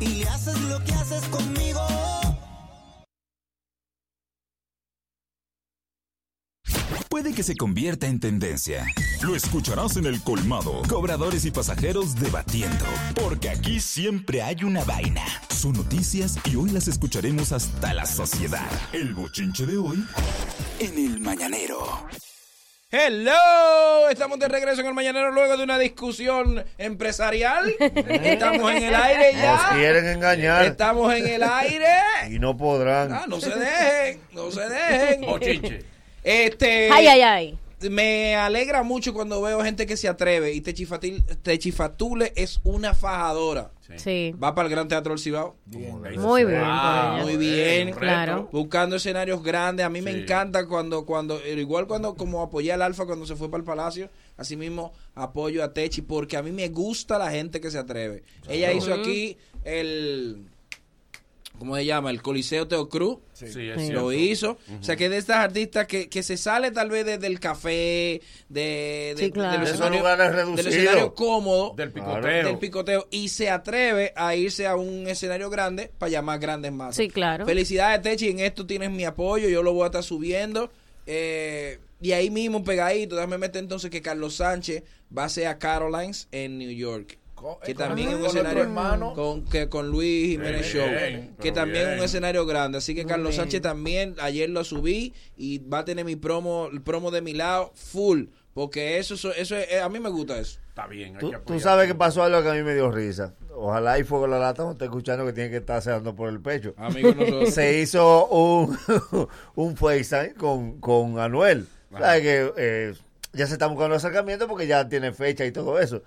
[SPEAKER 13] y le haces lo que haces conmigo.
[SPEAKER 5] Puede que se convierta en tendencia. Lo escucharás en el colmado. Cobradores y pasajeros debatiendo. Porque aquí siempre hay una vaina. Son noticias y hoy las escucharemos hasta la sociedad. El bochinche de hoy en el mañanero.
[SPEAKER 6] Hello, estamos de regreso en el mañanero luego de una discusión empresarial. Estamos en el aire
[SPEAKER 4] Nos
[SPEAKER 6] ya.
[SPEAKER 4] quieren engañar.
[SPEAKER 6] Estamos en el aire.
[SPEAKER 4] Y no podrán.
[SPEAKER 6] Ah, no se dejen, no se dejen.
[SPEAKER 1] O chinche.
[SPEAKER 6] Este.
[SPEAKER 2] Ay, ay, ay.
[SPEAKER 6] Me alegra mucho cuando veo gente que se atreve y Techifatil- Techifatule es una fajadora.
[SPEAKER 2] Sí.
[SPEAKER 6] Va para el Gran Teatro del Cibao.
[SPEAKER 2] Muy bien, por ella.
[SPEAKER 6] Muy bien,
[SPEAKER 2] Ah, Claro.
[SPEAKER 6] Buscando escenarios grandes. A mí me
[SPEAKER 2] Sí.
[SPEAKER 6] encanta cuando, cuando, eh, igual cuando como apoyé al Alfa cuando se fue para el Palacio, así mismo apoyo a Techi porque a mí me gusta la gente que se atreve. Ella hizo
[SPEAKER 1] Ujú.
[SPEAKER 6] aquí el, ¿cómo se llama? El Coliseo Teocruz.
[SPEAKER 1] Sí, es
[SPEAKER 6] Lo
[SPEAKER 1] cierto.
[SPEAKER 6] hizo. O sea, que de estas artistas que, que se sale tal vez de- del café, de, de,
[SPEAKER 4] Sí, claro.
[SPEAKER 6] del
[SPEAKER 4] De esos
[SPEAKER 6] escenario-
[SPEAKER 4] lugares
[SPEAKER 6] del
[SPEAKER 4] reducidos.
[SPEAKER 6] escenario cómodo,
[SPEAKER 1] Del
[SPEAKER 4] picoteo.
[SPEAKER 6] del picoteo, y se atreve a irse a un escenario grande para llamar grandes masas.
[SPEAKER 2] Sí, claro.
[SPEAKER 6] Felicidades, Techi, en esto tienes mi apoyo, yo lo voy a estar subiendo. Eh, y ahí mismo, pegadito, déjame meter entonces que Carlos Sánchez va a ser a Carolines en New York.
[SPEAKER 4] eh,
[SPEAKER 6] Que también es un
[SPEAKER 3] con otro
[SPEAKER 6] escenario
[SPEAKER 3] hermano.
[SPEAKER 6] con, que, con Luis Jiménez
[SPEAKER 3] Bien,
[SPEAKER 6] Show,
[SPEAKER 3] pero
[SPEAKER 6] que también es un
[SPEAKER 3] bien.
[SPEAKER 6] escenario grande. Así que
[SPEAKER 3] Muy
[SPEAKER 6] Carlos
[SPEAKER 3] bien.
[SPEAKER 6] Sánchez también, ayer lo subí y va a tener mi promo, el promo de mi lado full, porque eso, eso, eso es- eh, a mí me gusta eso.
[SPEAKER 1] Está bien,
[SPEAKER 4] Tú, tú sabes que pasó algo que a mí me dio risa. Ojalá y Fuego la Lata no esté escuchando que tiene que estar dando por el pecho.
[SPEAKER 6] Amigo nosotros.
[SPEAKER 4] Se hizo un, un FaceTime con, con Anuel. ¿Sabes que eh, ya se está buscando acercamiento porque ya tiene fecha y todo eso.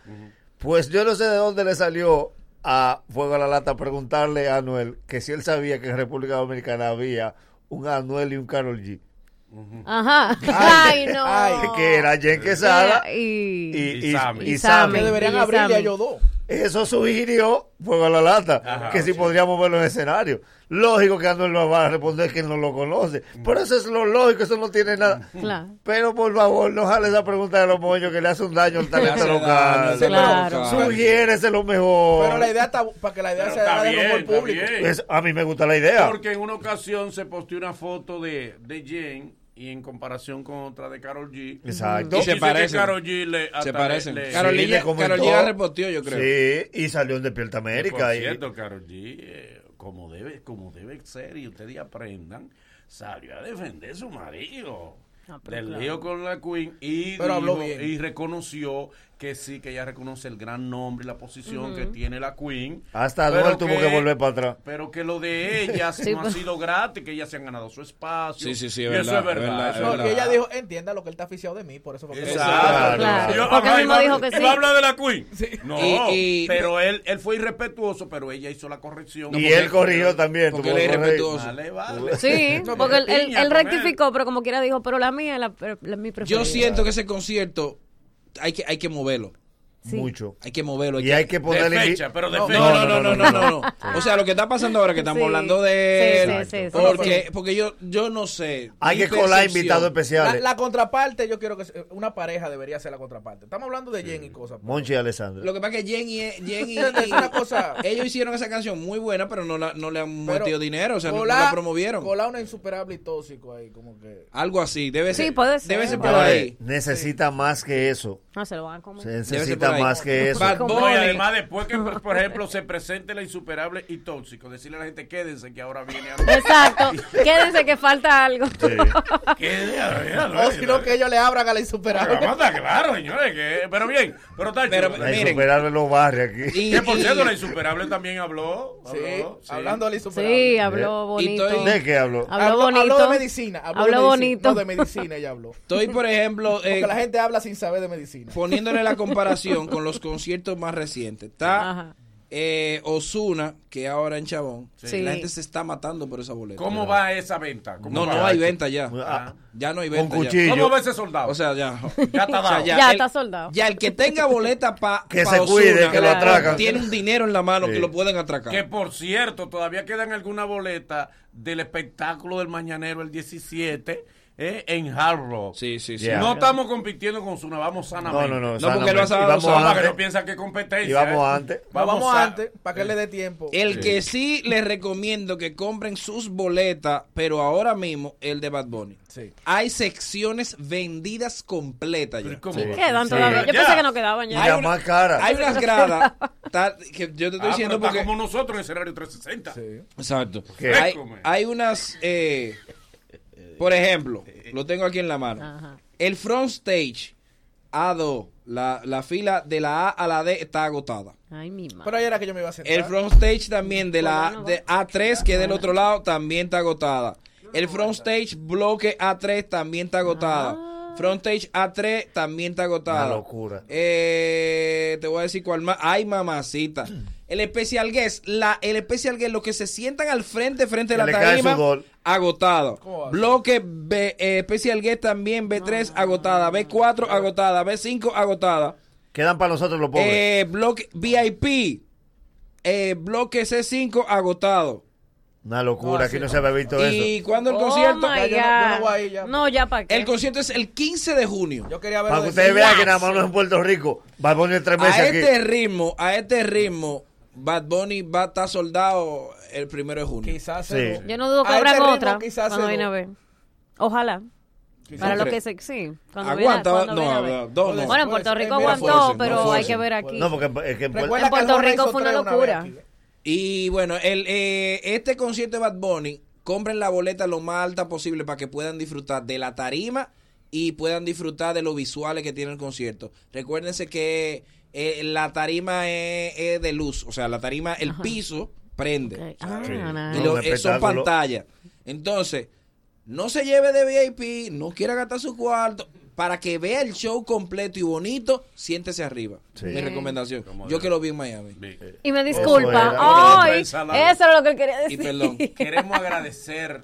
[SPEAKER 4] Pues yo no sé de dónde le salió a Fuego a la Lata preguntarle a Anuel que si él sabía que en República Dominicana había un Anuel y un Carol G.
[SPEAKER 2] Ajá. Ay, no.
[SPEAKER 4] que era Jen Quesada
[SPEAKER 2] Era- y-
[SPEAKER 4] y,
[SPEAKER 2] y
[SPEAKER 4] y,
[SPEAKER 2] Sammy.
[SPEAKER 4] y
[SPEAKER 2] Y
[SPEAKER 4] Sammy.
[SPEAKER 2] Sammy. Deberían Y abrirle Sammy. a ellos dos.
[SPEAKER 4] Eso sugirió Fuego a la Lata,
[SPEAKER 3] Ajá,
[SPEAKER 6] ah,
[SPEAKER 4] que si podríamos verlo en el escenario. Lógico que Anuel no va a responder que él no lo conoce.
[SPEAKER 6] Mm.
[SPEAKER 4] Pero eso es lo lógico, eso no tiene nada.
[SPEAKER 2] Claro.
[SPEAKER 4] Pero por favor, no jale esa pregunta de los moños que le hace un daño al talento
[SPEAKER 3] hace daño,
[SPEAKER 4] local.
[SPEAKER 3] sí, Claro. pero-
[SPEAKER 4] Sugiérese lo mejor.
[SPEAKER 3] Pero la idea está para que la idea sea
[SPEAKER 1] está
[SPEAKER 3] de
[SPEAKER 1] bien,
[SPEAKER 3] rumbo al
[SPEAKER 1] está
[SPEAKER 3] público.
[SPEAKER 1] bien.
[SPEAKER 4] Pues, a mí me gusta la idea.
[SPEAKER 1] Porque en una ocasión se posteó una foto de, de Jen y en comparación con otra de Carol G.
[SPEAKER 4] Exacto.
[SPEAKER 1] Y
[SPEAKER 4] Y se
[SPEAKER 1] dice
[SPEAKER 4] parecen.
[SPEAKER 1] que Carol G le. hasta
[SPEAKER 6] Se
[SPEAKER 1] le-
[SPEAKER 6] parecen.
[SPEAKER 1] le-
[SPEAKER 6] Carol G-
[SPEAKER 4] Sí, le comentó.
[SPEAKER 6] Carol G la reposteó, yo creo.
[SPEAKER 4] Sí, y salió en Despierta
[SPEAKER 1] Y
[SPEAKER 4] América.
[SPEAKER 1] Por
[SPEAKER 4] y-
[SPEAKER 1] cierto, Karol G, eh, como debe, como debe ser y ustedes aprendan, salió a defender a su marido.
[SPEAKER 3] Ah, pero
[SPEAKER 1] del
[SPEAKER 3] claro.
[SPEAKER 1] lío con la Queen y,
[SPEAKER 3] Pero habló
[SPEAKER 1] dijo-
[SPEAKER 3] bien.
[SPEAKER 1] y reconoció que sí, que ella reconoce el gran nombre y la posición
[SPEAKER 4] Ujú.
[SPEAKER 1] que tiene la Queen.
[SPEAKER 4] Hasta
[SPEAKER 1] pero
[SPEAKER 4] Anuel tuvo que volver para atrás.
[SPEAKER 1] Pero que lo de ellas
[SPEAKER 3] Sí,
[SPEAKER 1] no ha
[SPEAKER 3] pues.
[SPEAKER 1] sido gratis, que ellas se han ganado su espacio.
[SPEAKER 6] Sí, sí, sí, es
[SPEAKER 1] Y Eso
[SPEAKER 6] verdad,
[SPEAKER 1] es verdad.
[SPEAKER 6] es verdad,
[SPEAKER 1] eso
[SPEAKER 6] es
[SPEAKER 1] es
[SPEAKER 3] No,
[SPEAKER 6] verdad.
[SPEAKER 3] que ella dijo, entienda lo que él está aficionado de mí, por eso fue que
[SPEAKER 1] Exacto. Yo, ajá, y va- y va a hablar de la Queen. No,
[SPEAKER 6] Y- y-
[SPEAKER 1] pero él, él fue irrespetuoso, pero ella hizo la corrección.
[SPEAKER 4] Y él corrigió también.
[SPEAKER 6] porque
[SPEAKER 4] tuvo
[SPEAKER 6] él es
[SPEAKER 4] que corregir.
[SPEAKER 6] irrespetuoso.
[SPEAKER 1] Vale, vale.
[SPEAKER 2] Sí,
[SPEAKER 6] No,
[SPEAKER 2] porque él,
[SPEAKER 6] porque
[SPEAKER 2] él-
[SPEAKER 6] piña
[SPEAKER 2] él
[SPEAKER 6] con él.
[SPEAKER 2] rectificó, pero como quiera dijo, pero la mía es la, la- mi preferida.
[SPEAKER 6] Yo siento que ese concierto hay que, hay que moverlo.
[SPEAKER 2] Sí.
[SPEAKER 4] Mucho.
[SPEAKER 6] Hay que moverlo.
[SPEAKER 4] Y hay que ponerle-
[SPEAKER 6] De
[SPEAKER 4] fecha, pero de
[SPEAKER 6] no,
[SPEAKER 4] fecha.
[SPEAKER 6] No, no, no, no, no, no,
[SPEAKER 4] Sí.
[SPEAKER 6] O sea, lo que está pasando ahora que estamos
[SPEAKER 4] Sí.
[SPEAKER 6] hablando de
[SPEAKER 4] Sí,
[SPEAKER 6] él,
[SPEAKER 4] sí, sí, sí.
[SPEAKER 6] porque, porque yo, yo no sé.
[SPEAKER 4] Hay
[SPEAKER 6] mi
[SPEAKER 4] que colar
[SPEAKER 6] percepción-
[SPEAKER 4] invitados
[SPEAKER 3] La,
[SPEAKER 4] especiales.
[SPEAKER 3] la contraparte, yo quiero que se- una pareja debería ser la contraparte. Estamos hablando de Jen y cosas. pues.
[SPEAKER 4] Monchi y Alessandra.
[SPEAKER 6] Lo que pasa es que Jen y, Jen y-
[SPEAKER 3] Es una cosa-
[SPEAKER 6] ellos hicieron esa canción muy buena, pero no, la, no le han
[SPEAKER 3] Pero
[SPEAKER 6] metido dinero, o sea, no-
[SPEAKER 3] colar-
[SPEAKER 6] no la promovieron.
[SPEAKER 3] colar una insuperable y tóxico ahí, como que.
[SPEAKER 6] Algo así, debe ser.
[SPEAKER 3] Sí, puede ser.
[SPEAKER 6] Debe ser por
[SPEAKER 4] Ahora,
[SPEAKER 6] ahí.
[SPEAKER 4] Necesita más que eso.
[SPEAKER 2] No, se lo van a comer.
[SPEAKER 4] Se
[SPEAKER 6] Debe ser
[SPEAKER 4] necesita
[SPEAKER 6] por ahí.
[SPEAKER 4] más que eso.
[SPEAKER 6] Bad
[SPEAKER 1] No,
[SPEAKER 6] Bunny.
[SPEAKER 1] y además después que, por ejemplo, se presente la insuperable y tóxico, decirle a la gente, quédense que ahora viene a...
[SPEAKER 2] Exacto. Quédense que falta algo.
[SPEAKER 3] O si no, que ellos le abran a la insuperable.
[SPEAKER 1] Pero vamos a estar claro, señores, que- pero bien, pero está chulo.
[SPEAKER 4] La insuperable lo barre aquí.
[SPEAKER 1] Que, por cierto, la insuperable también habló. habló, sí.
[SPEAKER 3] hablando de la insuperable.
[SPEAKER 2] Sí, habló bonito.
[SPEAKER 4] Eh, ¿De qué habló?
[SPEAKER 2] Habló bonito.
[SPEAKER 3] Habló de medicina. Habló,
[SPEAKER 2] Habló
[SPEAKER 3] de medicina.
[SPEAKER 2] bonito.
[SPEAKER 3] No, de medicina ella habló.
[SPEAKER 6] Estoy, por ejemplo, eh,
[SPEAKER 3] Porque la gente habla sin saber de medicina.
[SPEAKER 6] poniéndole la comparación con los conciertos más recientes. Está eh,
[SPEAKER 3] Ajá.
[SPEAKER 6] Osuna, que ahora en Chabón.
[SPEAKER 1] Sí.
[SPEAKER 6] La gente se está matando por esa boleta.
[SPEAKER 1] ¿Cómo va esa venta? ¿Cómo
[SPEAKER 6] No,
[SPEAKER 1] va?
[SPEAKER 6] no hay venta ya.
[SPEAKER 1] Ah.
[SPEAKER 6] Ya no hay
[SPEAKER 1] Con
[SPEAKER 6] venta. ya.
[SPEAKER 4] cuchillo.
[SPEAKER 1] ¿Cómo va ese soldado?
[SPEAKER 6] O sea, ya.
[SPEAKER 1] Ya está
[SPEAKER 6] O sea,
[SPEAKER 1] dado.
[SPEAKER 2] Ya, está soldado.
[SPEAKER 6] Ya el que tenga boleta para
[SPEAKER 4] Que se cuide, que lo atracan.
[SPEAKER 6] Tiene un dinero en la mano
[SPEAKER 4] Sí.
[SPEAKER 6] que lo pueden atracar.
[SPEAKER 1] Que por cierto, todavía quedan algunas boletas del espectáculo del Mañanero el 17 eh, en Hard Rock.
[SPEAKER 6] Sí, sí,
[SPEAKER 4] sí. Ya.
[SPEAKER 1] No estamos compitiendo con Zuna, vamos sanamente.
[SPEAKER 4] No, no, no,
[SPEAKER 6] No, porque él va
[SPEAKER 4] sanamente.
[SPEAKER 6] a saber
[SPEAKER 4] Y vamos
[SPEAKER 6] usar-
[SPEAKER 1] Para que no
[SPEAKER 4] antes.
[SPEAKER 1] piensa que es competencia.
[SPEAKER 4] Y vamos
[SPEAKER 1] eh.
[SPEAKER 4] antes.
[SPEAKER 3] Vamos,
[SPEAKER 6] a-
[SPEAKER 3] antes, para que le dé tiempo.
[SPEAKER 6] El que sí
[SPEAKER 1] Ah,
[SPEAKER 6] les recomiendo que compren sus boletas, pero ahora mismo el de Bad Bunny.
[SPEAKER 3] Sí.
[SPEAKER 6] Hay secciones vendidas completas ya.
[SPEAKER 2] Sí. Quedan todavía. Yo pensé que no quedaban ya.
[SPEAKER 6] Hay una- Hay unas gradas tal, que yo te estoy
[SPEAKER 1] Ah,
[SPEAKER 6] diciendo
[SPEAKER 1] pero está
[SPEAKER 6] porque
[SPEAKER 1] como nosotros en el escenario 360.
[SPEAKER 6] Exacto.
[SPEAKER 1] ¿Qué?
[SPEAKER 6] Hay,
[SPEAKER 1] Come.
[SPEAKER 6] hay unas, eh, por ejemplo, lo tengo aquí en la mano. El front stage A2, la, la fila de la A a la D está agotada.
[SPEAKER 2] Ay, mi madre.
[SPEAKER 3] Pero ahí era que yo me iba a sentar.
[SPEAKER 6] El front stage también de la de A3, que es del otro lado, también está agotada. El front stage bloque A3 también está agotada. Front stage A3 también está agotada.
[SPEAKER 4] Una locura.
[SPEAKER 6] Eh, te voy a decir cuál más. Ay, mamacita. El especial guest, la, el especial guest, los que se sientan al frente, frente
[SPEAKER 4] Que
[SPEAKER 6] de la
[SPEAKER 4] le cae su
[SPEAKER 6] tarima,
[SPEAKER 4] gol.
[SPEAKER 6] agotado.
[SPEAKER 4] ¿Cómo va?
[SPEAKER 6] Bloque B, eh, especial guest también, B3 agotada, B4 agotada, B5 agotada.
[SPEAKER 4] Quedan para nosotros los pobres.
[SPEAKER 6] Eh, bloque VIP, eh, bloque C5 agotado.
[SPEAKER 4] Una locura, aquí no se había visto
[SPEAKER 6] ¿Y
[SPEAKER 4] eso.
[SPEAKER 6] cuándo el
[SPEAKER 2] Oh
[SPEAKER 6] concierto?
[SPEAKER 2] my God. No, ya para qué.
[SPEAKER 6] El concierto es el 15 de junio. Yo
[SPEAKER 3] quería
[SPEAKER 4] Para que ustedes vean que nada más no es en Puerto Rico. Va a poner tres meses
[SPEAKER 6] A
[SPEAKER 4] aquí.
[SPEAKER 6] este ritmo, a este ritmo, Bad Bunny va a estar soldado el primero de junio.
[SPEAKER 3] Quizás
[SPEAKER 4] Sí. se lo-
[SPEAKER 2] Yo no dudo que
[SPEAKER 6] A
[SPEAKER 2] habrán
[SPEAKER 6] este ritmo
[SPEAKER 2] otra
[SPEAKER 6] quizás
[SPEAKER 2] cuando
[SPEAKER 6] se
[SPEAKER 2] viene
[SPEAKER 6] lo-
[SPEAKER 2] a ver. Ojalá.
[SPEAKER 6] Quizás
[SPEAKER 2] Para lo
[SPEAKER 6] tres.
[SPEAKER 2] que se... Sí. Cuando
[SPEAKER 6] Aguanta,
[SPEAKER 2] viene- cuando
[SPEAKER 6] no,
[SPEAKER 2] viene a
[SPEAKER 6] no,
[SPEAKER 2] ver.
[SPEAKER 6] dos no. eh,
[SPEAKER 2] Bueno, en Puerto Rico aguantó, pero hay que ver aquí.
[SPEAKER 4] No, porque es que en Puerto-
[SPEAKER 2] En Puerto Rico fue una locura.
[SPEAKER 6] Y bueno, el, eh, este concierto de Bad Bunny, compren la boleta lo más alta posible para que puedan disfrutar de la tarima y puedan disfrutar de los visuales que tiene el concierto. Recuérdense que eh, la tarima es, es de luz, o sea, la tarima, el piso prende. O sea,
[SPEAKER 2] Sí. nice.
[SPEAKER 6] y lo-
[SPEAKER 2] Un
[SPEAKER 6] eh, son
[SPEAKER 2] espectáculo.
[SPEAKER 6] pantallas. Entonces, no se lleve de VIP, no quiera gastar su cuarto. Para que vea el show completo y bonito, siéntese arriba. Mi
[SPEAKER 2] Bien.
[SPEAKER 6] recomendación. Yo que lo vi en Miami.
[SPEAKER 2] Y me
[SPEAKER 6] Eso
[SPEAKER 2] disculpa.
[SPEAKER 6] era.
[SPEAKER 2] Ay, eso era lo que quería
[SPEAKER 6] Y
[SPEAKER 2] decir.
[SPEAKER 6] perdón.
[SPEAKER 1] Queremos agradecer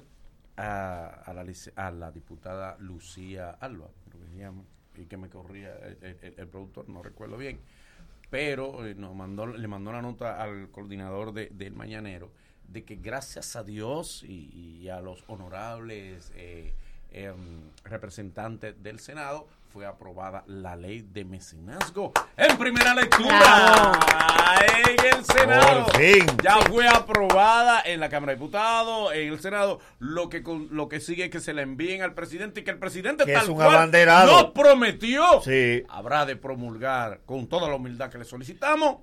[SPEAKER 1] a, a la, lic- a la diputada Lucía Alba, creo que se llama, y que me corría el, el- el productor, no recuerdo bien, pero eh, nos mandó, le mandó una nota al coordinador de- del Mañanero de que gracias a Dios y, y a los honorables eh, em, representantes del Senado fue aprobada la ley de mecenazgo en primera lectura en el Senado.
[SPEAKER 4] Por fin.
[SPEAKER 1] Ya fue aprobada en la Cámara de Diputados, en el Senado. Lo que con- lo que sigue es que se la envíen al presidente y que el presidente
[SPEAKER 4] Que
[SPEAKER 1] tal
[SPEAKER 4] es un
[SPEAKER 1] cual
[SPEAKER 4] abanderado.
[SPEAKER 1] no prometió. Ah,
[SPEAKER 4] Sí.
[SPEAKER 1] Habrá de promulgar con toda la humildad que le solicitamos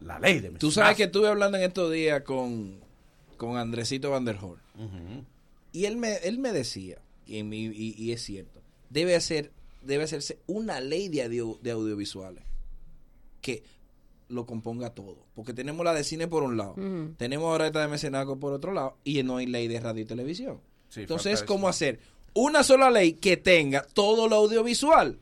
[SPEAKER 1] la ley de
[SPEAKER 6] Tú sabes que estuve hablando en estos días con, con Andresito Van der Hoel. Y él me, él me decía, y, en mi- y- y es cierto, debe, hacer, debe hacerse una ley de, audio- de audiovisuales que lo componga todo. Porque tenemos la de cine por un lado,
[SPEAKER 8] Ujú.
[SPEAKER 6] tenemos ahora esta de mecenazgo por otro lado, y no hay ley de radio y televisión.
[SPEAKER 1] Sí,
[SPEAKER 6] Entonces,
[SPEAKER 1] falta
[SPEAKER 6] ¿cómo hacer? Una sola ley que tenga todo lo audiovisual.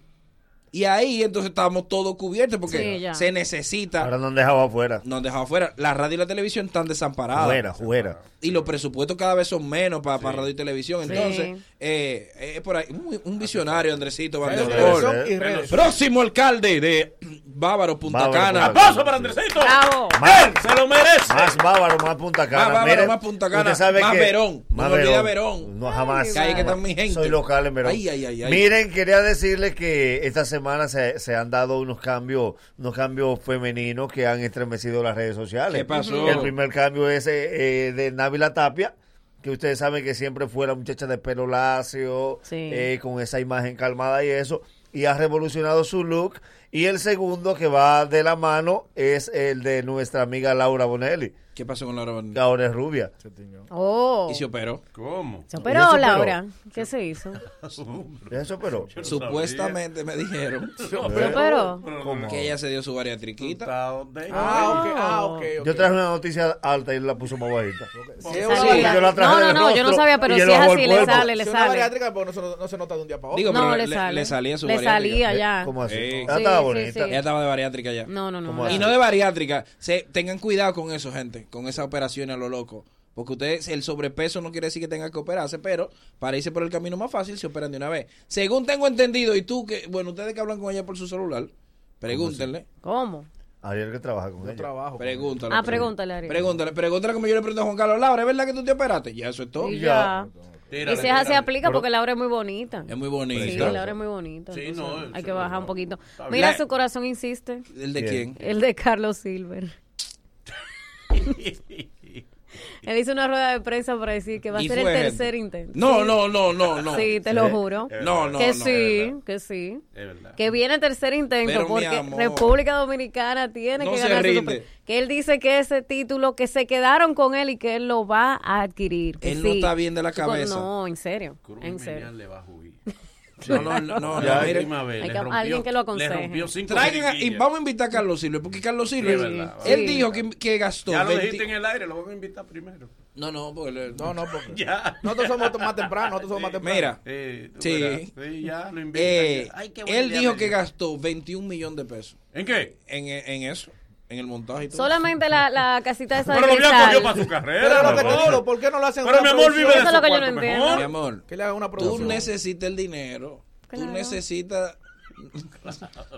[SPEAKER 6] Y ahí entonces estamos todos cubiertos porque
[SPEAKER 4] Sí, ya.
[SPEAKER 6] se necesita
[SPEAKER 4] Ahora no han dejado afuera.
[SPEAKER 6] nos han dejado afuera. La radio y la televisión están desamparadas.
[SPEAKER 4] Fuera, fuera.
[SPEAKER 6] Y los presupuestos cada vez son menos para, para radio y televisión.
[SPEAKER 4] Sí.
[SPEAKER 6] Entonces, eh, es por ahí. Un, un visionario, Andresito Van der
[SPEAKER 4] Sí,
[SPEAKER 6] Poel.
[SPEAKER 4] televisión y redes.
[SPEAKER 6] Próximo alcalde de Bávaro, Punta
[SPEAKER 4] Bávaro,
[SPEAKER 6] Cana.
[SPEAKER 4] Punta Cana. ¡Aplauso
[SPEAKER 1] para Andresito!
[SPEAKER 2] ¡Bravo!
[SPEAKER 4] Más-
[SPEAKER 1] ¡Se lo merece!
[SPEAKER 4] Más bávaro, más punta
[SPEAKER 6] Más
[SPEAKER 4] cana.
[SPEAKER 6] Bávaro,
[SPEAKER 4] Miren,
[SPEAKER 6] más Punta Cana,
[SPEAKER 4] usted sabe
[SPEAKER 6] más
[SPEAKER 4] que-
[SPEAKER 6] Verón. No
[SPEAKER 4] Más
[SPEAKER 6] me olvide
[SPEAKER 4] Verón.
[SPEAKER 6] Verón.
[SPEAKER 4] No, jamás.
[SPEAKER 6] Que ahí que está mi gente.
[SPEAKER 4] Soy local en Verón.
[SPEAKER 6] Ay, ay, ay, ay.
[SPEAKER 4] Miren, quería decirles que esta semana se, se han dado unos cambios, unos cambios femeninos que han estremecido las redes sociales.
[SPEAKER 6] ¿Qué pasó?
[SPEAKER 4] El primer cambio es eh, eh, de Návila Tapia. Que ustedes saben que siempre fue la muchacha de pelo lacio, eh, con esa imagen calmada y eso, y ha revolucionado su look. Y el segundo que va de la mano es el de nuestra amiga Laura Bonelli.
[SPEAKER 6] ¿Qué pasó con Laura Bonelli?
[SPEAKER 4] Que ahora es rubia.
[SPEAKER 2] Oh.
[SPEAKER 6] Y se operó.
[SPEAKER 1] ¿Cómo?
[SPEAKER 2] Se
[SPEAKER 4] Ella
[SPEAKER 2] operó,
[SPEAKER 4] se operó.
[SPEAKER 2] Laura. ¿Qué se hizo?
[SPEAKER 4] Eso pero
[SPEAKER 6] Supuestamente me dijeron.
[SPEAKER 4] operó.
[SPEAKER 2] operó?
[SPEAKER 4] ¿Cómo?
[SPEAKER 6] Que ella se dio su bariatriquita.
[SPEAKER 3] Ah, ok, ah, ok. ok.
[SPEAKER 4] Yo traje una noticia alta y la puso más bajita.
[SPEAKER 3] Si es
[SPEAKER 6] Sí.
[SPEAKER 3] una-
[SPEAKER 4] Yo la traje
[SPEAKER 2] No, no,
[SPEAKER 4] del
[SPEAKER 2] no, yo no
[SPEAKER 4] rostro
[SPEAKER 2] sabía, pero
[SPEAKER 4] y
[SPEAKER 2] si
[SPEAKER 4] yo
[SPEAKER 2] es
[SPEAKER 4] bajo
[SPEAKER 2] así,
[SPEAKER 4] el
[SPEAKER 2] le
[SPEAKER 4] cuerpo.
[SPEAKER 2] sale, le
[SPEAKER 3] si
[SPEAKER 2] sale.
[SPEAKER 3] una bariátrica, pues no se, no se nota de un día para otro.
[SPEAKER 6] Digo,
[SPEAKER 2] No,
[SPEAKER 6] pero
[SPEAKER 2] le
[SPEAKER 6] le,
[SPEAKER 2] sale.
[SPEAKER 6] le salía su
[SPEAKER 2] Le
[SPEAKER 6] bariátrica.
[SPEAKER 2] salía ya. ¿Cómo
[SPEAKER 4] Oh, Eh, así?
[SPEAKER 6] Sí.
[SPEAKER 4] Ella estaba Sí, sí, bonita. sí.
[SPEAKER 6] Ella estaba de bariátrica ya.
[SPEAKER 2] No, no, no.
[SPEAKER 4] ¿Cómo
[SPEAKER 6] Y
[SPEAKER 4] así?
[SPEAKER 6] no de bariátrica. Se, tengan cuidado con eso, gente. Con esas operaciones a lo loco. Porque ustedes, el sobrepeso no quiere decir que tengan que operarse, pero para irse por el camino más fácil se operan de una vez. Según tengo entendido, y tú, que bueno, ustedes que hablan con ella por su celular, pregúntenle.
[SPEAKER 2] ¿Cómo?
[SPEAKER 4] Ariel que trabaja con ella.
[SPEAKER 6] Pregúntale.
[SPEAKER 2] Ah, pregúntale, Ariel.
[SPEAKER 6] Pregúntale, pregúntale como yo le pregunto a Juan Carlos Laura, ¿es verdad que tú te operaste? Ya, eso es todo.
[SPEAKER 2] Y ya.
[SPEAKER 6] Tírale,
[SPEAKER 2] y si es así,
[SPEAKER 6] tírale.
[SPEAKER 2] aplica porque Laura es muy bonita.
[SPEAKER 6] Es muy bonita.
[SPEAKER 2] Sí, Laura es muy bonita.
[SPEAKER 6] Sí,
[SPEAKER 2] entonces
[SPEAKER 6] no,
[SPEAKER 2] hay
[SPEAKER 6] sí,
[SPEAKER 2] que bajar un poquito.
[SPEAKER 6] bien.
[SPEAKER 2] Mira,
[SPEAKER 6] La-
[SPEAKER 2] su corazón insiste.
[SPEAKER 6] ¿El de quién?
[SPEAKER 2] El de Carlos Silver. Él hizo una rueda de prensa para decir que va a
[SPEAKER 6] Y
[SPEAKER 2] ser el
[SPEAKER 6] fue gente.
[SPEAKER 2] tercer intento.
[SPEAKER 6] No,
[SPEAKER 2] Sí.
[SPEAKER 6] no, no, no, no. Eh,
[SPEAKER 2] Sí, te lo juro.
[SPEAKER 6] No, no,
[SPEAKER 2] Que
[SPEAKER 6] no.
[SPEAKER 2] sí, que sí. Que viene el tercer intento
[SPEAKER 6] Pero, mi
[SPEAKER 2] porque
[SPEAKER 6] amor,
[SPEAKER 2] República Dominicana tiene
[SPEAKER 6] no
[SPEAKER 2] que
[SPEAKER 6] se
[SPEAKER 2] ganar.
[SPEAKER 6] rinde.
[SPEAKER 2] Que él dice que ese título, que se quedaron con él y que él lo va a adquirir. que
[SPEAKER 6] Él no
[SPEAKER 2] sí.
[SPEAKER 6] está bien de la
[SPEAKER 2] Chico,
[SPEAKER 6] cabeza.
[SPEAKER 2] No, en serio. En serio.
[SPEAKER 1] le va a jugar.
[SPEAKER 6] No, no, no, no.
[SPEAKER 1] Ya,
[SPEAKER 6] mire.
[SPEAKER 1] Primavera, Hay le que- rompió- alguien que lo le aconseje. rompió cinco
[SPEAKER 6] Traigan a- y
[SPEAKER 1] cerquillas.
[SPEAKER 6] vamos a invitar a Carlos Silva, porque Carlos Silva,
[SPEAKER 1] Sí, verdad.
[SPEAKER 6] él
[SPEAKER 1] Sí.
[SPEAKER 6] dijo que, que gastó.
[SPEAKER 1] Ya lo
[SPEAKER 6] 20
[SPEAKER 1] dijiste en el aire, lo van a invitar primero.
[SPEAKER 6] No, no, porque
[SPEAKER 3] No, no, porque.
[SPEAKER 1] Ya.
[SPEAKER 3] Nosotros somos más temprano, nosotros somos más temprano.
[SPEAKER 6] Mira,
[SPEAKER 1] Eh, tú
[SPEAKER 6] sí.
[SPEAKER 1] verás. Sí, ya lo invitan.
[SPEAKER 6] Eh,
[SPEAKER 1] Ay, qué buena
[SPEAKER 6] él
[SPEAKER 1] idea
[SPEAKER 6] dijo
[SPEAKER 1] me
[SPEAKER 6] que
[SPEAKER 1] dio.
[SPEAKER 6] gastó 21 millones de pesos.
[SPEAKER 1] ¿En qué?
[SPEAKER 6] En, en eso, en el montaje y todo.
[SPEAKER 2] Solamente la, la casita esa de
[SPEAKER 6] Pero lo había
[SPEAKER 2] cristal.
[SPEAKER 6] cogido para su carrera.
[SPEAKER 3] Pero es lo que
[SPEAKER 6] mi
[SPEAKER 3] te
[SPEAKER 6] amor.
[SPEAKER 3] digo, ¿por qué no lo hacen
[SPEAKER 6] Pero
[SPEAKER 3] una
[SPEAKER 6] mi amor vive
[SPEAKER 3] producción?
[SPEAKER 6] de Eso es lo su que yo no cuarto
[SPEAKER 2] entiendo. mejor.
[SPEAKER 6] Mi amor,
[SPEAKER 3] Que le hagan una
[SPEAKER 6] Tú
[SPEAKER 3] producción.
[SPEAKER 6] necesitas el dinero. Tú necesitas.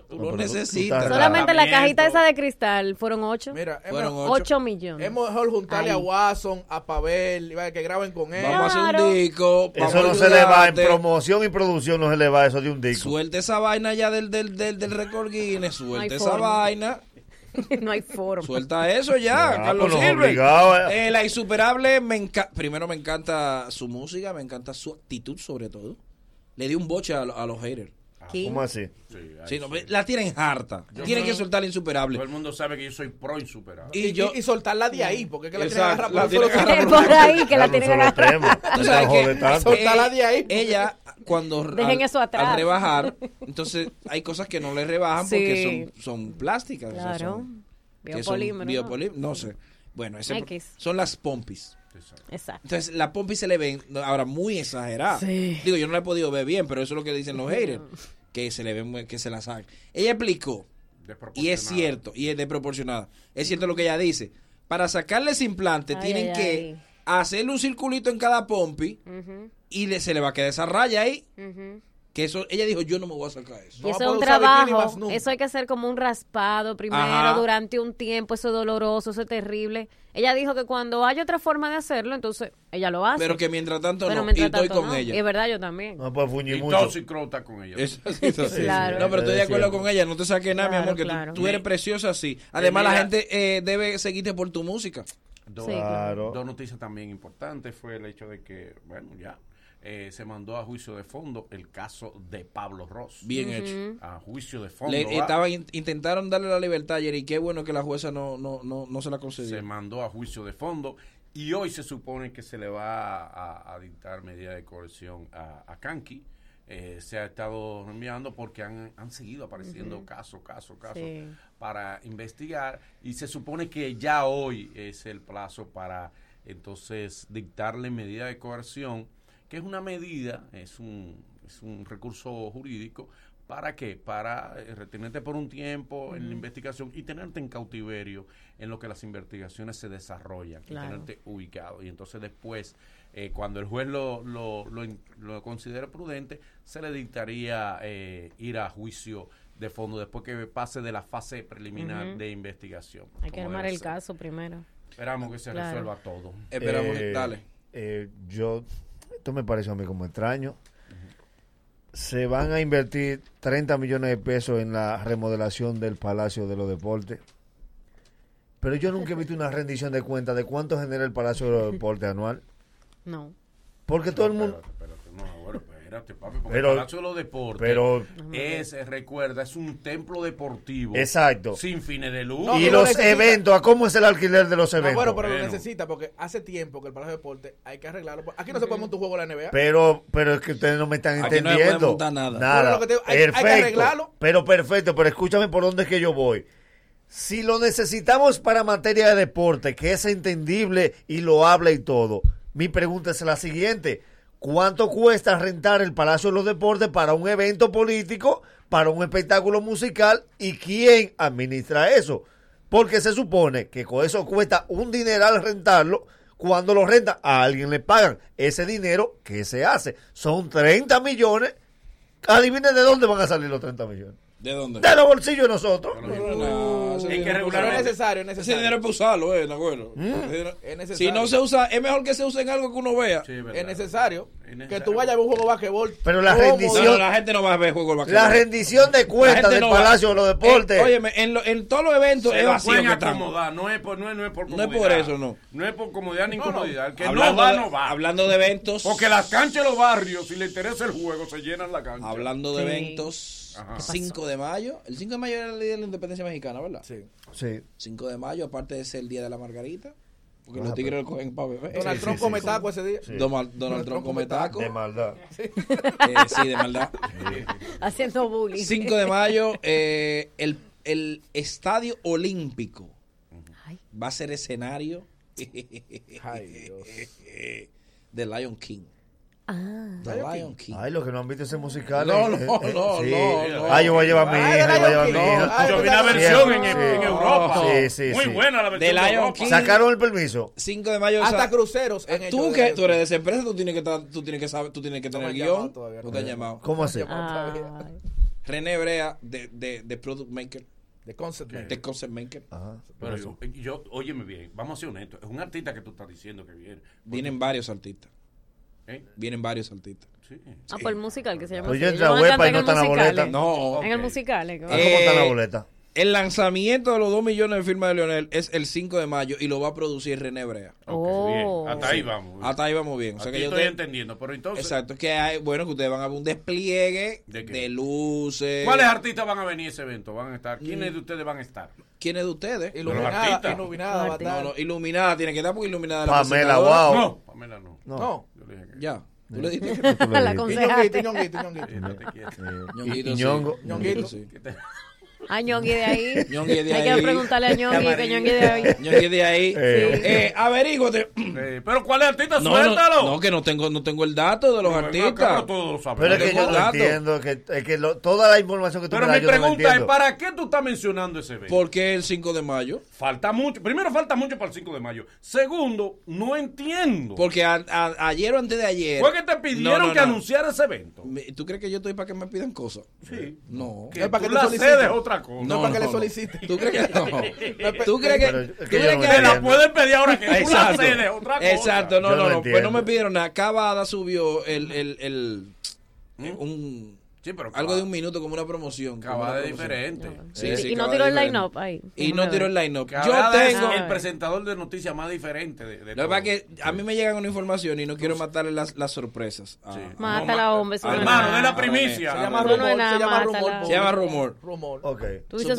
[SPEAKER 6] Tú lo necesitas.
[SPEAKER 2] Solamente la cajita esa de cristal fueron ocho.
[SPEAKER 3] Mira,
[SPEAKER 6] Fueron ocho.
[SPEAKER 2] Eh, ocho millones.
[SPEAKER 3] Es mejor juntarle
[SPEAKER 2] Ahí.
[SPEAKER 3] a Watson, a Pavel, y vaya, que graben con él.
[SPEAKER 6] Vamos a hacer un disco. vamos
[SPEAKER 4] Eso
[SPEAKER 6] a
[SPEAKER 4] no se le va en
[SPEAKER 6] ayudarte.
[SPEAKER 4] promoción y producción, no se le va eso de un disco.
[SPEAKER 6] Suelta esa vaina ya del, del, del, del récord Guinness.
[SPEAKER 2] hay
[SPEAKER 6] Suelta esa
[SPEAKER 2] forma.
[SPEAKER 6] vaina.
[SPEAKER 2] no hay forma.
[SPEAKER 6] Suelta eso ya,
[SPEAKER 4] Ya,
[SPEAKER 6] Carlos
[SPEAKER 4] pues, nos
[SPEAKER 6] Silver.
[SPEAKER 4] obligaba, eh.
[SPEAKER 6] Eh, la insuperable, me enca- primero me encanta su música, me encanta su actitud sobre todo. Le dio un boche a, lo- a los haters.
[SPEAKER 2] ¿Qué?
[SPEAKER 4] Ah, ¿Cómo así?
[SPEAKER 6] Sí, no, la tienen harta.
[SPEAKER 1] Yo
[SPEAKER 6] tienen
[SPEAKER 1] creo-
[SPEAKER 6] que soltar la insuperable.
[SPEAKER 1] Todo el mundo sabe que yo soy pro insuperable.
[SPEAKER 6] Y, yo,
[SPEAKER 3] y soltarla de ahí, porque es que la tiene
[SPEAKER 6] Exacto,
[SPEAKER 3] agarrada
[SPEAKER 6] la
[SPEAKER 3] por
[SPEAKER 6] tiene
[SPEAKER 3] solo
[SPEAKER 6] agarrada
[SPEAKER 3] sitio.
[SPEAKER 6] por Por ahí,
[SPEAKER 2] que la tiene agarrada.
[SPEAKER 6] Tú sabes que-
[SPEAKER 3] Soltarla
[SPEAKER 6] eh,
[SPEAKER 3] de ahí.
[SPEAKER 6] Ella, cuando
[SPEAKER 2] Dejen
[SPEAKER 6] al-
[SPEAKER 2] eso atrás.
[SPEAKER 6] al rebajar, entonces hay cosas que no le rebajan
[SPEAKER 2] Sí.
[SPEAKER 6] porque son, son plásticas. o sea,
[SPEAKER 2] Claro.
[SPEAKER 6] son- que son
[SPEAKER 2] Biopolímero, ¿no?
[SPEAKER 6] biopolí- no sé. Bueno, ese-
[SPEAKER 2] X.
[SPEAKER 6] son las pompis.
[SPEAKER 2] Exacto.
[SPEAKER 6] Entonces, la pompi se le ven ahora muy exagerada.
[SPEAKER 2] Sí.
[SPEAKER 6] Digo, yo no la he podido ver bien, pero eso es lo que dicen los haters. Que se le ven, muy- que se la sacan. Ella explicó, y es cierto, y es desproporcionada. Es cierto lo que ella dice. Para sacarles implantes
[SPEAKER 2] Ay,
[SPEAKER 6] tienen
[SPEAKER 2] ay,
[SPEAKER 6] que
[SPEAKER 2] ay.
[SPEAKER 6] hacerle un circulito en cada pompi
[SPEAKER 2] Ujú,
[SPEAKER 6] y le, se le va a quedar esa raya ahí.
[SPEAKER 2] ujú.
[SPEAKER 6] Que eso, ella dijo, yo no me voy a sacar eso.
[SPEAKER 2] Y eso es un trabajo, eso hay que hacer como un raspado primero
[SPEAKER 6] Ajá.
[SPEAKER 2] durante un tiempo, eso es doloroso, eso es terrible. Ella dijo que cuando hay otra forma de hacerlo, entonces ella lo hace.
[SPEAKER 6] Pero que mientras tanto
[SPEAKER 2] Pero
[SPEAKER 6] no,
[SPEAKER 2] mientras
[SPEAKER 6] y estoy
[SPEAKER 2] tanto
[SPEAKER 6] con
[SPEAKER 2] no.
[SPEAKER 6] ella.
[SPEAKER 2] Y es verdad, yo también.
[SPEAKER 4] No puede fuñir
[SPEAKER 1] Y
[SPEAKER 4] mucho.
[SPEAKER 1] Toxic Crow está con ella.
[SPEAKER 6] Eso- eso sí.
[SPEAKER 2] Claro.
[SPEAKER 6] No, pero estoy de
[SPEAKER 4] Es
[SPEAKER 6] acuerdo
[SPEAKER 4] cierto.
[SPEAKER 6] con ella. No te saques nada, mi
[SPEAKER 2] Claro,
[SPEAKER 6] amor, que tú-
[SPEAKER 2] claro.
[SPEAKER 6] tú, eres preciosa así. Además, la
[SPEAKER 1] Pues mira-
[SPEAKER 6] gente eh, debe seguirte por tu música.
[SPEAKER 1] Dos,
[SPEAKER 6] Sí, claro.
[SPEAKER 1] dos noticias también importantes fue el hecho de que, bueno, ya eh, se mandó a juicio de fondo el caso de Pablo Ross.
[SPEAKER 6] Bien Ujú.
[SPEAKER 1] hecho. A juicio de fondo.
[SPEAKER 6] Le-
[SPEAKER 1] va.
[SPEAKER 6] estaban, in- intentaron darle la libertad ayer y qué bueno que la jueza no, no, no, no se la concedió.
[SPEAKER 1] se mandó a juicio de fondo y hoy se supone que se le va a, a dictar medida de coerción a, a Kanki. Eh, se ha estado enviando porque han, han seguido apareciendo
[SPEAKER 8] Ujú.
[SPEAKER 1] casos, casos, casos
[SPEAKER 8] Sí.
[SPEAKER 1] para investigar y se supone que ya hoy es el plazo para entonces dictarle medida de coerción, que es una medida, es un, es un recurso jurídico. ¿Para qué? Para eh, retenerte por un tiempo en la
[SPEAKER 8] Ujú.
[SPEAKER 1] investigación y tenerte en cautiverio en lo que las investigaciones se desarrollan, y
[SPEAKER 8] Claro.
[SPEAKER 1] tenerte ubicado. Y entonces después, eh, cuando el juez lo, lo, lo in- lo considere prudente, se le dictaría eh, ir a juicio de fondo después que pase de la fase preliminar
[SPEAKER 2] Ujú.
[SPEAKER 1] de investigación.
[SPEAKER 2] Hay que
[SPEAKER 1] como
[SPEAKER 2] armar
[SPEAKER 1] debe
[SPEAKER 2] el
[SPEAKER 1] ser.
[SPEAKER 2] caso primero.
[SPEAKER 1] Esperamos que se
[SPEAKER 2] Claro.
[SPEAKER 1] resuelva todo.
[SPEAKER 4] Eh, eh, yo, esto me parece a mí como extraño. Se van a invertir 30 millones de pesos en la remodelación del Palacio de los Deportes. Pero yo nunca he visto una rendición de cuentas de cuánto genera el Palacio de los Deportes anual.
[SPEAKER 2] No.
[SPEAKER 4] Porque todo el mundo...
[SPEAKER 1] Espérate, no, ahora, espérate, papi, porque
[SPEAKER 4] Pero-
[SPEAKER 1] el Palacio de los Deportes
[SPEAKER 4] pero-
[SPEAKER 1] es, eh, recuerda, es un templo deportivo.
[SPEAKER 4] Exacto.
[SPEAKER 1] Sin fines de lucro.
[SPEAKER 4] y los eventos, ¿a cómo es el alquiler de los
[SPEAKER 3] No,
[SPEAKER 4] eventos?
[SPEAKER 3] Ah, bueno, pero lo necesita porque hace tiempo que el Palacio de Deportes hay que arreglarlo. Pues, Aquí no se puede montar un juego de la NBA.
[SPEAKER 4] Pero, pero es que ustedes no me están
[SPEAKER 6] Aquí no le podemos
[SPEAKER 4] entendiendo.
[SPEAKER 6] dar nada.
[SPEAKER 3] Pero lo que te digo, hay- hay que
[SPEAKER 4] perfecto.
[SPEAKER 3] arreglarlo.
[SPEAKER 4] Pero perfecto, pero escúchame por dónde es que yo voy. Si lo necesitamos para materia de deporte, que es entendible y lo habla y todo, mi pregunta es la siguiente. ¿Cuánto cuesta rentar el Palacio de los Deportes para un evento político, para un espectáculo musical y quién administra eso? Porque se supone que con eso cuesta un dineral rentarlo. Cuando lo renta, a alguien le pagan ese dinero que se hace. Son 30 millones. Adivinen de dónde van a salir los 30 millones.
[SPEAKER 6] ¿De dónde?
[SPEAKER 4] De los bolsillos de nosotros.
[SPEAKER 6] es
[SPEAKER 3] que regularmente- es necesario, es necesario.
[SPEAKER 6] Ese dinero es para usarlo, eh, Nagüero.
[SPEAKER 4] ¿Mm?
[SPEAKER 3] Es necesario.
[SPEAKER 6] Si no se usa, es mejor que se use en algo que uno vea.
[SPEAKER 3] Es necesario que tú vayas a ver un juego de basquetbol.
[SPEAKER 4] Pero la
[SPEAKER 3] cómodo.
[SPEAKER 4] rendición-
[SPEAKER 6] No, no, la gente no va a ver juego de basquetbol.
[SPEAKER 4] La rendición de
[SPEAKER 6] La
[SPEAKER 4] cuentas
[SPEAKER 6] gente
[SPEAKER 4] del
[SPEAKER 6] no va- Eh,
[SPEAKER 4] Palacio de los Deportes.
[SPEAKER 6] En, óyeme, en, lo- en todos los eventos
[SPEAKER 1] Se
[SPEAKER 6] es
[SPEAKER 1] lo
[SPEAKER 6] vacío
[SPEAKER 1] pueden
[SPEAKER 6] que están.
[SPEAKER 1] acomodar, no es por, no es, no es por
[SPEAKER 6] No es
[SPEAKER 1] comodidad.
[SPEAKER 6] por eso, no.
[SPEAKER 1] No es por comodidad ni incomodidad. El que
[SPEAKER 6] Hablando
[SPEAKER 1] no va,
[SPEAKER 6] de-
[SPEAKER 1] no va.
[SPEAKER 6] hablando de eventos.
[SPEAKER 1] Porque las canchas de los barrios, si le interesa el juego, se llenan la cancha.
[SPEAKER 6] Hablando de
[SPEAKER 1] Sí.
[SPEAKER 6] eventos,
[SPEAKER 3] Ah.
[SPEAKER 1] Ajá.
[SPEAKER 6] 5 de mayo. El 5 de mayo era el día de la independencia mexicana, ¿verdad? Sí.
[SPEAKER 4] Sí.
[SPEAKER 6] 5 de mayo, aparte de ser el día de la margarita. Porque los tigres lo cogen para beber.
[SPEAKER 3] Donald Trump come taco ese día. Ah, Sí.
[SPEAKER 6] Donald, Donald Trump come taco.
[SPEAKER 4] De maldad.
[SPEAKER 6] Sí, sí, de maldad.
[SPEAKER 2] Haciendo bullying.
[SPEAKER 6] 5 de mayo, eh, el, el Estadio Olímpico va a ser escenario de Lion King.
[SPEAKER 2] Ah.
[SPEAKER 6] The
[SPEAKER 4] Lion
[SPEAKER 6] Lion King.
[SPEAKER 4] Ay, los que no han visto ese musical.
[SPEAKER 6] No,
[SPEAKER 4] eh,
[SPEAKER 6] no,
[SPEAKER 4] eh,
[SPEAKER 6] no,
[SPEAKER 4] sí.
[SPEAKER 6] no, no.
[SPEAKER 4] Ay, yo voy a llevar a mi
[SPEAKER 6] Ay,
[SPEAKER 4] hija,
[SPEAKER 6] de
[SPEAKER 4] yo voy a llevar a mi
[SPEAKER 6] Lion King.
[SPEAKER 4] hija.
[SPEAKER 6] Ay, Yo vi una versión en-
[SPEAKER 4] Siempre,
[SPEAKER 6] en
[SPEAKER 4] sí.
[SPEAKER 6] Europa.
[SPEAKER 4] Sí, sí,
[SPEAKER 6] Muy
[SPEAKER 4] sí.
[SPEAKER 6] buena la versión De de Lion Europa. King.
[SPEAKER 4] Sacaron el permiso.
[SPEAKER 6] 5 de mayo. eh,
[SPEAKER 3] Hasta cruceros han hecho
[SPEAKER 6] Tú
[SPEAKER 3] de
[SPEAKER 6] que
[SPEAKER 3] eso.
[SPEAKER 6] tú eres de esa empresa, tú tienes que, estar- tú tienes que saber, tú tienes que tener
[SPEAKER 3] me han llamado
[SPEAKER 6] guión.
[SPEAKER 3] todavía,
[SPEAKER 6] no
[SPEAKER 3] no
[SPEAKER 6] te han
[SPEAKER 3] me han
[SPEAKER 6] llamado.
[SPEAKER 4] ¿Cómo así?
[SPEAKER 6] René Brea, de, de, de Product Maker.
[SPEAKER 3] De Concept
[SPEAKER 6] Maker. De Concept Maker.
[SPEAKER 1] Pero yo, yo, óyeme bien, vamos a ser honestos. Es un artista que tú estás diciendo que viene.
[SPEAKER 6] Vienen varios artistas.
[SPEAKER 1] ¿Eh?
[SPEAKER 6] Vienen varios artistas.
[SPEAKER 1] Sí.
[SPEAKER 2] Ah, por el musical que se llama.
[SPEAKER 6] Pues
[SPEAKER 2] así.
[SPEAKER 6] yo entré
[SPEAKER 2] Ellos
[SPEAKER 6] a
[SPEAKER 2] van
[SPEAKER 6] Huepa
[SPEAKER 2] cantar
[SPEAKER 6] y no
[SPEAKER 2] en
[SPEAKER 6] está la
[SPEAKER 2] musicales.
[SPEAKER 6] boleta. No,
[SPEAKER 2] En el
[SPEAKER 6] ok.
[SPEAKER 2] musical. ¿eh?
[SPEAKER 6] Eh, El lanzamiento de los 2 millones de firmas de Leonel es el 5 de mayo y lo va a producir René Brea.
[SPEAKER 2] Oh.
[SPEAKER 1] bien. Hasta ahí vamos.
[SPEAKER 6] Hasta ahí vamos bien. O sea
[SPEAKER 1] Aquí
[SPEAKER 6] que yo
[SPEAKER 1] estoy
[SPEAKER 6] te-
[SPEAKER 1] entendiendo, pero entonces.
[SPEAKER 6] Exacto, es que hay, bueno, que ustedes van a ver un despliegue de, luces.
[SPEAKER 1] ¿Cuáles artistas van a venir a ese evento? ¿Van a estar?
[SPEAKER 6] Mm.
[SPEAKER 1] ¿Quiénes de ustedes van a estar?
[SPEAKER 6] ¿Quiénes de ustedes?
[SPEAKER 1] Iluminada, Los artistas. iluminada
[SPEAKER 6] No,
[SPEAKER 1] va a estar.
[SPEAKER 6] no, iluminada tiene que estar porque iluminada la
[SPEAKER 4] Pamela,
[SPEAKER 6] presentadora.
[SPEAKER 4] wow.
[SPEAKER 6] No.
[SPEAKER 1] Pamela no.
[SPEAKER 4] No.
[SPEAKER 6] Ya. Tú le dijiste.
[SPEAKER 4] Tú le La dijiste.
[SPEAKER 3] aconsejaste. Ñonguito, ñonguito, ñonguito.
[SPEAKER 6] Ñonguito,
[SPEAKER 4] Eh, Y- y
[SPEAKER 6] sí.
[SPEAKER 4] Ñongo.
[SPEAKER 6] Ñonguito, sí.
[SPEAKER 2] A Ñongui de ahí.
[SPEAKER 6] Ñongui de
[SPEAKER 2] Hay
[SPEAKER 6] ahí.
[SPEAKER 2] que preguntarle a Ñongui que Ñongui de ahí.
[SPEAKER 6] Ñongui de ahí. Eh, averígote.
[SPEAKER 1] pero ¿cuál es artista?
[SPEAKER 6] No,
[SPEAKER 1] Suéltalo.
[SPEAKER 6] No, no, que no tengo, no tengo el dato de los artistas.
[SPEAKER 4] Pero es que
[SPEAKER 6] Tengo
[SPEAKER 4] yo
[SPEAKER 6] el
[SPEAKER 4] no
[SPEAKER 6] dato.
[SPEAKER 4] entiendo. Que, es que lo- toda la información que tú
[SPEAKER 1] Pero
[SPEAKER 4] me
[SPEAKER 1] mi
[SPEAKER 4] das, yo no la
[SPEAKER 1] pregunta es,
[SPEAKER 4] entiendo.
[SPEAKER 1] ¿para qué tú estás mencionando ese evento?
[SPEAKER 6] ¿Por qué el 5 de mayo?
[SPEAKER 1] Falta mucho. Primero, falta mucho para el 5 de mayo. Segundo, no entiendo.
[SPEAKER 6] Porque a- a- ayer o antes de ayer.
[SPEAKER 1] Fue que te pidieron que anunciara ese evento.
[SPEAKER 6] ¿Tú crees que yo estoy para que me pidan cosas?
[SPEAKER 1] Sí.
[SPEAKER 6] No.
[SPEAKER 1] Que Es para tú que tú la solicites. cedes otra cosa.
[SPEAKER 6] No,
[SPEAKER 1] Es para que le
[SPEAKER 3] solicites.
[SPEAKER 6] ¿Tú crees que no?
[SPEAKER 1] Pero-
[SPEAKER 6] ¿Tú crees que.?
[SPEAKER 1] pero
[SPEAKER 6] tú
[SPEAKER 1] es que yo
[SPEAKER 6] crees
[SPEAKER 1] no
[SPEAKER 6] que-
[SPEAKER 1] entiendo. Te la pueden pedir ahora que tú la cedes otra cosa.
[SPEAKER 6] Exacto, no,
[SPEAKER 1] Yo no
[SPEAKER 6] no, no. Pues no
[SPEAKER 1] entiendo.
[SPEAKER 6] me pidieron nada. Cavada subió el. el, el eh, un, algo de un minuto como una promoción. como
[SPEAKER 1] Cavada
[SPEAKER 6] una
[SPEAKER 1] es
[SPEAKER 6] promoción.
[SPEAKER 1] diferente.
[SPEAKER 6] Sí,
[SPEAKER 2] Y-
[SPEAKER 6] sí,
[SPEAKER 2] y no
[SPEAKER 6] Cavada
[SPEAKER 2] tiró el
[SPEAKER 6] diferente.
[SPEAKER 2] line-up ahí.
[SPEAKER 6] Y no
[SPEAKER 2] Déjame
[SPEAKER 6] tiró el
[SPEAKER 2] ver.
[SPEAKER 6] line-up.
[SPEAKER 1] Que
[SPEAKER 6] Yo
[SPEAKER 1] Abada
[SPEAKER 6] tengo.
[SPEAKER 1] es el presentador de noticias más diferente de, de
[SPEAKER 6] Lo que
[SPEAKER 1] todo.
[SPEAKER 6] pasa es que a mí me llegan una información y no quiero matarle las, las sorpresas. Ah.
[SPEAKER 2] Mátala, hombre. eso no es
[SPEAKER 1] Hermano,
[SPEAKER 2] nada.
[SPEAKER 1] de la primicia.
[SPEAKER 6] Se llama
[SPEAKER 1] Se llama
[SPEAKER 2] Eso no es
[SPEAKER 6] rumor.
[SPEAKER 2] nada,
[SPEAKER 3] se llama rumor,
[SPEAKER 2] mátala.
[SPEAKER 6] Se llama rumor.
[SPEAKER 3] Rumor.
[SPEAKER 4] Ok.
[SPEAKER 2] Tú dices
[SPEAKER 6] Supuestamente.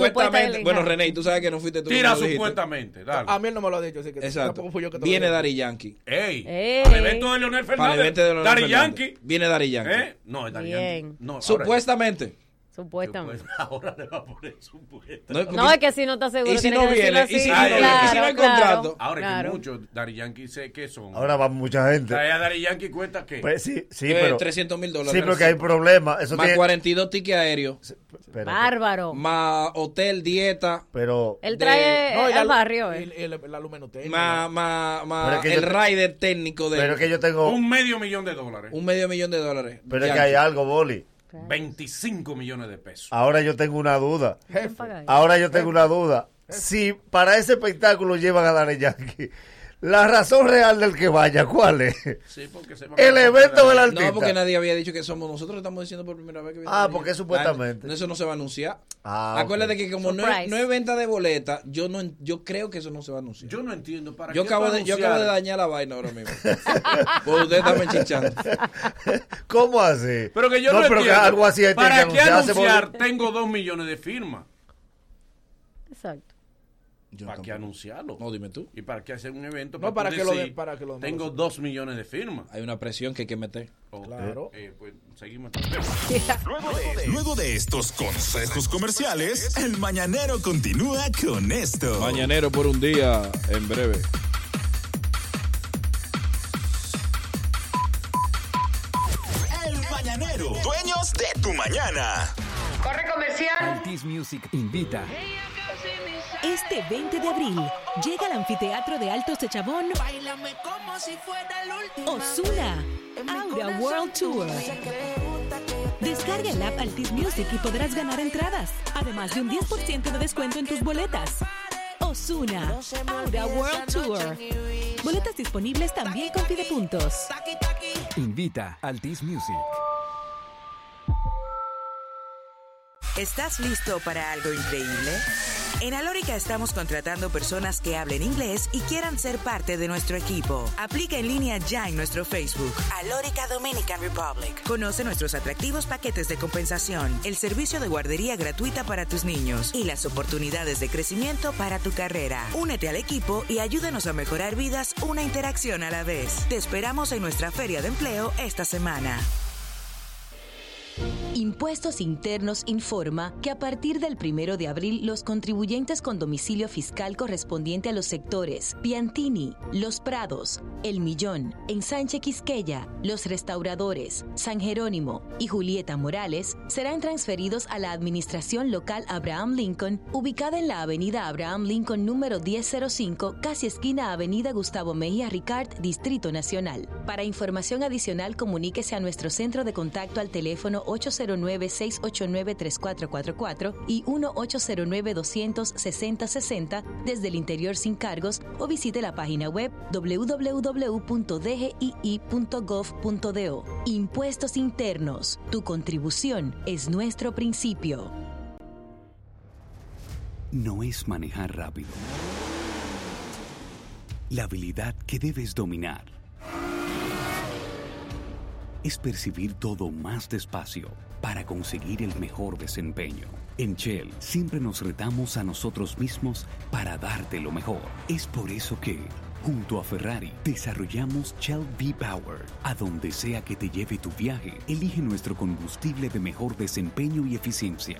[SPEAKER 2] supuestamente,
[SPEAKER 6] Bueno,
[SPEAKER 2] Leonel.
[SPEAKER 6] René, tú sabes que no fuiste tú. que
[SPEAKER 1] Tira
[SPEAKER 6] me lo dijiste.
[SPEAKER 1] supuestamente. Dale.
[SPEAKER 3] A mí él no me lo ha dicho, así que
[SPEAKER 6] Exacto.
[SPEAKER 3] tampoco fui yo que te lo
[SPEAKER 6] Viene
[SPEAKER 3] dije.
[SPEAKER 6] Dari Yankee.
[SPEAKER 1] ¡Ey!
[SPEAKER 3] Ey.
[SPEAKER 1] Al evento de Leonel
[SPEAKER 6] Para el
[SPEAKER 1] Fernández.
[SPEAKER 6] evento de Leonel
[SPEAKER 1] Daddy
[SPEAKER 6] Fernández.
[SPEAKER 1] Yankee.
[SPEAKER 6] Viene Dari Yankee.
[SPEAKER 1] ¿Eh? No, es Daddy
[SPEAKER 2] Bien.
[SPEAKER 1] Yankee. No, ahora-
[SPEAKER 6] Supuestamente.
[SPEAKER 2] Supuestamente.
[SPEAKER 1] Ahora le va a poner supuestamente.
[SPEAKER 6] No,
[SPEAKER 2] No, es que si no está seguro.
[SPEAKER 6] ¿Y si
[SPEAKER 2] tiene
[SPEAKER 6] no
[SPEAKER 2] que decirlo
[SPEAKER 6] viene? ¿Y
[SPEAKER 2] así.
[SPEAKER 6] si no viene? ¿Y si no hay
[SPEAKER 2] Claro, claro,
[SPEAKER 6] contrato?
[SPEAKER 1] Ahora
[SPEAKER 2] claro.
[SPEAKER 1] que muchos Daddy Yankee sé que son.
[SPEAKER 4] Ahora va mucha gente.
[SPEAKER 1] O sea, ya Daddy Yankee cuenta que.
[SPEAKER 4] Pues sí, sí,
[SPEAKER 6] Eh,
[SPEAKER 4] pero.
[SPEAKER 6] 300 mil dólares.
[SPEAKER 4] Sí, pero que hay problema. Eso
[SPEAKER 6] más
[SPEAKER 4] tiene.
[SPEAKER 6] 42 tickets aéreos.
[SPEAKER 2] Bárbaro.
[SPEAKER 6] Más hotel, dieta.
[SPEAKER 4] Pero.
[SPEAKER 2] Él trae
[SPEAKER 3] No, y la
[SPEAKER 2] al
[SPEAKER 3] lu-
[SPEAKER 2] barrio.
[SPEAKER 3] y-
[SPEAKER 2] eh.
[SPEAKER 3] y la- la lumenoteca.
[SPEAKER 6] Más, más,
[SPEAKER 4] Pero
[SPEAKER 6] más
[SPEAKER 4] es que
[SPEAKER 6] el
[SPEAKER 4] yo-
[SPEAKER 6] rider técnico de
[SPEAKER 4] Pero es que yo tengo.
[SPEAKER 1] Un medio millón de dólares.
[SPEAKER 6] un medio millón de dólares.
[SPEAKER 4] Pero es que
[SPEAKER 6] Yankee.
[SPEAKER 4] hay algo, Boli.
[SPEAKER 1] 25 millones de pesos.
[SPEAKER 4] Ahora yo tengo una duda.
[SPEAKER 1] Jefe.
[SPEAKER 4] Ahora yo tengo una duda. Si para ese espectáculo llevan a Daddy Yankee, la razón real del que vaya, ¿cuál es?
[SPEAKER 1] Sí, porque se van a-
[SPEAKER 4] El evento del artista.
[SPEAKER 6] No, porque nadie había dicho que somos nosotros. Estamos diciendo por primera vez que viene
[SPEAKER 4] Ah,
[SPEAKER 6] Daddy
[SPEAKER 4] porque
[SPEAKER 6] Yankee.
[SPEAKER 4] supuestamente.
[SPEAKER 6] Ah, Eso no se va a anunciar.
[SPEAKER 4] Ah, ok.
[SPEAKER 6] Acuérdate que como no
[SPEAKER 2] Surprise.
[SPEAKER 6] es, no es venta de boleta, yo no en- yo creo que eso no se va a anunciar.
[SPEAKER 1] Yo no entiendo para
[SPEAKER 6] Yo
[SPEAKER 1] qué
[SPEAKER 6] acabo,
[SPEAKER 1] tú
[SPEAKER 6] de, yo
[SPEAKER 1] anunciar-
[SPEAKER 6] acabo de dañar la vaina ahora mismo. Pues ustedes están enchinchando.
[SPEAKER 4] ¿Cómo así?
[SPEAKER 1] Pero que yo no,
[SPEAKER 4] pero que
[SPEAKER 1] entiendo.
[SPEAKER 4] algo así hay que
[SPEAKER 1] ¿Para qué
[SPEAKER 4] anunciarse, Boli.
[SPEAKER 1] anunciar? Tengo dos millones de firmas.
[SPEAKER 2] Exacto.
[SPEAKER 1] ¿Para qué anunciarlo?
[SPEAKER 6] No, dime tú.
[SPEAKER 1] ¿Y para qué hacer un evento?
[SPEAKER 3] No,
[SPEAKER 1] tú
[SPEAKER 3] para que lo
[SPEAKER 1] decir,
[SPEAKER 3] den- para que lo den.
[SPEAKER 1] Tengo dos millones de firmas.
[SPEAKER 6] Hay una presión que hay que meter.
[SPEAKER 1] Oh,
[SPEAKER 3] Claro.
[SPEAKER 1] eh, pues seguimos.
[SPEAKER 5] Luego de estos consejos comerciales, el mañanero continúa con esto.
[SPEAKER 6] Mañanero por un día, en breve.
[SPEAKER 5] El mañanero, dueños de tu mañana.
[SPEAKER 8] Corre comercial.
[SPEAKER 10] Altis Music invita
[SPEAKER 23] Este 20 de abril llega al anfiteatro de Altos de Chabón
[SPEAKER 10] Báilame como si fuera el último.
[SPEAKER 23] Osuna, Aura World Tour. Descarga el app Altis Music y podrás ganar entradas, además de un 10% de descuento en tus boletas. Osuna, Aura World Tour. Boletas disponibles también con Fidepuntos.
[SPEAKER 10] Invita Altis Music.
[SPEAKER 11] ¿Estás listo para algo increíble? En Alórica estamos contratando personas que hablen inglés y quieran ser parte de nuestro equipo. Aplica en línea ya en nuestro Facebook. Alórica Dominican Republic. Conoce nuestros atractivos paquetes de compensación, el servicio de guardería gratuita para tus niños y las oportunidades de crecimiento para tu carrera. Únete al equipo y ayúdanos a mejorar vidas una interacción a la vez. Te esperamos en nuestra feria de empleo esta semana.
[SPEAKER 7] Impuestos Internos informa que a partir del 1 de abril los contribuyentes con domicilio fiscal correspondiente a los sectores Piantini, Los Prados, El Millón, Ensanche Quisqueya, Los Restauradores, San Jerónimo y Julieta Morales serán transferidos a la Administración Local Abraham Lincoln, ubicada en la Avenida Abraham Lincoln número 1005, casi esquina Avenida Gustavo Mejía Ricard, Distrito Nacional. Para información adicional comuníquese a nuestro centro de contacto al teléfono 809-689-3444 y 1-809-260-60 desde el interior sin cargos o visite la página web www.dgii.gov.do. Impuestos internos. Tu contribución es nuestro principio.
[SPEAKER 12] no es manejar rápido. La habilidad que debes dominar es percibir todo más despacio para conseguir el mejor desempeño. En Shell siempre nos retamos a nosotros mismos para darte lo mejor. Es por eso que, junto a Ferrari, desarrollamos Shell V-Power. A donde sea que te lleve tu viaje, elige nuestro combustible de mejor desempeño y eficiencia.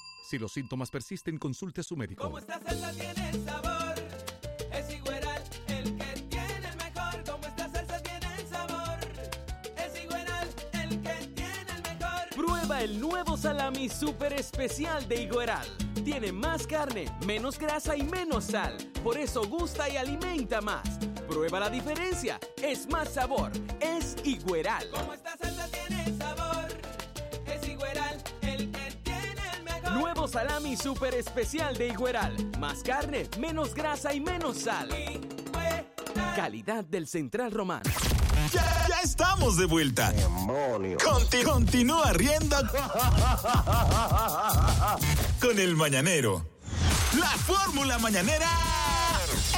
[SPEAKER 20] Si los síntomas persisten, consulte a su médico.
[SPEAKER 9] Esta salsa tiene sabor, es Igueral el que tiene el mejor. Como esta salsa tiene sabor, es Igueral el que tiene el mejor.
[SPEAKER 14] Prueba el nuevo salami super especial de Higueral. Tiene más carne, menos grasa y menos sal. Por eso gusta y alimenta más. Prueba la diferencia. Es más sabor. Es Higueral.
[SPEAKER 9] Como esta salsa tiene sabor, es Igueral el que tiene el mejor.
[SPEAKER 14] Nuevo salami super especial de Higueral. Más carne, menos grasa y menos sal. Calidad del Central Romano.
[SPEAKER 5] Ya, ya estamos de vuelta. Conti- continúa riendo con el mañanero. La fórmula mañanera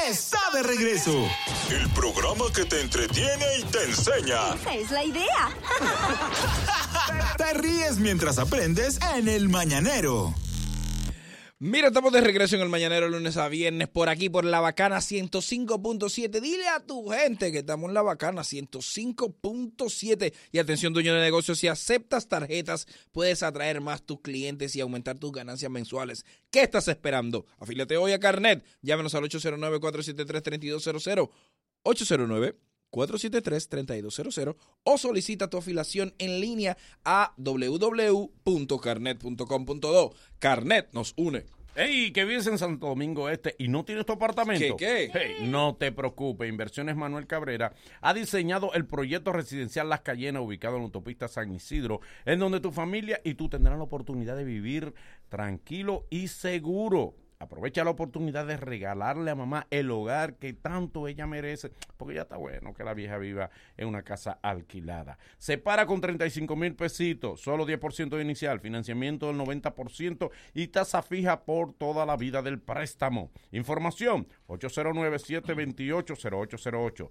[SPEAKER 5] está de regreso. El programa que te entretiene y te enseña.
[SPEAKER 9] Esa es la idea.
[SPEAKER 5] Te ríes mientras aprendes en el mañanero.
[SPEAKER 6] Mira, estamos de regreso en el mañanero lunes a viernes por aquí por La Bacana 105.7. Dile a tu gente que estamos en La Bacana 105.7. Y atención, dueño de negocios, si aceptas tarjetas, puedes atraer más tus clientes y aumentar tus ganancias mensuales. ¿Qué estás esperando? Afílate hoy a Carnet. Llámenos al 809-473-3200. 809-473-3200 o solicita tu afiliación en línea a www.carnet.com.do. Carnet nos une.
[SPEAKER 1] ¡Ey! Que vives en Santo Domingo Este y no tienes tu apartamento.
[SPEAKER 6] ¿Qué, qué?
[SPEAKER 1] Hey, no te preocupes. Inversiones Manuel Cabrera ha diseñado el proyecto residencial Las Cayenas, ubicado en la autopista San Isidro, en donde tu familia y tú tendrán la oportunidad de vivir tranquilo y seguro. Aprovecha la oportunidad de regalarle a mamá el hogar que tanto ella merece, porque ya está bueno que la vieja viva en una casa alquilada. Se para con 35 mil pesitos, solo 10% de inicial, financiamiento del 90% y tasa fija por toda la vida del préstamo. Información 809-728-0808,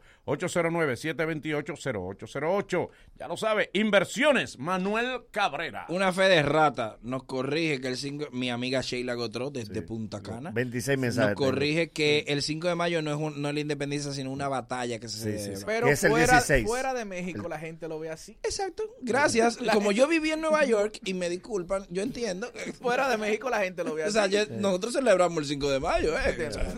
[SPEAKER 1] 809-728-0808. Ya lo sabe, inversiones, Manuel Cabrera.
[SPEAKER 6] Una fe de rata nos corrige que el 5, mi amiga Sheila Gotró desde Punta Cana.
[SPEAKER 4] 26 mensajes.
[SPEAKER 6] Nos corrige que el 5 de mayo no es, un- no es la independencia, sino una batalla que se
[SPEAKER 4] Sí,
[SPEAKER 6] celebra.
[SPEAKER 4] sí.
[SPEAKER 3] Pero
[SPEAKER 4] Es el
[SPEAKER 3] fuera,
[SPEAKER 4] 16.
[SPEAKER 3] fuera de México la gente lo ve así. Ah,
[SPEAKER 6] Exacto. Gracias. Como yo viví en Nueva York, y me disculpan, yo entiendo.
[SPEAKER 3] Fuera de México la gente lo ve
[SPEAKER 6] O
[SPEAKER 3] así.
[SPEAKER 6] sea, yo- nosotros celebramos el 5 de mayo, ¿eh? O sea,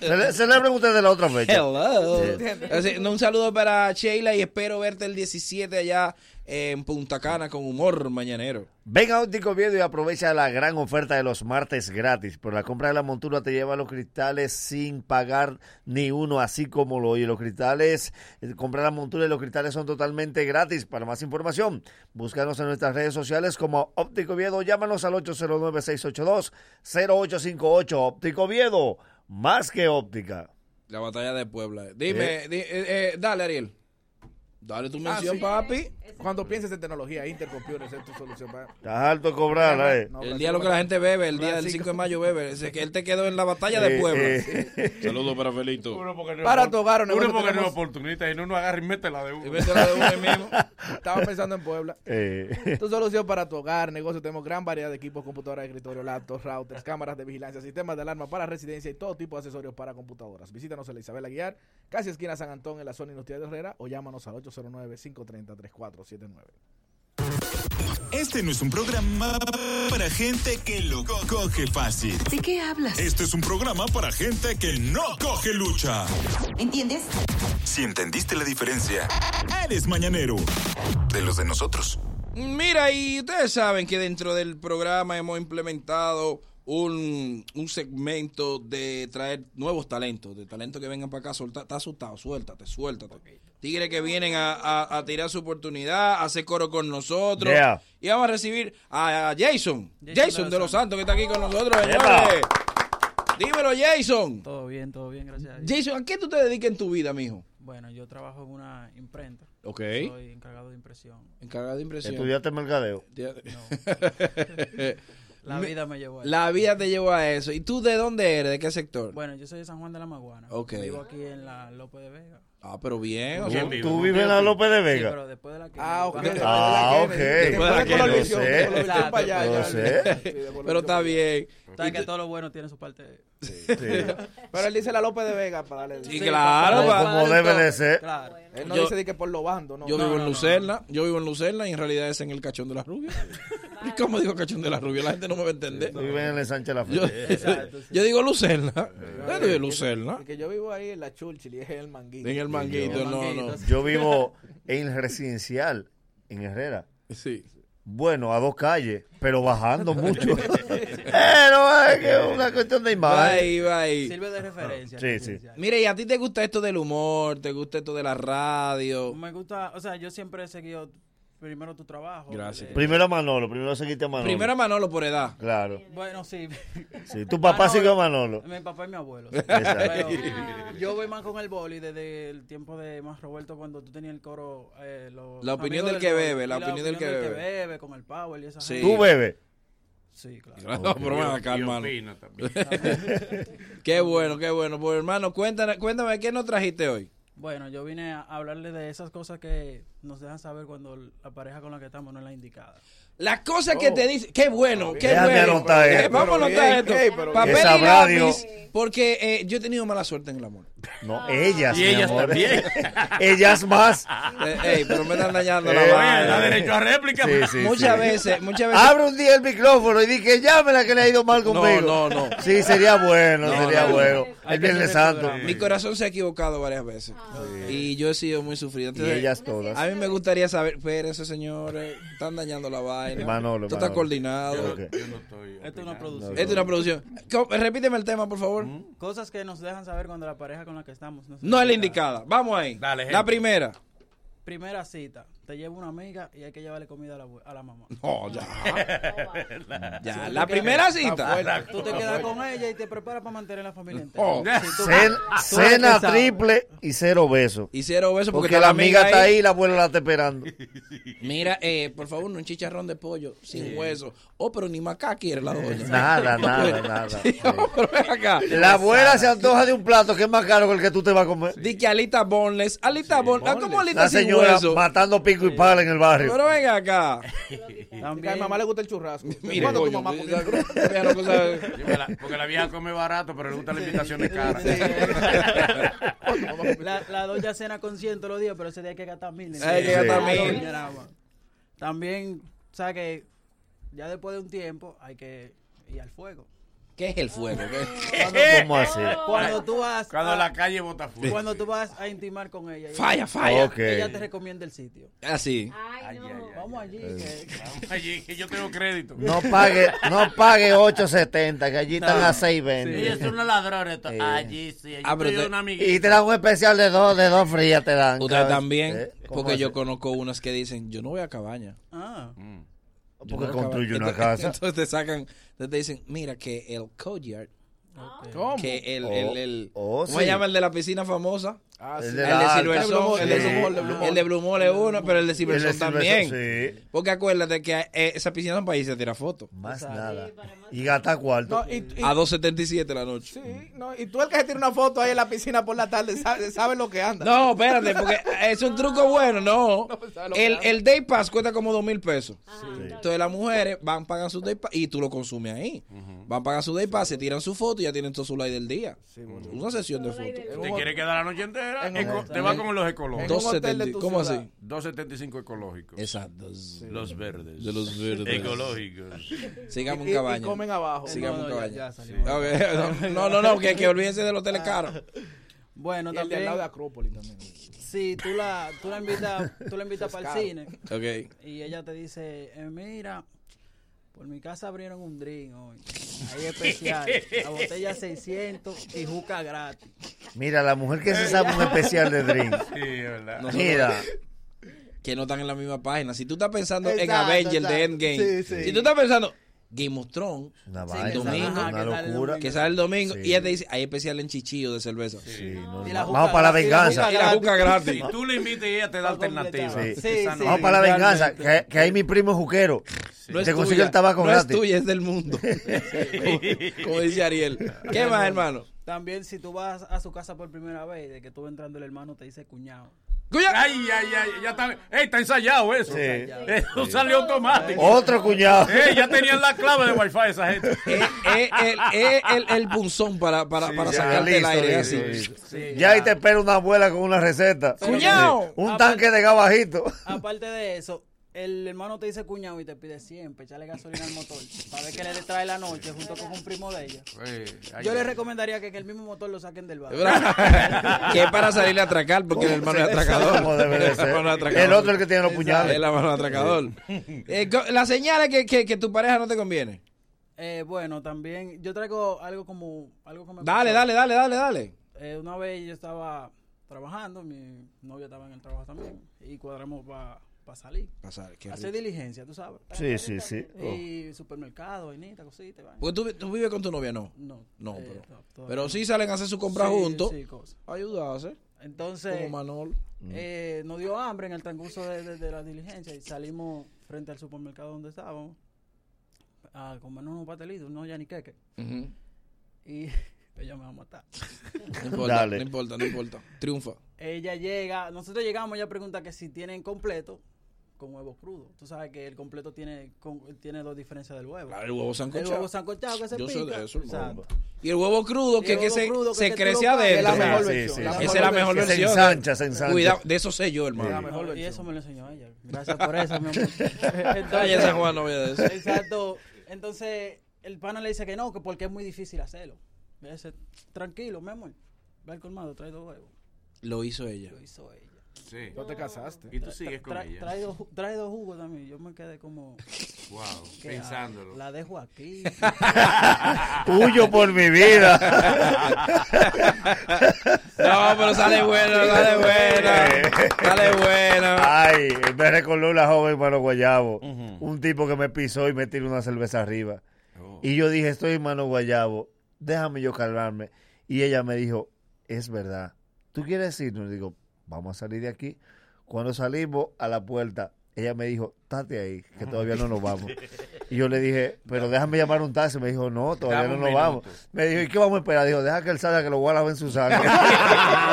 [SPEAKER 4] Cele- celebren ustedes la otra fecha.
[SPEAKER 6] Hello.
[SPEAKER 4] Sí.
[SPEAKER 6] Así, no, un saludo para Sheila y espero verte el 17 allá en Punta Cana con humor mañanero.
[SPEAKER 4] Ven a Óptico Viedo y aprovecha la gran oferta de los martes gratis. Por la compra de la montura te lleva los cristales sin pagar ni uno, así como lo oye. Los cristales, eh, comprar la montura y los cristales son totalmente gratis. Para más información, búscanos en nuestras redes sociales como Óptico Viedo. Llámanos al 809-682-0858. Óptico Viedo, más que óptica.
[SPEAKER 6] La batalla de Puebla. Dime, di- eh, eh, dale, Ariel. Dale
[SPEAKER 3] Ah,
[SPEAKER 6] tu mención, papi.
[SPEAKER 3] Cuando pienses en tecnología, Intercomputers es tu solución para...
[SPEAKER 4] Estás harto de cobrar, eh.
[SPEAKER 6] El día lo que la gente bebe, el día del 5 de mayo bebe. Ese que él te quedó en la batalla de
[SPEAKER 4] Eh,
[SPEAKER 6] Puebla. Ah,
[SPEAKER 4] eh.
[SPEAKER 6] Saludos para Felito.
[SPEAKER 3] Para tu hogar,
[SPEAKER 1] Uno
[SPEAKER 3] negocio
[SPEAKER 1] porque no es
[SPEAKER 3] tenemos-
[SPEAKER 1] oportunista y no uno agarra y métela de uno.
[SPEAKER 3] Estaba pensando en Puebla.
[SPEAKER 4] Eh.
[SPEAKER 3] Tu solución para tu hogar, negocio, tenemos gran variedad de equipos, computadoras de escritorio, laptops, routers, cámaras de vigilancia, sistemas de alarma para residencia y todo tipo de accesorios para computadoras. Visítanos en la Isabel Aguiar, casi esquina San Antón, en la zona industrial de Herrera, o llámanos al 809-530-3479.
[SPEAKER 5] Este no es un programa para gente que lo co- coge fácil.
[SPEAKER 15] ¿De qué hablas?
[SPEAKER 5] Este es un programa para gente que no coge lucha.
[SPEAKER 15] ¿Entiendes?
[SPEAKER 5] Si entendiste la diferencia, eres mañanero. De los de nosotros.
[SPEAKER 6] Mira, y ustedes saben que dentro del programa hemos implementado un, un segmento de traer nuevos talentos, de talentos que vengan para acá, solta, está asustado, suéltate, suéltate. Tigres que vienen a, a- a tirar su oportunidad, a hacer coro con nosotros.
[SPEAKER 4] Yeah.
[SPEAKER 6] Y vamos a recibir a, a Jason, Jason, de los Santos, que está aquí con nosotros,
[SPEAKER 4] Epa.
[SPEAKER 6] señores. Dímelo, Jason.
[SPEAKER 16] Todo bien, todo bien, gracias a Dios.
[SPEAKER 6] Jason, ¿a qué tú te dedicas en tu vida, mijo?
[SPEAKER 16] Bueno, yo trabajo en una imprenta.
[SPEAKER 6] Ok.
[SPEAKER 16] Soy encargado de impresión.
[SPEAKER 6] Encargado de impresión.
[SPEAKER 4] ¿Estudiaste mercadeo?
[SPEAKER 6] Estudia-
[SPEAKER 16] La vida me llevó a eso.
[SPEAKER 6] La vida te llevó a eso. ¿Y tú de dónde eres? ¿De qué sector?
[SPEAKER 16] Bueno, yo soy de San Juan de la Maguana.
[SPEAKER 6] Ok.
[SPEAKER 16] Vivo aquí en la López de Vega.
[SPEAKER 6] Ah, pero bien.
[SPEAKER 4] ¿Tú- tú vives en la López de Vega?
[SPEAKER 16] Sí, pero después de la que...
[SPEAKER 3] Ah, ok.
[SPEAKER 4] Ah, ok.
[SPEAKER 16] Después de la
[SPEAKER 4] No
[SPEAKER 16] colonización,
[SPEAKER 4] sé.
[SPEAKER 16] colonización para allá,
[SPEAKER 4] No
[SPEAKER 16] ya.
[SPEAKER 4] sé.
[SPEAKER 6] Pero está bien.
[SPEAKER 16] Sabes que todo lo bueno tiene su parte...
[SPEAKER 3] Pero él dice la López de Vega para darle...
[SPEAKER 6] Sí,
[SPEAKER 3] para
[SPEAKER 6] claro,
[SPEAKER 3] darle
[SPEAKER 6] como
[SPEAKER 3] cuadro y
[SPEAKER 6] debe
[SPEAKER 3] todo.
[SPEAKER 6] de ser.
[SPEAKER 3] Claro. Él no
[SPEAKER 6] Yo-
[SPEAKER 3] dice de que por lo bando, no.
[SPEAKER 6] Yo
[SPEAKER 3] No,
[SPEAKER 6] vivo en
[SPEAKER 3] no, no.
[SPEAKER 6] Lucerna, yo vivo en Lucerna y en realidad es en el cachón de las rubias. ¿Y cómo digo cachón de las rubias? La gente no me va a entender.
[SPEAKER 4] Tú vives en el Sánchez de la
[SPEAKER 6] Yo,
[SPEAKER 4] Fe. Exacto, sí.
[SPEAKER 6] yo digo Lucerna. Yo digo
[SPEAKER 3] Es
[SPEAKER 6] Lucerna.
[SPEAKER 3] Que yo vivo ahí en la Churchill y es el manguito.
[SPEAKER 6] En el manguito,
[SPEAKER 3] El
[SPEAKER 6] no,
[SPEAKER 3] manguito,
[SPEAKER 6] no.
[SPEAKER 3] sí.
[SPEAKER 4] Yo vivo en el residencial, en Herrera.
[SPEAKER 6] Sí.
[SPEAKER 4] Bueno, a dos calles, pero bajando mucho. eh, no, es que es una cuestión de
[SPEAKER 6] Va
[SPEAKER 4] imagen. Ah,
[SPEAKER 6] ahí, va ahí.
[SPEAKER 16] Sirve de referencia.
[SPEAKER 4] Sí, sí.
[SPEAKER 6] Mire, ¿y a ti te gusta esto del humor? ¿Te gusta esto de la radio?
[SPEAKER 16] Me gusta, o sea, yo siempre he seguido primero tu trabajo.
[SPEAKER 6] Gracias.
[SPEAKER 16] Eh,
[SPEAKER 4] Primero a Manolo, primero seguiste a Manolo.
[SPEAKER 6] Primero a Manolo por edad.
[SPEAKER 4] Claro.
[SPEAKER 16] Bueno, sí.
[SPEAKER 4] Sí, tu papá siguió a Manolo.
[SPEAKER 16] Mi papá y mi abuelo. sí.
[SPEAKER 4] Exacto.
[SPEAKER 16] Pero yo voy más con el boli desde el tiempo de más Roberto cuando tú tenías el coro. eh, los
[SPEAKER 6] La opinión
[SPEAKER 16] amigos
[SPEAKER 6] del que
[SPEAKER 16] boli.
[SPEAKER 6] bebe, la
[SPEAKER 16] Y
[SPEAKER 6] opinión del que bebe.
[SPEAKER 16] con el power y Ah, esa
[SPEAKER 6] Sí.
[SPEAKER 16] gente.
[SPEAKER 4] ¿Tú bebes?
[SPEAKER 16] Sí, claro.
[SPEAKER 6] No, pero ven acá,
[SPEAKER 16] Y
[SPEAKER 6] hermano.
[SPEAKER 16] opina también.
[SPEAKER 6] qué bueno, qué bueno. Pues, hermano, cuéntame, cuéntame, ¿qué nos trajiste hoy?
[SPEAKER 16] Bueno, yo vine a hablarle de esas cosas que nos dejan saber cuando la pareja con la que estamos no es la indicada.
[SPEAKER 6] Las cosas que te dicen, qué bueno, qué
[SPEAKER 4] Oh. Déjame
[SPEAKER 6] bueno. Eh,
[SPEAKER 4] anotar esto.
[SPEAKER 6] Vamos
[SPEAKER 4] Pero
[SPEAKER 6] a anotar
[SPEAKER 4] bien,
[SPEAKER 6] esto.
[SPEAKER 4] ey, pero
[SPEAKER 6] Papel
[SPEAKER 4] bien.
[SPEAKER 6] y
[SPEAKER 4] Sabrá
[SPEAKER 6] lápiz,
[SPEAKER 4] Dios.
[SPEAKER 6] porque eh, yo he tenido mala suerte en el amor.
[SPEAKER 4] No, ellas.
[SPEAKER 6] Y
[SPEAKER 4] mi
[SPEAKER 6] ellas
[SPEAKER 4] amor.
[SPEAKER 6] también.
[SPEAKER 4] ellas más.
[SPEAKER 6] Eh, ey, pero me están dañando
[SPEAKER 4] Ah. Eh,
[SPEAKER 6] la vaina.
[SPEAKER 4] da derecho a réplica. Sí, sí,
[SPEAKER 6] muchas
[SPEAKER 4] sí.
[SPEAKER 6] veces, muchas veces.
[SPEAKER 4] Abre un día el micrófono y di que llámela que le ha ido mal conmigo.
[SPEAKER 6] no, no.
[SPEAKER 4] Sí, sería bueno,
[SPEAKER 6] No,
[SPEAKER 4] sería
[SPEAKER 6] no, no.
[SPEAKER 4] bueno.
[SPEAKER 6] Hay
[SPEAKER 4] El
[SPEAKER 6] que
[SPEAKER 4] Viernes
[SPEAKER 6] hacer Ah. el
[SPEAKER 4] Santo.
[SPEAKER 6] programa. Mi corazón se ha equivocado varias veces. Y yo he sido muy sufrido. Entonces,
[SPEAKER 4] Y ellas todas.
[SPEAKER 6] A mí me gustaría saber, pero esos señores eh, están dañando la vaina.
[SPEAKER 4] Manolo,
[SPEAKER 6] Esto está
[SPEAKER 4] Manolo.
[SPEAKER 6] coordinado.
[SPEAKER 4] Ok.
[SPEAKER 16] Esto es una producción.
[SPEAKER 6] Esto es una producción. Co- Repíteme el tema, por favor.
[SPEAKER 16] Cosas que nos dejan saber cuando la pareja con la que estamos no,
[SPEAKER 6] No es la indicada. Vamos ahí. la primera.
[SPEAKER 16] Primera cita, te lleva una amiga y hay que llevarle comida a la, abue- a la mamá.
[SPEAKER 6] No, ya.
[SPEAKER 16] Si
[SPEAKER 6] ya,
[SPEAKER 16] tú te quedas-
[SPEAKER 6] la primera
[SPEAKER 16] Está
[SPEAKER 6] cita.
[SPEAKER 16] fuerte. Tú te quedas con ella y te preparas para mantener la familia entera.
[SPEAKER 6] Oh.
[SPEAKER 16] Si tú-
[SPEAKER 4] Cen-
[SPEAKER 16] tú eres
[SPEAKER 4] cena
[SPEAKER 16] que sabes.
[SPEAKER 4] triple y cero besos.
[SPEAKER 6] Y cero besos porque
[SPEAKER 4] porque,
[SPEAKER 6] está
[SPEAKER 4] la amiga está ahí y la abuela la está esperando.
[SPEAKER 6] Mira, eh, por favor, un chicharrón de pollo sin
[SPEAKER 4] Sí.
[SPEAKER 6] hueso. Oh, pero ni macá quiere la doña.
[SPEAKER 4] Nada, nada, nada.
[SPEAKER 6] Sí, oh, pero ven acá.
[SPEAKER 4] La abuela se antoja de un plato que es más caro que el que tú te vas a comer.
[SPEAKER 6] Di que alita boneless, alita boneless. Ah, ¿Cómo alita
[SPEAKER 4] La
[SPEAKER 6] sin
[SPEAKER 4] señora
[SPEAKER 6] hueso?
[SPEAKER 4] matando pico y pala en el barrio.
[SPEAKER 6] Pero venga acá.
[SPEAKER 3] Que a mi mamá le gusta el churrasco.
[SPEAKER 6] Mira,
[SPEAKER 3] ¿Cuándo tu
[SPEAKER 6] coño, pues,
[SPEAKER 3] mamá
[SPEAKER 6] tú
[SPEAKER 3] comió
[SPEAKER 6] sabes-
[SPEAKER 3] churrasco?
[SPEAKER 6] Vea lo que sabe.
[SPEAKER 1] Porque la- Porque la vieja come barato, pero le gustan las invitaciones caras.
[SPEAKER 16] La, la doña cena con ciento los días, pero ese día hay que gastar mil.
[SPEAKER 6] Hay que gastar
[SPEAKER 16] La
[SPEAKER 6] mil.
[SPEAKER 16] doña nada más. También, o sea que ya después de un tiempo hay que ir al fuego.
[SPEAKER 6] ¿Qué es el fuego?
[SPEAKER 4] ¿Cómo así?
[SPEAKER 16] Cuando tú vas
[SPEAKER 1] Cuando
[SPEAKER 16] a-
[SPEAKER 1] la calle bota fuego.
[SPEAKER 16] Cuando tú vas a intimar con ella. ella-
[SPEAKER 6] Falla, falla. Ok.
[SPEAKER 16] Ella te recomienda el sitio.
[SPEAKER 6] Ah, sí.
[SPEAKER 16] Ay, Vamos allí.
[SPEAKER 4] Eh.
[SPEAKER 16] que-
[SPEAKER 1] Vamos allí, que yo tengo crédito.
[SPEAKER 4] No pague, no pague 8.70, que allí están
[SPEAKER 1] No.
[SPEAKER 4] a
[SPEAKER 1] Sí, es
[SPEAKER 4] 6.20.
[SPEAKER 1] una ladrona esto.
[SPEAKER 4] Sí.
[SPEAKER 1] Allí sí, allí
[SPEAKER 6] Ah, pero
[SPEAKER 1] estoy
[SPEAKER 6] te-
[SPEAKER 1] una amiguita.
[SPEAKER 4] Y te dan un especial de dos, de dos frías te dan.
[SPEAKER 6] Ustedes
[SPEAKER 4] ¿sabes?
[SPEAKER 6] también,
[SPEAKER 4] ¿Eh? ¿Cómo
[SPEAKER 6] porque
[SPEAKER 4] así? Mm.
[SPEAKER 6] yo conozco unas que dicen, yo no voy a cabaña.
[SPEAKER 16] Ah.
[SPEAKER 6] Yo
[SPEAKER 4] Porque
[SPEAKER 6] voy a
[SPEAKER 4] construye
[SPEAKER 6] cabaña.
[SPEAKER 4] una
[SPEAKER 6] Entonces-
[SPEAKER 4] casa.
[SPEAKER 6] Entonces te sacan, entonces te dicen, mira que el courtyard,
[SPEAKER 16] ¿Cómo?
[SPEAKER 6] que el,
[SPEAKER 4] Oh,
[SPEAKER 6] el, el-
[SPEAKER 4] oh,
[SPEAKER 6] ¿cómo
[SPEAKER 4] sí.
[SPEAKER 6] se llama el de la piscina famosa?
[SPEAKER 4] Ah,
[SPEAKER 6] el
[SPEAKER 4] sí.
[SPEAKER 6] de
[SPEAKER 4] El de la
[SPEAKER 6] Silver
[SPEAKER 4] alta.
[SPEAKER 6] Song, el de
[SPEAKER 4] Sí.
[SPEAKER 6] Silver-
[SPEAKER 4] El de Blue
[SPEAKER 6] el de Blue Mall es uno, pero el de Silver
[SPEAKER 4] El de
[SPEAKER 6] Song
[SPEAKER 4] Silver
[SPEAKER 6] también.
[SPEAKER 4] Song,
[SPEAKER 6] Porque acuérdate que eh, esa piscina son países tira fotos.
[SPEAKER 4] Más nada. Y gata cuarto.
[SPEAKER 6] A 2.77 la noche.
[SPEAKER 3] No, y tú el que se tira una foto ahí en la piscina por la tarde, sabe, sabe lo que anda.
[SPEAKER 6] No, espérate, porque es un truco bueno, no. El, el Day Pass cuesta como dos mil pesos. Entonces las mujeres van, pagan su Day Pass y tú lo consumes ahí. Van, pagan su Day Pass, se tiran su foto y ya tienen todo su like del día. Una sesión de fotos.
[SPEAKER 1] ¿Te quieres quedar la noche entera?
[SPEAKER 6] En un
[SPEAKER 1] Eco-
[SPEAKER 6] hotel.
[SPEAKER 1] te vas con los ecológicos.
[SPEAKER 6] En un hotel de tu 270, ¿cómo ciudad. así?
[SPEAKER 1] 275 ecológicos.
[SPEAKER 6] Exacto.
[SPEAKER 1] Los verdes.
[SPEAKER 6] De los verdes.
[SPEAKER 1] Ecológicos.
[SPEAKER 6] Sigamos
[SPEAKER 3] Y-
[SPEAKER 6] en
[SPEAKER 3] y- y
[SPEAKER 6] cabaña.
[SPEAKER 3] comen abajo.
[SPEAKER 6] Sigamos
[SPEAKER 3] No,
[SPEAKER 6] en
[SPEAKER 3] no,
[SPEAKER 6] cabaña.
[SPEAKER 3] ya- ya
[SPEAKER 6] Sí.
[SPEAKER 3] salimos.
[SPEAKER 6] Ok, No, no, no, que, que olvídense de los hoteles caros.
[SPEAKER 16] Bueno,
[SPEAKER 3] Y el de
[SPEAKER 16] también.
[SPEAKER 3] al lado de Acrópolis también.
[SPEAKER 16] Si tú la, tú la invitas, tú la invitas
[SPEAKER 3] Eso es
[SPEAKER 16] para el cine.
[SPEAKER 6] caro. Ok.
[SPEAKER 16] Y ella te dice, eh, mira, por mi casa abrieron un drink hoy. Ahí especial. La botella 600 y juca gratis.
[SPEAKER 4] Mira, la mujer que
[SPEAKER 1] Eh.
[SPEAKER 4] se sabe un especial de drink.
[SPEAKER 1] Sí, es verdad.
[SPEAKER 6] Nosotros-
[SPEAKER 4] Mira.
[SPEAKER 6] Que no están en la misma página. Si tú estás pensando en
[SPEAKER 4] Exacto,
[SPEAKER 6] Avengers de
[SPEAKER 4] exacto.
[SPEAKER 6] Endgame.
[SPEAKER 4] Sí, sí.
[SPEAKER 6] Si tú estás pensando Game of Thrones.
[SPEAKER 4] Una
[SPEAKER 6] el
[SPEAKER 4] vaina,
[SPEAKER 6] domingo,
[SPEAKER 4] una Ajá, que sale el locura. domingo.
[SPEAKER 6] Que sale el domingo.
[SPEAKER 4] Sí.
[SPEAKER 6] Y ella te dice, hay especial en chichillo de cerveza.
[SPEAKER 4] Y la Vamos juca para la gratis, venganza.
[SPEAKER 6] Y la juca gratis.
[SPEAKER 1] Si tú le invitas y ella te da alternativa.
[SPEAKER 4] Sí.
[SPEAKER 1] Esa no.
[SPEAKER 4] Vamos para la venganza, que, que ahí mi primo es juquero.
[SPEAKER 6] No es
[SPEAKER 4] Te consigue
[SPEAKER 6] tuya,
[SPEAKER 4] el tabaco
[SPEAKER 6] no es
[SPEAKER 4] gratis.
[SPEAKER 6] tuya, es del mundo. como, como dice Ariel. ¿Qué más, hermano?
[SPEAKER 16] También si tú vas a su casa por primera vez, de que tú vas entrando el hermano te dice cuñado.
[SPEAKER 1] Ay, ay, ay, ya está. ¡Ey, está ensayado eso!
[SPEAKER 4] Sí.
[SPEAKER 1] Eso salió automático.
[SPEAKER 4] Otro cuñado.
[SPEAKER 1] ¡Ey, ya tenían la clave de Wi-Fi esa gente!
[SPEAKER 6] Es Eh, el, es el, el punzón para, para, para
[SPEAKER 4] Ya,
[SPEAKER 6] sacarte el
[SPEAKER 4] listo,
[SPEAKER 6] aire.
[SPEAKER 4] listo,
[SPEAKER 6] así.
[SPEAKER 4] listo. ya ahí te espera una abuela con una receta.
[SPEAKER 16] Cuñao.
[SPEAKER 4] Sí. Un tanque de gabajito.
[SPEAKER 16] Aparte de eso, el hermano te dice cuñado y te pide siempre echarle gasolina al motor para ver qué le trae la noche junto con un primo de ella. Yo le recomendaría que, que el mismo motor lo saquen del barrio.
[SPEAKER 6] que es para salirle a atracar, porque el hermano es atracador.
[SPEAKER 4] Como debe de
[SPEAKER 6] El
[SPEAKER 4] ser.
[SPEAKER 6] hermano es atracador.
[SPEAKER 4] El otro es el que tiene los puñales.
[SPEAKER 6] Es la mano atracador. Eh, co- la señal es que, que, que tu pareja no te conviene.
[SPEAKER 16] Eh, bueno, también yo traigo algo como algo que me
[SPEAKER 6] Dale,
[SPEAKER 16] pasó.
[SPEAKER 6] dale, dale, dale, dale.
[SPEAKER 16] Eh, una vez yo estaba trabajando, mi novia estaba en el trabajo también y cuadramos para salir.
[SPEAKER 6] Pasar, qué
[SPEAKER 16] Hacer
[SPEAKER 6] rico.
[SPEAKER 16] diligencia, tú sabes.
[SPEAKER 4] Sí, sí, sí. Oh.
[SPEAKER 16] Y supermercado, vainita, cosita, vaina.
[SPEAKER 6] Porque tú, vi- tú vives con tu novia, ¿no?
[SPEAKER 16] No.
[SPEAKER 6] No,
[SPEAKER 16] Eh,
[SPEAKER 6] pero.
[SPEAKER 16] no, todavía
[SPEAKER 6] pero
[SPEAKER 16] no.
[SPEAKER 6] sí salen a hacer su compra
[SPEAKER 16] Sí,
[SPEAKER 6] juntos.
[SPEAKER 16] sí, cosa.
[SPEAKER 6] Ayudarse.
[SPEAKER 16] Entonces,
[SPEAKER 6] Como Manolo. Mm.
[SPEAKER 16] eh, nos dio hambre en el transcurso de, de- de la diligencia y salimos frente al supermercado donde estábamos a comernos unos patelitos, no ya ni queque.
[SPEAKER 6] Ujú.
[SPEAKER 16] Y ella me va a matar.
[SPEAKER 6] No importa,
[SPEAKER 4] Dale.
[SPEAKER 6] no importa, no importa. Triunfa.
[SPEAKER 16] Ella llega, nosotros llegamos, ella pregunta que si tienen completo con huevo crudo. Tú sabes que el completo tiene con- tiene dos diferencias del huevo.
[SPEAKER 6] Claro, Ah, el huevo sancochado.
[SPEAKER 16] El huevo sancochado que se
[SPEAKER 6] Yo sé
[SPEAKER 16] pica.
[SPEAKER 6] de eso, hermano.
[SPEAKER 16] Exacto.
[SPEAKER 6] Y el huevo crudo,
[SPEAKER 16] Y
[SPEAKER 6] que,
[SPEAKER 16] el
[SPEAKER 6] que
[SPEAKER 16] huevo
[SPEAKER 6] se,
[SPEAKER 16] crudo, que
[SPEAKER 6] se
[SPEAKER 16] te
[SPEAKER 6] crece
[SPEAKER 16] lo pague.
[SPEAKER 6] adentro.
[SPEAKER 16] Es la mejor
[SPEAKER 6] Sí,
[SPEAKER 16] versión,
[SPEAKER 6] sí,
[SPEAKER 16] la
[SPEAKER 6] sí.
[SPEAKER 16] mejor
[SPEAKER 6] Esa es la mejor
[SPEAKER 16] versión. Se
[SPEAKER 6] versión.
[SPEAKER 16] ensancha, se ensancha.
[SPEAKER 6] Cuidado, de eso sé yo, hermano.
[SPEAKER 16] y eso me lo enseñó ella. Gracias por eso, mi amor.
[SPEAKER 6] Ay, esa Juana, voy a decir.
[SPEAKER 16] Exacto. Entonces, el pana le dice que no, que porque es muy difícil hacerlo. Le dice, tranquilo, mi amor. Ve al colmado, trae dos huevos.
[SPEAKER 6] Lo hizo ella.
[SPEAKER 16] Lo hizo ella.
[SPEAKER 1] Sí.
[SPEAKER 3] No te casaste.
[SPEAKER 1] Y tú
[SPEAKER 16] Tra-
[SPEAKER 1] sigues con
[SPEAKER 16] tra-
[SPEAKER 1] ella.
[SPEAKER 16] Trae dos, ju- trae dos jugos también. Yo me quedé como...
[SPEAKER 1] Wow,
[SPEAKER 16] ¿qué
[SPEAKER 1] pensándolo.
[SPEAKER 16] hago? La dejo aquí.
[SPEAKER 4] Huyo por mi vida.
[SPEAKER 6] No, pero sale bueno, sale bueno. Sale bueno.
[SPEAKER 4] Ay, me recordó una joven mano guayabo. Un tipo que me pisó y me tiró una cerveza arriba.
[SPEAKER 1] Oh.
[SPEAKER 4] Y yo dije, estoy en mano guayabo. Déjame yo calmarme. Y ella me dijo, es verdad. ¿Tú quieres irnos? Digo, vamos a salir de aquí. Cuando salimos a la puerta, ella me dijo, estate ahí, que todavía no nos vamos. Y yo le dije, pero déjame llamar un taxi. Me dijo, no, todavía
[SPEAKER 1] Dame
[SPEAKER 4] no
[SPEAKER 1] un
[SPEAKER 4] nos vamos.
[SPEAKER 1] minuto.
[SPEAKER 4] Me dijo, ¿y qué vamos a esperar? Dijo, deja que él salga, que lo voy a lavar en su sangre.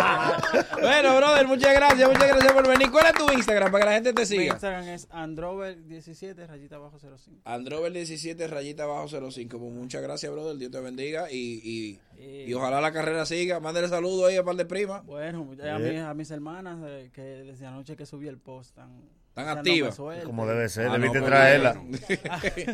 [SPEAKER 6] Bueno, brother, muchas gracias, muchas gracias por venir. ¿Cuál es tu Instagram para que la gente te
[SPEAKER 16] Mi
[SPEAKER 6] siga?
[SPEAKER 16] Instagram es androver17, rayita abajo 05.
[SPEAKER 6] Androver17, rayita bajo 05. Pues muchas gracias, brother. Dios te bendiga. Y, y, y ojalá la carrera siga. Mándale saludos ahí a par de primas.
[SPEAKER 16] Bueno, ya a,
[SPEAKER 6] Eh.
[SPEAKER 16] mis, a mis hermanas eh, que desde anoche que subí el post están
[SPEAKER 6] Están activas.
[SPEAKER 4] Como debe ser,
[SPEAKER 6] Ah,
[SPEAKER 4] debiste
[SPEAKER 6] no, pues,
[SPEAKER 4] traerla.
[SPEAKER 6] bueno.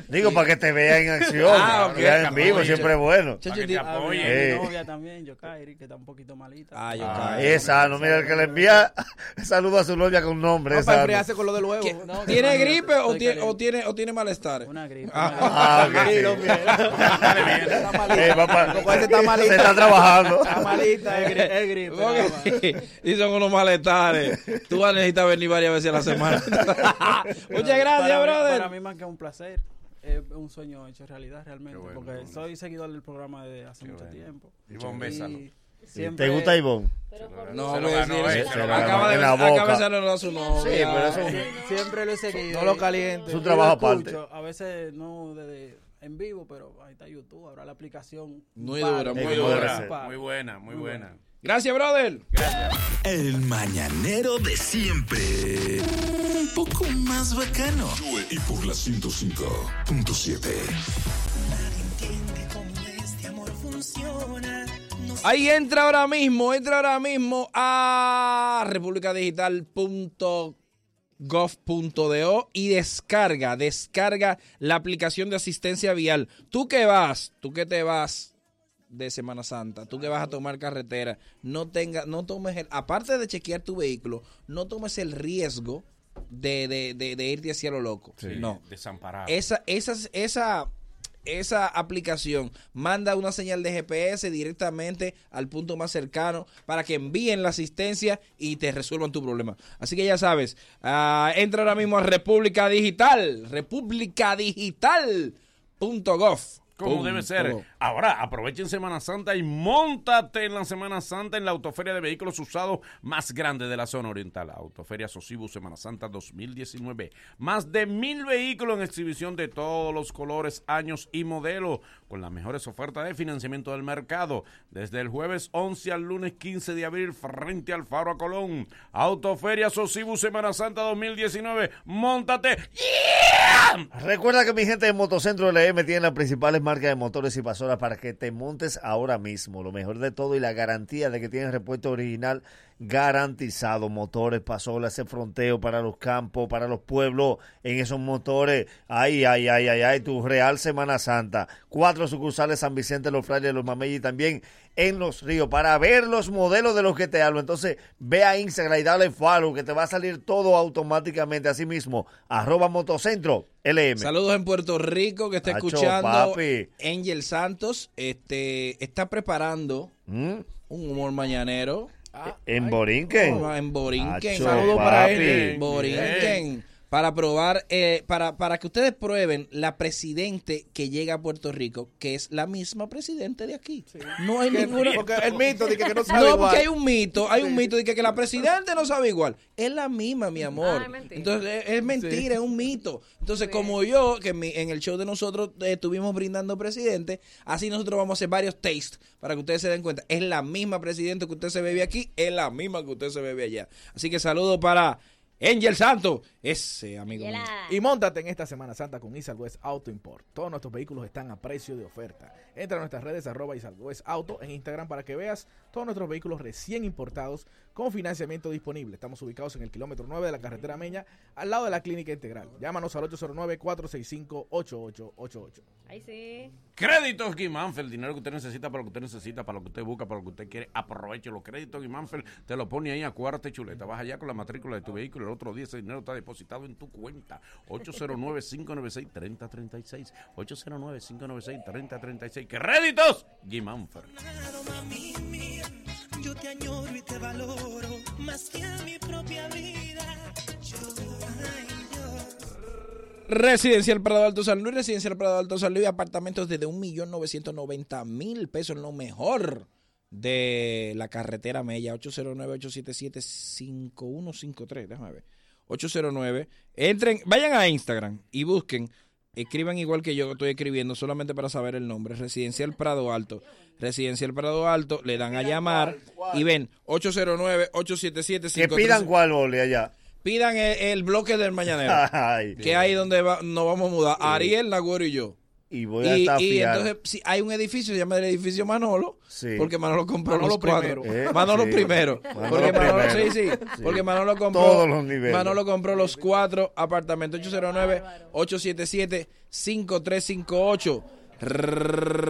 [SPEAKER 4] Digo, para que te vea en acción,
[SPEAKER 6] Ah, ok.
[SPEAKER 4] vea en vivo,
[SPEAKER 6] Oye,
[SPEAKER 4] siempre es bueno.
[SPEAKER 6] Chacho, di-
[SPEAKER 16] Ah,
[SPEAKER 4] apoye.
[SPEAKER 16] mira,
[SPEAKER 4] Eh.
[SPEAKER 16] Mi novia también, Yokairi, que está un poquito malita.
[SPEAKER 6] Ah,
[SPEAKER 4] Ah, es sano, mira, el que le envía saludo a su novia con nombre.
[SPEAKER 3] No,
[SPEAKER 4] es
[SPEAKER 3] para
[SPEAKER 4] sano.
[SPEAKER 3] enfriarse con lo del huevo. No,
[SPEAKER 6] ¿Tiene
[SPEAKER 3] que-
[SPEAKER 6] gripe o tiene, o tiene o tiene malestar? Una gripe.
[SPEAKER 4] Ah, ok, sí.
[SPEAKER 6] Está
[SPEAKER 4] Eh, va pa-
[SPEAKER 6] Como ese está malita.
[SPEAKER 4] Se está trabajando.
[SPEAKER 6] Está malita, es gripe. Y son unos malestares. Tú vas a necesitar venir varias veces a la semana.
[SPEAKER 16] Pero
[SPEAKER 6] Muchas gracias,
[SPEAKER 16] para mí-
[SPEAKER 6] brother.
[SPEAKER 16] para mí más que un placer, es un sueño hecho realidad realmente, porque soy seguidor del programa desde hace mucho tiempo.
[SPEAKER 1] Ivonne, bésalo.
[SPEAKER 4] ¿Te gusta Ivonne?
[SPEAKER 6] No,
[SPEAKER 1] Se lo
[SPEAKER 6] voy a
[SPEAKER 1] ganó,
[SPEAKER 6] decir
[SPEAKER 4] eh,
[SPEAKER 6] eso.
[SPEAKER 4] se lo
[SPEAKER 6] Acaba
[SPEAKER 4] ganó
[SPEAKER 6] de
[SPEAKER 4] en
[SPEAKER 6] besar-
[SPEAKER 4] la boca.
[SPEAKER 6] acaba de besarle a su novia.
[SPEAKER 4] Sí, pero eso-
[SPEAKER 16] Siempre lo he seguido.
[SPEAKER 3] No lo caliente.
[SPEAKER 4] Es un trabajo
[SPEAKER 16] Yo lo
[SPEAKER 4] aparte.
[SPEAKER 16] A veces no desde en vivo, pero ahí está YouTube, habrá la aplicación.
[SPEAKER 6] Muy
[SPEAKER 16] Vale,
[SPEAKER 6] dura, muy
[SPEAKER 1] Muy
[SPEAKER 6] dura.
[SPEAKER 1] buena, muy buena, muy buena.
[SPEAKER 6] Gracias, brother.
[SPEAKER 5] El mañanero de siempre. Un poco más bacano. Y por la 105.7.
[SPEAKER 6] Ahí entra ahora mismo, entra ahora mismo a republicadigital.gov.do y descarga, descarga la aplicación de asistencia vial. Tú que vas, tú que te vas de Semana Santa, tú que vas a tomar carretera, no tenga, no tomes el, aparte de chequear tu vehículo, no tomes el riesgo de, de- de- de irte hacia lo loco. No.
[SPEAKER 1] Desamparado.
[SPEAKER 6] Esa, esas- esa, esa aplicación manda una señal de GPS directamente al punto más cercano para que envíen la asistencia y te resuelvan tu problema. Así que ya sabes, ah, entra ahora mismo a República Digital, republicadigital.gov.
[SPEAKER 1] Como debe ser. Ahora, aprovechen Semana Santa y montate en la Semana Santa en la autoferia de vehículos usados más grande de la zona oriental. Autoferia Sosibu Semana Santa 2019. Más de mil vehículos en exhibición de todos los colores, años y modelos, con las mejores ofertas de financiamiento del mercado. Desde el jueves 11 al lunes 15 de abril, frente al Faro a Colón. Autoferia Sosibu Semana Santa 2019. Montate.
[SPEAKER 4] Recuerda que mi gente de Motocentro LM tiene las principales marcas de motores y pasoras para que te montes ahora mismo. Lo mejor de todo y la garantía de que tienes repuesto original garantizado. Motores, pasolas, ese fronteo para los campos, para los pueblos, en esos motores. Ay, ay, ay, ay, ay, tu Real Semana Santa. Cuatro sucursales San Vicente, Los Frailes, Los Mamey y también en Los Ríos para ver los modelos de los que te hablo. Entonces ve a Instagram y dale follow que te va a salir todo automáticamente. Así mismo, arroba motocentro LM.
[SPEAKER 6] Saludos en Puerto Rico que está
[SPEAKER 4] Tacho,
[SPEAKER 6] escuchando.
[SPEAKER 4] papi.
[SPEAKER 6] Angel Santos este, está preparando
[SPEAKER 4] ¿Mm? Eh,
[SPEAKER 6] un humor mañanero.
[SPEAKER 4] En Borinquen.
[SPEAKER 6] Oh, en Borinquen.
[SPEAKER 4] Tacho,
[SPEAKER 6] Saludos para
[SPEAKER 4] papi.
[SPEAKER 6] él. Borinquen. Para probar, eh, para, para que ustedes prueben la presidente que llega a Puerto Rico, que es la misma presidente de aquí. No hay
[SPEAKER 3] Que-
[SPEAKER 6] ninguna.
[SPEAKER 3] porque el mito de que- que no sabe igual.
[SPEAKER 6] porque hay un mito, hay un mito de que, que la presidente no sabe igual. Es la misma, mi amor.
[SPEAKER 3] Ay, mentira.
[SPEAKER 6] Entonces, es, es mentira,
[SPEAKER 3] Sí.
[SPEAKER 6] es un mito. Entonces, como yo, que en, mi- en el show de nosotros eh, estuvimos brindando presidente, así nosotros vamos a hacer varios tastes para que ustedes se den cuenta. Es la misma presidente que usted se bebe aquí, es la misma que usted se bebe allá. Así que saludo para Angel Santo, ese amigo mío.
[SPEAKER 3] Y montate en esta Semana Santa con Isal West Auto Import. Todos nuestros vehículos están a precio de oferta. Entra a nuestras redes arroba Isal West Auto en Instagram para que veas todos nuestros vehículos recién importados con financiamiento disponible. Estamos ubicados en el kilómetro 9 de la carretera Meña, al lado de la clínica integral. Llámanos al 809-465-8888.
[SPEAKER 2] Ahí sí.
[SPEAKER 1] Créditos Guimánfer, el dinero que usted necesita para lo que usted necesita, para lo que usted busca, para lo que usted quiere, aproveche los créditos Guimánfer, te lo pone ahí a cuarta y chuleta, vas allá con la matrícula de tu vehículo, el otro día ese dinero está depositado en tu cuenta, 809-596-3036, 809-596-3036, créditos Guimánfer.
[SPEAKER 9] Yo te añoro y te valoro más que a mi propia vida. Yo, ay,
[SPEAKER 6] Residencial Prado Alto San Luis, Residencial Prado Alto San Luis, apartamentos desde 1.990.000 pesos, lo mejor de la carretera Mella, 809-877-5153, déjame ver, 809, entren, vayan a Instagram y busquen, escriban igual que yo que estoy escribiendo, solamente para saber el nombre, Residencial Prado Alto, Residencial Prado Alto, le dan a llamar y ven, 809-877-5153.
[SPEAKER 4] Que pidan cuál boli allá.
[SPEAKER 6] Pidan el, el bloque del mañanero.
[SPEAKER 4] Ay.
[SPEAKER 6] que ahí donde va- nos vamos a mudar. Ariel, Nagüero y yo.
[SPEAKER 4] y voy a estar
[SPEAKER 6] y
[SPEAKER 4] fiado.
[SPEAKER 6] entonces si hay un edificio, se llama el edificio Manolo,
[SPEAKER 4] Sí.
[SPEAKER 6] porque Manolo compró
[SPEAKER 4] Manolo
[SPEAKER 6] los cuatro.
[SPEAKER 4] primero. Eh,
[SPEAKER 6] Manolo
[SPEAKER 4] sí.
[SPEAKER 6] primero.
[SPEAKER 4] Manolo
[SPEAKER 6] porque Manolo,
[SPEAKER 4] primero.
[SPEAKER 6] sí, sí,
[SPEAKER 4] Sí.
[SPEAKER 6] porque Manolo compró
[SPEAKER 4] Todos los niveles.
[SPEAKER 6] Manolo compró los cuatro apartamentos 809 877 5358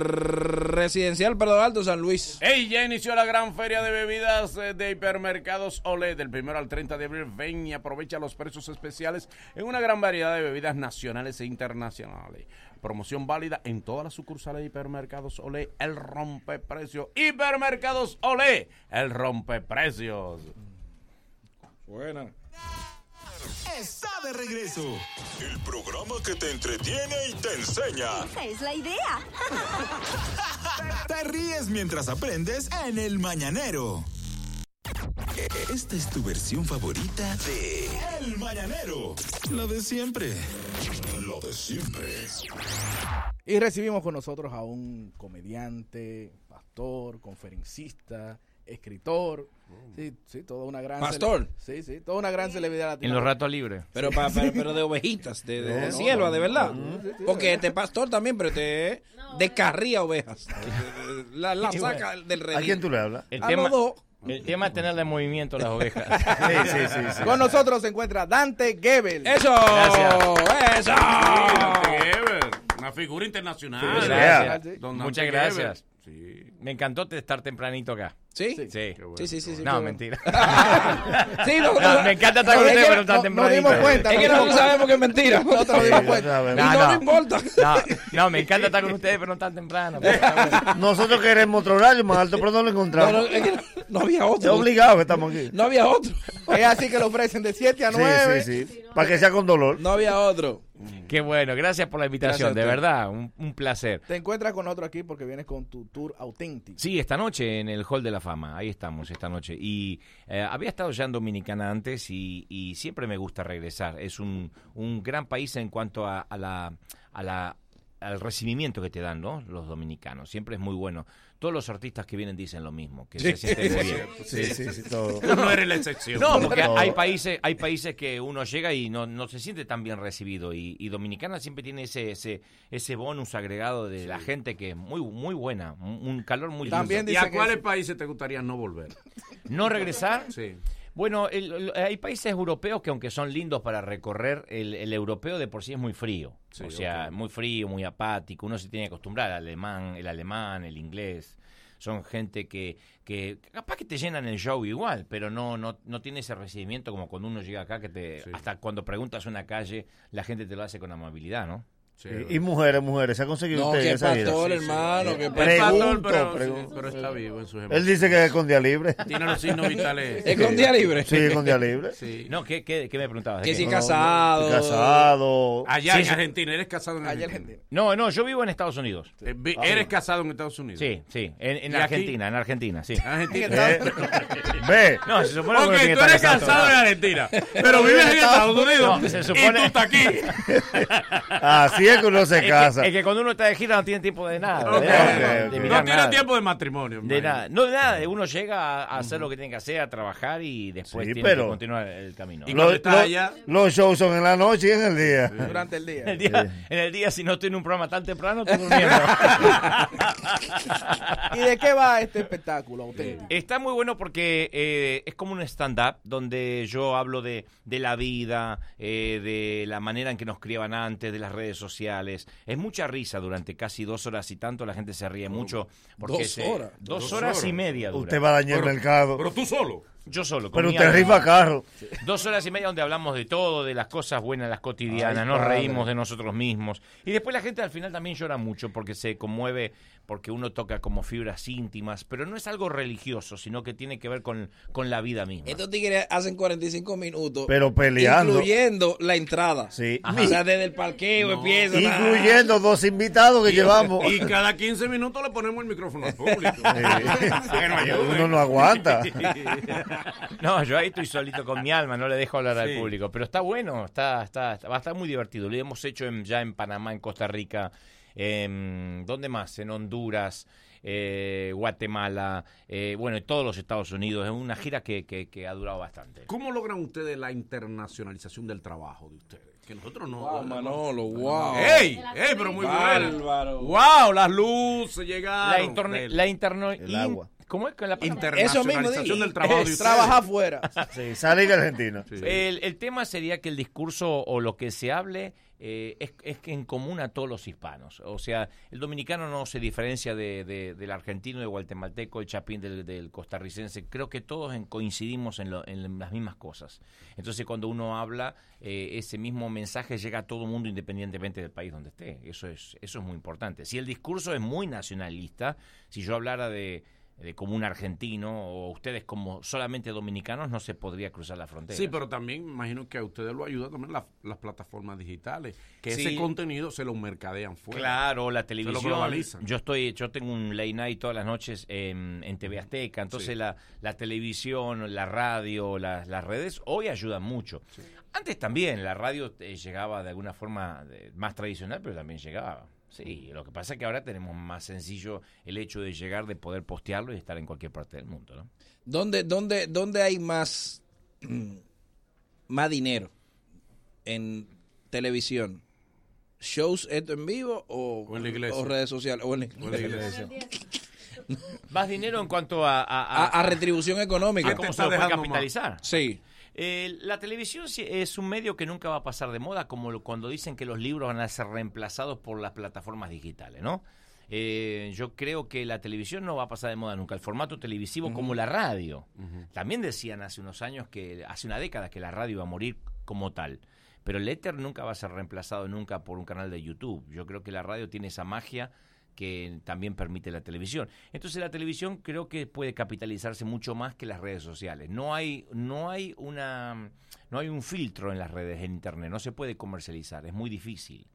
[SPEAKER 6] Residencial Prado Alto San Luis.
[SPEAKER 1] Hey, ya inició la gran feria de bebidas eh, de hipermercados OLE del 1 al 30 de abril. Ven y aprovecha los precios especiales en una gran variedad de bebidas nacionales e internacionales. Promoción válida en todas las sucursales de hipermercados OLE. El rompeprecio. Hipermercados OLE. El rompeprecios.
[SPEAKER 6] Buena.
[SPEAKER 5] Está de regreso. El programa que te entretiene y te enseña.
[SPEAKER 15] Esa es la idea.
[SPEAKER 5] Te ríes mientras aprendes en el mañanero. Esta es tu versión favorita de El Mañanero. Lo de siempre. Lo de siempre.
[SPEAKER 3] Y recibimos con nosotros a un comediante, pastor, conferencista, escritor.
[SPEAKER 6] Mm.
[SPEAKER 3] Sí, sí, toda una gran.
[SPEAKER 6] Pastor.
[SPEAKER 3] cele- Sí, sí, toda una gran celebridad latina.
[SPEAKER 24] En los ratos libres.
[SPEAKER 6] Pero, pa- pero, pero de ovejitas, de, de-
[SPEAKER 24] No,
[SPEAKER 6] de
[SPEAKER 24] no,
[SPEAKER 6] cielo,
[SPEAKER 24] no,
[SPEAKER 6] de verdad.
[SPEAKER 24] no.
[SPEAKER 6] Porque este pastor también, pero este descarría
[SPEAKER 4] Ah.
[SPEAKER 6] ovejas. La, la saca del redil.
[SPEAKER 24] El
[SPEAKER 6] A
[SPEAKER 24] tema,
[SPEAKER 6] los dos.
[SPEAKER 24] el tema es tenerle en movimiento las ovejas.
[SPEAKER 3] Con nosotros se encuentra Dante Gebel.
[SPEAKER 6] ¡Eso!
[SPEAKER 24] Gracias.
[SPEAKER 1] Una figura internacional.
[SPEAKER 24] Muchas
[SPEAKER 1] Gracias.
[SPEAKER 24] gracias.
[SPEAKER 1] Don Dante
[SPEAKER 24] Muchas
[SPEAKER 1] Gebel.
[SPEAKER 24] gracias. Me encantó te- estar tempranito acá.
[SPEAKER 6] ¿Sí?
[SPEAKER 24] Sí.
[SPEAKER 6] Sí, sí, sí, sí,
[SPEAKER 24] no,
[SPEAKER 6] pero-
[SPEAKER 24] mentira.
[SPEAKER 6] Sí,
[SPEAKER 24] no,
[SPEAKER 6] no, no.
[SPEAKER 24] me encanta estar
[SPEAKER 6] No,
[SPEAKER 24] con
[SPEAKER 6] es
[SPEAKER 24] ustedes,
[SPEAKER 6] que
[SPEAKER 24] pero
[SPEAKER 6] no-
[SPEAKER 24] tan
[SPEAKER 6] no
[SPEAKER 24] tempranito.
[SPEAKER 6] dimos cuenta, Es que nosotros no- sabemos que es mentira. Nosotros nos dimos cuenta. Y no nos importa.
[SPEAKER 24] No, no, me encanta estar con ustedes, pero no tan temprano.
[SPEAKER 4] Nosotros queremos otro horario más alto, pero no lo encontramos.
[SPEAKER 24] No, no, es que
[SPEAKER 6] no había
[SPEAKER 4] Es obligado que estamos aquí.
[SPEAKER 6] No había otro.
[SPEAKER 3] Es así que lo ofrecen de 7 a 9.
[SPEAKER 4] Sí, sí, sí. Para que sea con dolor.
[SPEAKER 6] No había otro.
[SPEAKER 4] Mm.
[SPEAKER 24] Qué bueno, gracias por la invitación,
[SPEAKER 4] Gracias
[SPEAKER 24] de
[SPEAKER 4] a usted.
[SPEAKER 24] verdad, un, un placer.
[SPEAKER 3] Te encuentras con otro aquí porque vienes con tu tour auténtico.
[SPEAKER 24] Sí, esta noche en el Hall de la Fama, ahí estamos esta noche. Y eh, había estado ya en Dominicana antes y, y siempre me gusta regresar. Es un, un gran país en cuanto a, a la, a la- al recibimiento que te dan ¿no? los dominicanos. Siempre es muy bueno. Todos los artistas que vienen dicen lo mismo, que se
[SPEAKER 4] Sí.
[SPEAKER 24] sienten muy bien.
[SPEAKER 4] Sí, sí, sí, todo.
[SPEAKER 1] No eres la excepción.
[SPEAKER 24] No, porque
[SPEAKER 4] Todo.
[SPEAKER 24] hay países, hay países que uno llega y no, no se siente tan bien recibido. Y, y Dominicana siempre tiene ese, ese, ese bonus agregado de la gente que es muy, muy buena, un un calor muy lindo.
[SPEAKER 1] ¿Y a cuáles países te gustaría no volver?
[SPEAKER 24] ¿No regresar?
[SPEAKER 1] Sí.
[SPEAKER 24] Bueno, el- el- hay países europeos que aunque son lindos para recorrer, el, el europeo de por sí es muy frío. o sea, muy frío, muy apático. Uno se tiene que acostumbrar al alemán, el alemán, el inglés. Son gente que, que capaz que te llenan el show igual, pero no, no, no tiene ese recibimiento como cuando uno llega acá, que te, hasta cuando preguntas una calle, la gente te lo hace con amabilidad, ¿no?
[SPEAKER 4] Y, y mujeres, mujeres, ¿se ha conseguido
[SPEAKER 24] No,
[SPEAKER 4] usted
[SPEAKER 24] qué
[SPEAKER 4] esa vida?
[SPEAKER 24] pastor,
[SPEAKER 6] hermano, qué
[SPEAKER 4] Pregunto,
[SPEAKER 1] pastor, pero-
[SPEAKER 4] Eh, pregunto.
[SPEAKER 1] pero está vivo en sus
[SPEAKER 4] Él dice que es con día libre.
[SPEAKER 1] Tiene los signos vitales.
[SPEAKER 4] Sí.
[SPEAKER 1] ¿Es con día libre?
[SPEAKER 4] Sí, es con día libre.
[SPEAKER 24] No, ¿qué, qué, qué me preguntabas? ¿De
[SPEAKER 4] Que
[SPEAKER 24] qué?
[SPEAKER 4] si casado. Casado.
[SPEAKER 1] Allá
[SPEAKER 24] Sí,
[SPEAKER 1] en
[SPEAKER 24] sí.
[SPEAKER 1] Argentina, eres casado en Argentina.
[SPEAKER 24] No, no, yo vivo en Estados Unidos. Ah,
[SPEAKER 1] Eh, vi- eres casado en Estados Unidos.
[SPEAKER 24] Sí, sí, en, en
[SPEAKER 1] ¿Y aquí?
[SPEAKER 24] Argentina, en Argentina, sí.
[SPEAKER 1] Argentina. Eh,
[SPEAKER 4] Ve.
[SPEAKER 24] No, se supone
[SPEAKER 1] Ok,
[SPEAKER 24] que uno tiene
[SPEAKER 1] tú
[SPEAKER 24] que estar
[SPEAKER 1] eres casado en Argentina, pero vives en Estados Unidos
[SPEAKER 24] No, se
[SPEAKER 1] y
[SPEAKER 24] supone...
[SPEAKER 1] tú estás aquí.
[SPEAKER 4] Así es que uno se
[SPEAKER 24] que-
[SPEAKER 4] casa.
[SPEAKER 24] es que cuando uno está de gira no tiene tiempo de nada. de
[SPEAKER 4] Ok,
[SPEAKER 24] nada,
[SPEAKER 4] ok,
[SPEAKER 24] de
[SPEAKER 4] ok.
[SPEAKER 24] mirar
[SPEAKER 4] No tiene
[SPEAKER 24] nada.
[SPEAKER 4] tiempo
[SPEAKER 1] de matrimonio.
[SPEAKER 24] De nada, no de nada. Uno llega a, a hacer lo que tiene que hacer, a trabajar y después
[SPEAKER 4] Sí,
[SPEAKER 24] tiene
[SPEAKER 4] pero-
[SPEAKER 24] que continuar el camino.
[SPEAKER 4] Los- los- Los shows son en la noche y en el día.
[SPEAKER 24] el día. En el día, si no estoy en un programa tan temprano, estoy durmiendo.
[SPEAKER 3] ¿Y de qué va este espectáculo auténtico?
[SPEAKER 24] Está muy bueno porque eh, es como un stand-up donde yo hablo de, de la vida, eh, de la manera en que nos criaban antes, de las redes sociales. Es mucha risa durante casi dos horas y tanto. La gente se ríe mucho.
[SPEAKER 4] Oh.
[SPEAKER 24] Porque
[SPEAKER 4] Dos
[SPEAKER 24] se-
[SPEAKER 4] horas.
[SPEAKER 24] Dos,
[SPEAKER 4] Dos
[SPEAKER 24] horas
[SPEAKER 4] horas.
[SPEAKER 24] y media. dura.
[SPEAKER 4] Usted va a dañar el Pero- mercado.
[SPEAKER 1] pero tú solo.
[SPEAKER 24] Yo solo.
[SPEAKER 4] Pero
[SPEAKER 24] con mi
[SPEAKER 4] usted
[SPEAKER 24] alma.
[SPEAKER 4] rifa carro.
[SPEAKER 24] Dos horas y media donde hablamos de todo, de las cosas buenas, las cotidianas,
[SPEAKER 4] Ay,
[SPEAKER 24] nos
[SPEAKER 4] padre.
[SPEAKER 24] reímos de nosotros mismos. Y después la gente al final también llora mucho porque se conmueve, porque uno toca como fibras íntimas, pero no es algo religioso, sino que tiene que ver con, con la vida misma.
[SPEAKER 6] Estos tigres hacen 45 minutos.
[SPEAKER 4] Pero peleando.
[SPEAKER 6] Incluyendo la entrada.
[SPEAKER 4] Sí.
[SPEAKER 6] Ajá. O sea, desde el parqueo empieza.
[SPEAKER 4] Incluyendo dos invitados que llevamos.
[SPEAKER 1] Y cada 15 minutos le ponemos el micrófono al público. Para Ah, que nos ayude.
[SPEAKER 4] Uno no aguanta.
[SPEAKER 24] No, yo ahí estoy solito con mi alma, no le dejo hablar al
[SPEAKER 4] Sí.
[SPEAKER 24] público. Pero está bueno, está, está, está- va a estar muy divertido. Lo hemos hecho en- ya en Panamá, en Costa Rica, em, ¿dónde más? En Honduras, eh, Guatemala, eh, bueno, en todos los Estados Unidos. Es una gira que, que- que ha durado bastante.
[SPEAKER 1] ¿Cómo logran ustedes la internacionalización del trabajo de ustedes? Que nosotros no.
[SPEAKER 6] Wow, Manolo, wow.
[SPEAKER 1] ¡Ey! ¡Ey, pero muy bueno!
[SPEAKER 6] Bárbaro.
[SPEAKER 1] ¡Wow! Las luces llegaron.
[SPEAKER 24] La, interne- la interno- in- ¿Cómo es que la palabra?
[SPEAKER 1] Eso mismo, Internacionalización di- del trabajo de ustedes.
[SPEAKER 3] trabajar afuera.
[SPEAKER 4] Sí, salir de Argentina.
[SPEAKER 24] El, el tema sería que el discurso o lo que se hable eh, es, es que en común a todos los hispanos. O sea, el dominicano no se diferencia de- de- del argentino, del guatemalteco, el chapín, del, del costarricense. Creo que todos en- coincidimos en, lo- en las mismas cosas. Entonces, cuando uno habla, eh, ese mismo mensaje llega a todo el mundo independientemente del país donde esté. Eso es, eso es muy importante. Si el discurso es muy nacionalista, si yo hablara de de como un argentino o ustedes como solamente dominicanos no se podría cruzar la frontera.
[SPEAKER 1] Sí, pero también me imagino que a ustedes lo ayuda también la- las plataformas digitales. Que
[SPEAKER 24] Sí.
[SPEAKER 1] ese contenido se lo mercadean fuera.
[SPEAKER 24] Claro, la
[SPEAKER 1] Se lo
[SPEAKER 24] televisión.
[SPEAKER 1] globalizan.
[SPEAKER 24] Yo estoy, yo tengo un late night todas las noches en, en TV Azteca, entonces
[SPEAKER 1] Sí.
[SPEAKER 24] la, la televisión, la radio, la- las redes hoy ayudan mucho. Antes también la radio eh, llegaba de alguna forma de- más tradicional, pero también llegaba. Sí, lo que pasa es que ahora tenemos más sencillo el hecho de llegar, de poder postearlo y estar en cualquier parte del mundo, ¿no?
[SPEAKER 6] ¿Dónde, dónde, dónde hay más, más dinero? ¿En televisión? ¿Shows esto en vivo o,
[SPEAKER 1] en la iglesia.
[SPEAKER 6] o redes sociales? O en la
[SPEAKER 1] en la
[SPEAKER 6] iglesia.
[SPEAKER 24] Más dinero en cuanto a... A,
[SPEAKER 6] A- a retribución económica.
[SPEAKER 24] A cómo se lo puede capitalizar.
[SPEAKER 6] Sí.
[SPEAKER 24] Eh, la televisión sí es un medio que nunca va a pasar de moda, como lo- cuando dicen que los libros van a ser reemplazados por las plataformas digitales, ¿no? Eh, yo creo que la televisión no va a pasar de moda nunca. El formato televisivo,
[SPEAKER 1] Ujú.
[SPEAKER 24] como la radio. También decían hace unos años que, hace una década, que la radio iba a morir como tal. Pero el éter nunca va a ser reemplazado nunca por un canal de YouTube. Yo creo que la radio tiene esa magia que también permite la televisión. Entonces la televisión creo que puede capitalizarse mucho más que las redes sociales. No hay, no hay una no hay un filtro en las redes en internet, no se puede comercializar, es muy difícil.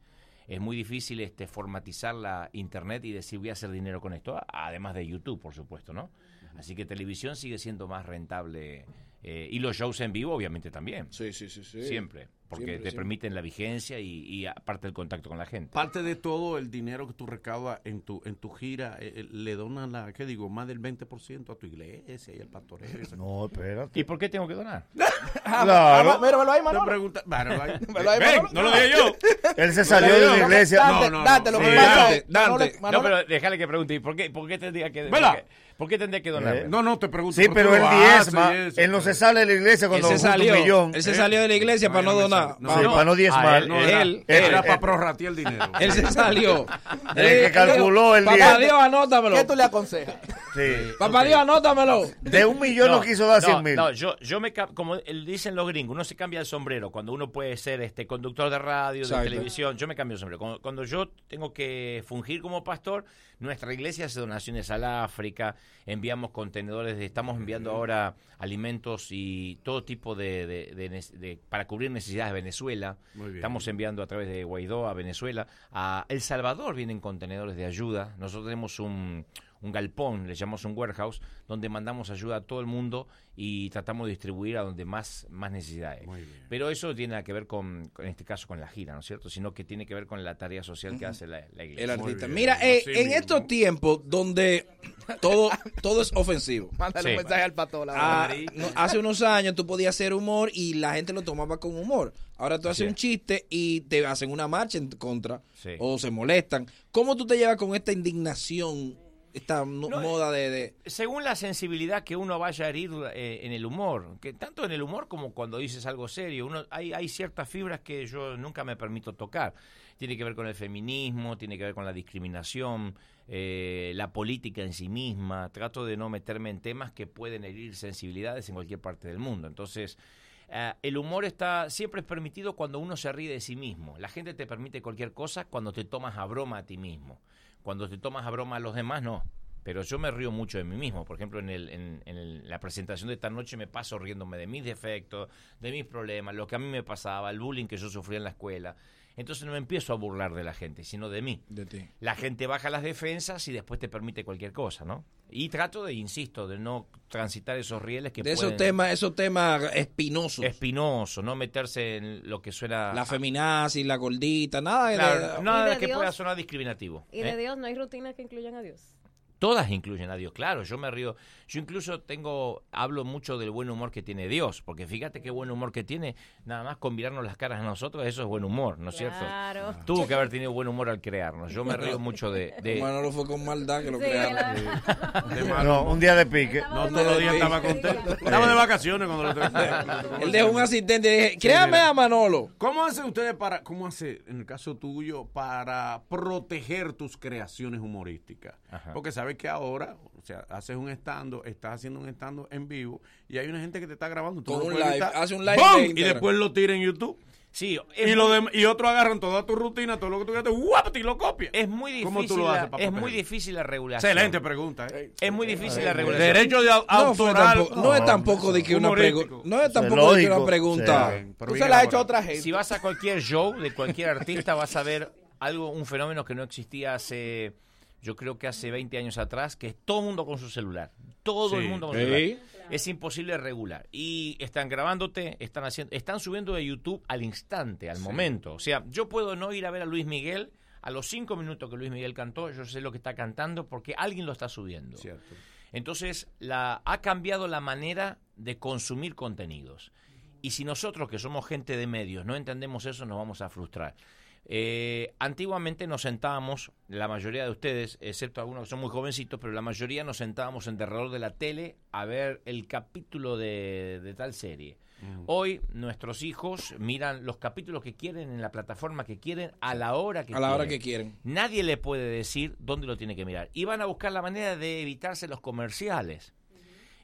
[SPEAKER 24] Es muy difícil este formatizar la internet y decir voy a hacer dinero con esto, a- además de YouTube, por supuesto, ¿no? Así que televisión sigue siendo más rentable eh, y los shows en vivo obviamente también.
[SPEAKER 6] Sí, sí, sí, sí.
[SPEAKER 24] Siempre, porque
[SPEAKER 1] Siempre,
[SPEAKER 24] te
[SPEAKER 1] siempre.
[SPEAKER 24] permiten la vigencia y, y aparte el contacto con la gente.
[SPEAKER 1] Parte de todo el dinero que tú recaudas en tu en tu gira, eh, eh, le donan, la, ¿qué digo? Más del 20% a tu iglesia y al pastoreo. y esa-
[SPEAKER 4] No, espérate.
[SPEAKER 24] ¿Y por qué tengo que donar?
[SPEAKER 4] Claro.
[SPEAKER 1] míralo ahí, Manolo. Te pregunta, míralo ahí.
[SPEAKER 4] Míralo ahí,
[SPEAKER 1] Ven,
[SPEAKER 4] Manolo.
[SPEAKER 1] no lo dije yo.
[SPEAKER 4] Él se
[SPEAKER 1] No
[SPEAKER 4] salió
[SPEAKER 1] lo
[SPEAKER 4] de
[SPEAKER 1] dije
[SPEAKER 4] la
[SPEAKER 1] yo.
[SPEAKER 4] iglesia.
[SPEAKER 1] No, no, no.
[SPEAKER 4] lo
[SPEAKER 24] Sí,
[SPEAKER 4] que pasa
[SPEAKER 24] Dante,
[SPEAKER 4] es- Manolo-
[SPEAKER 24] Dante.
[SPEAKER 4] Manolo-
[SPEAKER 24] No, pero déjale que pregunte. ¿y ¿Por qué, por qué tendría que
[SPEAKER 4] Vela.
[SPEAKER 24] por qué- ¿Por qué tendría que donar?
[SPEAKER 4] Eh,
[SPEAKER 1] no, te pregunto.
[SPEAKER 4] Sí, pero él diezma. Él no se sale de la iglesia cuando
[SPEAKER 6] Él se
[SPEAKER 4] junta
[SPEAKER 6] salió.
[SPEAKER 4] un millón.
[SPEAKER 6] Él se salió de la iglesia para no donar.
[SPEAKER 4] No, Sí, para no diezmar.
[SPEAKER 6] Ah,
[SPEAKER 4] No, era-
[SPEAKER 6] él,
[SPEAKER 4] era
[SPEAKER 6] él-
[SPEAKER 4] para
[SPEAKER 6] él-
[SPEAKER 1] prorratear el dinero.
[SPEAKER 6] Él se salió.
[SPEAKER 4] El
[SPEAKER 6] Eh,
[SPEAKER 4] que calculó el
[SPEAKER 6] Papá
[SPEAKER 4] diezmo.
[SPEAKER 6] Dios, anótamelo.
[SPEAKER 3] ¿Qué tú le aconsejas?
[SPEAKER 4] Sí.
[SPEAKER 6] Papá Dios, anótamelo.
[SPEAKER 4] De un millón no, quiso dar
[SPEAKER 24] no,
[SPEAKER 4] cien mil.
[SPEAKER 24] No, yo, yo me ca- como el- dicen los gringos, uno se cambia el sombrero cuando uno puede ser este conductor de radio,
[SPEAKER 6] Exacto.
[SPEAKER 24] de televisión. Yo me cambio el sombrero. Cuando, cuando yo tengo que fungir como pastor, nuestra iglesia hace donaciones al África, enviamos contenedores, de- estamos enviando
[SPEAKER 6] Mm.
[SPEAKER 24] ahora alimentos y todo tipo de, de- de nece- de- para cubrir necesidades de Venezuela.
[SPEAKER 1] Muy bien.
[SPEAKER 24] Estamos enviando a través de Guaidó a Venezuela. A El Salvador vienen contenedores de ayuda. Nosotros tenemos un, un galpón, le llamamos un warehouse, donde mandamos ayuda a todo el mundo y tratamos de distribuir a donde más, más necesidades. Pero eso no tiene nada que ver con, con- en este caso, con la gira, ¿no es cierto? Sino que tiene que ver con la tarea social que
[SPEAKER 6] Ujú.
[SPEAKER 24] hace la, la iglesia.
[SPEAKER 6] El artista. Mira, eh, en estos tiempos donde todo, todo es ofensivo.
[SPEAKER 3] Mándale un mensaje al patola.
[SPEAKER 6] Ah, no, hace unos años tú podías hacer humor y la gente lo tomaba con humor. Ahora tú haces
[SPEAKER 24] Sí.
[SPEAKER 6] un chiste y te hacen una marcha en contra
[SPEAKER 24] Sí.
[SPEAKER 6] o se molestan. ¿Cómo tú te llevas con esta indignación, esta no-
[SPEAKER 24] No,
[SPEAKER 3] eh,
[SPEAKER 24] eh,
[SPEAKER 6] moda de, de-
[SPEAKER 24] según la sensibilidad que uno vaya a herir eh, en el humor, que tanto en el humor como cuando dices algo serio, uno hay, hay ciertas fibras que yo nunca me permito tocar. Tiene que ver con el feminismo, tiene que ver con la discriminación, eh, la política en sí misma. Trato de no meterme en temas que pueden herir sensibilidades en cualquier parte del mundo. Entonces, eh, el humor está siempre es permitido cuando uno se ríe de sí mismo. La gente te permite cualquier cosa cuando te tomas a broma a ti mismo. Cuando te tomas a broma a los demás, no. Pero yo me río mucho de mí mismo. Por ejemplo, en, el- en- en el- la presentación de esta noche me paso riéndome de mis defectos, de mis problemas, lo que a mí me pasaba, el bullying que yo sufría en la escuela. Entonces no me empiezo a burlar de la gente, sino de mí.
[SPEAKER 6] de ti?
[SPEAKER 24] La gente baja las defensas y después te permite cualquier cosa, ¿no? Y trato de, insisto, de no transitar esos rieles que
[SPEAKER 6] de esos
[SPEAKER 24] pueden-
[SPEAKER 6] temas, esos temas espinosos?
[SPEAKER 24] Espinoso, no meterse en lo que suena...
[SPEAKER 6] la feminazi, la gordita, nada de-
[SPEAKER 24] Claro,
[SPEAKER 6] de-
[SPEAKER 24] nada
[SPEAKER 2] ¿Y de
[SPEAKER 24] que
[SPEAKER 2] Dios?
[SPEAKER 24] pueda sonar discriminativo.
[SPEAKER 2] Y de
[SPEAKER 24] ¿eh?
[SPEAKER 2] Dios, no hay rutinas que incluyan a Dios.
[SPEAKER 24] todas incluyen a Dios. Claro, yo me río. Yo incluso tengo, hablo mucho del buen humor que tiene Dios, porque fíjate qué buen humor que tiene, nada más con mirarnos las caras a nosotros, eso es buen humor, ¿no es
[SPEAKER 2] Claro.
[SPEAKER 24] cierto? Tuvo que haber tenido buen humor al crearnos. Yo me río mucho de... de-
[SPEAKER 6] Manolo fue con maldad que lo
[SPEAKER 24] Sí,
[SPEAKER 6] crearon.
[SPEAKER 4] No, un día de pique.
[SPEAKER 1] No todos los días estaba contento. Estaba de vacaciones cuando lo traje.
[SPEAKER 6] Él dejó Eh. un asistente y dije, créame a Manolo.
[SPEAKER 1] ¿Cómo hacen ustedes para, cómo hace en el caso tuyo, para proteger tus creaciones humorísticas? Porque sabes que ahora, o sea, haces un estando, estás haciendo un estando en vivo y hay una gente que te está grabando. tú
[SPEAKER 6] Con
[SPEAKER 1] no
[SPEAKER 6] un
[SPEAKER 1] puedes
[SPEAKER 6] live,
[SPEAKER 1] evitar.
[SPEAKER 6] hace un live
[SPEAKER 1] ¡Bum!
[SPEAKER 6] de
[SPEAKER 1] y
[SPEAKER 6] Instagram.
[SPEAKER 1] después lo tira en YouTube.
[SPEAKER 24] Sí,
[SPEAKER 1] y, lo dem- y otros agarran toda tu rutina, todo lo que tú gaste, ¡guap! y lo copian.
[SPEAKER 24] Es muy
[SPEAKER 1] ¿Cómo tú
[SPEAKER 24] difícil
[SPEAKER 1] lo
[SPEAKER 24] la-
[SPEAKER 1] haces, papá?
[SPEAKER 24] es muy difícil la regulación.
[SPEAKER 1] Excelente pregunta. ¿eh?
[SPEAKER 24] Es muy difícil
[SPEAKER 1] Ay,
[SPEAKER 24] la
[SPEAKER 1] el
[SPEAKER 24] regulación.
[SPEAKER 1] derecho de au-
[SPEAKER 6] No, fue
[SPEAKER 1] autoral.
[SPEAKER 6] tampoco- no es tampoco de que una
[SPEAKER 24] Humorístico.
[SPEAKER 6] pregu- no es tampoco de que una pregunta. Tú se la has hecho a otra gente.
[SPEAKER 24] Si vas a cualquier show de cualquier artista, vas a ver algo, un fenómeno que no existía hace, yo creo que hace 20 años atrás, que es todo el mundo con su celular. Todo
[SPEAKER 1] Sí.
[SPEAKER 24] el mundo con su
[SPEAKER 1] Sí.
[SPEAKER 24] celular. Es imposible regular. Y están grabándote, están haciendo, están subiendo de YouTube al instante, al
[SPEAKER 1] Sí.
[SPEAKER 24] momento. O sea, yo puedo no ir a ver a Luis Miguel. A los cinco minutos que Luis Miguel cantó, yo sé lo que está cantando porque alguien lo está subiendo. Entonces, la, ha cambiado la manera de consumir contenidos. Y si nosotros, que somos gente de medios, no entendemos eso, nos vamos a frustrar. Eh, antiguamente nos sentábamos, la mayoría de ustedes, excepto algunos que son muy jovencitos, pero la mayoría nos sentábamos alrededor de la tele a ver el capítulo de, de tal serie. Hoy nuestros hijos miran los capítulos que quieren en la plataforma que quieren a la hora que
[SPEAKER 6] A la hora que quieren.
[SPEAKER 24] Nadie le puede decir dónde lo tiene que mirar. Y van a buscar la manera de evitarse los comerciales.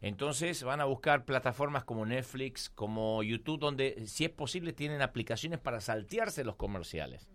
[SPEAKER 24] Entonces van a buscar plataformas como Netflix, como YouTube, donde si es posible tienen aplicaciones para saltearse los comerciales.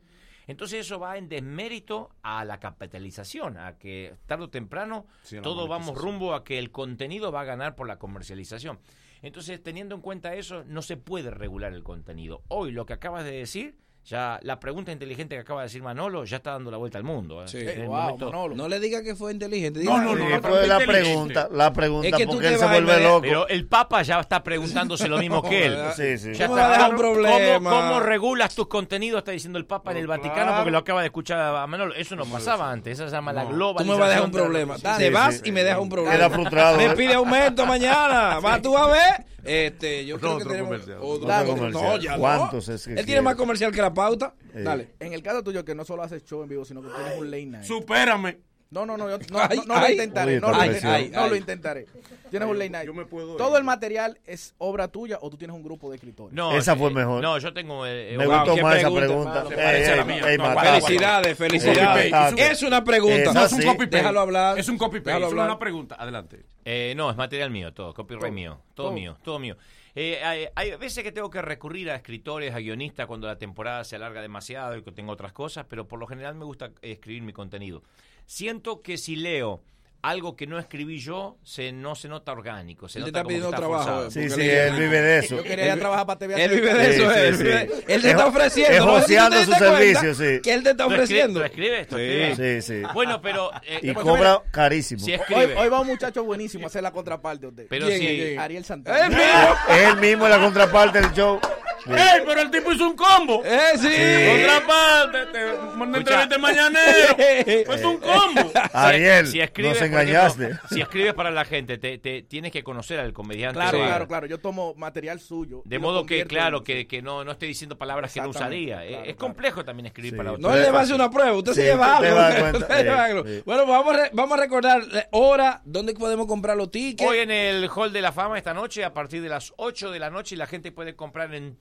[SPEAKER 24] Entonces eso va en desmérito a la capitalización, a que tarde o temprano
[SPEAKER 1] Sí, la
[SPEAKER 24] todos vamos
[SPEAKER 1] monetización.
[SPEAKER 24] rumbo a que el contenido va a ganar por la comercialización. Entonces, teniendo en cuenta eso, no se puede regular el contenido. Hoy lo que acabas de decir, ya la pregunta inteligente que acaba de decir Manolo ya está dando la vuelta al mundo. ¿eh?
[SPEAKER 6] Sí.
[SPEAKER 24] En el
[SPEAKER 6] Wow,
[SPEAKER 24] momento-
[SPEAKER 6] No le diga que fue inteligente.
[SPEAKER 24] No, no, no,
[SPEAKER 4] Sí, fue
[SPEAKER 24] no, pero
[SPEAKER 4] la
[SPEAKER 24] inteligente.
[SPEAKER 4] pregunta, la pregunta,
[SPEAKER 24] Es que tú
[SPEAKER 4] porque
[SPEAKER 24] te
[SPEAKER 4] él se
[SPEAKER 24] vas,
[SPEAKER 4] vuelve
[SPEAKER 24] María.
[SPEAKER 4] loco.
[SPEAKER 24] Pero el Papa ya está preguntándose lo mismo que él.
[SPEAKER 4] Sí, sí.
[SPEAKER 24] Ya
[SPEAKER 4] ¿Cómo
[SPEAKER 24] está,
[SPEAKER 4] va a dejar un
[SPEAKER 24] ¿cómo-
[SPEAKER 4] problema?
[SPEAKER 24] ¿cómo, regulas tus contenidos? Está diciendo el Papa en el Vaticano
[SPEAKER 6] claro.
[SPEAKER 24] porque lo acaba de escuchar a Manolo. Eso no pasaba antes. Esa se llama la
[SPEAKER 6] Tú
[SPEAKER 24] globalización.
[SPEAKER 6] me vas a dejar un
[SPEAKER 24] de la
[SPEAKER 6] problema.
[SPEAKER 24] noticia.
[SPEAKER 6] Dale, vas y me dejas un problema.
[SPEAKER 24] Queda frustrado.
[SPEAKER 6] Me pide aumento mañana. Vas tú a ver. Este, yo creo que tenemos otro-
[SPEAKER 3] Dale,
[SPEAKER 6] otro-
[SPEAKER 3] comercial.
[SPEAKER 6] No, ya no.
[SPEAKER 4] ¿Cuántos es que
[SPEAKER 6] Él tiene
[SPEAKER 4] quiere?
[SPEAKER 6] más comercial que la pauta.
[SPEAKER 4] Eh.
[SPEAKER 6] Dale.
[SPEAKER 3] En el caso tuyo, que no solo haces show en vivo, sino que tienes un late night.
[SPEAKER 1] Supérame.
[SPEAKER 3] No, no, no, yo- no,
[SPEAKER 6] Ay,
[SPEAKER 3] no, no lo
[SPEAKER 6] ay.
[SPEAKER 3] intentaré.
[SPEAKER 6] Oye,
[SPEAKER 3] no lo
[SPEAKER 6] ay,
[SPEAKER 3] intentaré.
[SPEAKER 6] ay,
[SPEAKER 3] no
[SPEAKER 6] ay.
[SPEAKER 3] lo intentaré. Tienes
[SPEAKER 6] Ay,
[SPEAKER 3] un late
[SPEAKER 6] yo-
[SPEAKER 3] night.
[SPEAKER 6] yo me puedo
[SPEAKER 3] Todo
[SPEAKER 6] ir.
[SPEAKER 3] el material es obra tuya o tú tienes un grupo de escritores.
[SPEAKER 24] No,
[SPEAKER 4] Esa
[SPEAKER 24] sí.
[SPEAKER 4] fue mejor.
[SPEAKER 24] No, yo tengo. eh,
[SPEAKER 4] Me
[SPEAKER 24] wow,
[SPEAKER 4] gustó
[SPEAKER 24] qué
[SPEAKER 4] más esa
[SPEAKER 24] hermano.
[SPEAKER 4] pregunta. Eh,
[SPEAKER 24] Se
[SPEAKER 4] Ey,
[SPEAKER 24] parece a la
[SPEAKER 4] ey,
[SPEAKER 24] mía.
[SPEAKER 4] ey,
[SPEAKER 24] No,
[SPEAKER 4] Marta.
[SPEAKER 24] aguanta, aguanta.
[SPEAKER 6] Felicidades, felicidades.
[SPEAKER 4] Copy-paste.
[SPEAKER 6] Es una pregunta.
[SPEAKER 4] Esa
[SPEAKER 6] No, es un
[SPEAKER 4] sí.
[SPEAKER 6] copy-paste. Déjalo hablar.
[SPEAKER 1] Es un copy paste.
[SPEAKER 6] Déjalo
[SPEAKER 1] Es
[SPEAKER 6] hablar.
[SPEAKER 1] una pregunta. Adelante.
[SPEAKER 24] Eh, no, es material mío, todo, copyright
[SPEAKER 1] Todo.
[SPEAKER 24] mío, todo,
[SPEAKER 1] Todo.
[SPEAKER 24] mío, todo mío. Eh, hay, hay veces que tengo que recurrir a escritores, a guionistas cuando la temporada se alarga demasiado y que tengo otras cosas, pero por lo general me gusta escribir mi contenido. Siento que si leo algo que no escribí yo, se no se nota orgánico, se
[SPEAKER 6] Él te
[SPEAKER 24] nota
[SPEAKER 6] está
[SPEAKER 24] como que
[SPEAKER 6] pidiendo
[SPEAKER 24] está
[SPEAKER 6] trabajo,
[SPEAKER 24] forzado.
[SPEAKER 6] eh,
[SPEAKER 4] Sí, sí, él vive de eso.
[SPEAKER 3] Yo quería ir a
[SPEAKER 4] Él-
[SPEAKER 3] trabajar para TV
[SPEAKER 6] Él vive de eso.
[SPEAKER 4] Sí,
[SPEAKER 6] él,
[SPEAKER 4] sí,
[SPEAKER 6] vive-
[SPEAKER 4] sí.
[SPEAKER 6] él te está
[SPEAKER 4] Es-
[SPEAKER 6] ofreciendo.
[SPEAKER 4] Es
[SPEAKER 6] ¿no? Si tú te
[SPEAKER 4] joseando
[SPEAKER 6] diste
[SPEAKER 4] sus
[SPEAKER 6] cuenta
[SPEAKER 4] servicios, sí.
[SPEAKER 6] Que él te está
[SPEAKER 24] Lo escribe-
[SPEAKER 6] ofreciendo.
[SPEAKER 24] lo escribe esto,
[SPEAKER 4] Sí,
[SPEAKER 24] escribe.
[SPEAKER 4] sí.
[SPEAKER 24] Bueno, pero, eh,
[SPEAKER 4] y
[SPEAKER 24] pues,
[SPEAKER 4] cobra
[SPEAKER 24] mira,
[SPEAKER 4] carísimo.
[SPEAKER 24] si
[SPEAKER 3] Hoy,
[SPEAKER 24] escribe.
[SPEAKER 3] hoy va un muchacho buenísimo a hacer la contraparte de usted.
[SPEAKER 24] Pero ¿Quién si- ¡Eh, es? ¿Quién?
[SPEAKER 3] Ariel Santana.
[SPEAKER 4] Es él mismo la contraparte del show. Sí.
[SPEAKER 1] ¡Ey! Pero el tipo hizo un combo.
[SPEAKER 6] ¡Eh, sí!
[SPEAKER 1] Otra parte. Te mandé entrevista mañanero. Pues,
[SPEAKER 6] Pues
[SPEAKER 1] Fue un combo.
[SPEAKER 4] Ariel,
[SPEAKER 24] Eh, si escribes,
[SPEAKER 4] nos
[SPEAKER 24] por ejemplo,
[SPEAKER 4] engañaste.
[SPEAKER 24] si escribes para la gente, te, te- tienes que conocer al comediante.
[SPEAKER 3] Claro,
[SPEAKER 24] Sí.
[SPEAKER 3] claro, claro. Yo tomo material suyo. y
[SPEAKER 24] De
[SPEAKER 3] lo
[SPEAKER 24] modo que,
[SPEAKER 3] convierto
[SPEAKER 24] claro,
[SPEAKER 3] en-
[SPEAKER 24] que, que no, no esté diciendo palabras que no
[SPEAKER 3] Exactamente,
[SPEAKER 24] usaría. Eh,
[SPEAKER 3] claro,
[SPEAKER 24] es complejo también escribir para otros.
[SPEAKER 6] No le va a hacer una prueba, usted se
[SPEAKER 4] Sí,
[SPEAKER 6] lleva
[SPEAKER 4] usted
[SPEAKER 6] algo.
[SPEAKER 4] va a cuenta.
[SPEAKER 6] Usted se lleva
[SPEAKER 4] Sí,
[SPEAKER 6] algo.
[SPEAKER 4] sí.
[SPEAKER 6] Bueno, vamos a, re- vamos a recordar eh, hora, dónde podemos comprar los tickets.
[SPEAKER 24] Hoy en el Hall de la Fama esta noche, a partir de las 8 de la noche, y la gente puede comprar en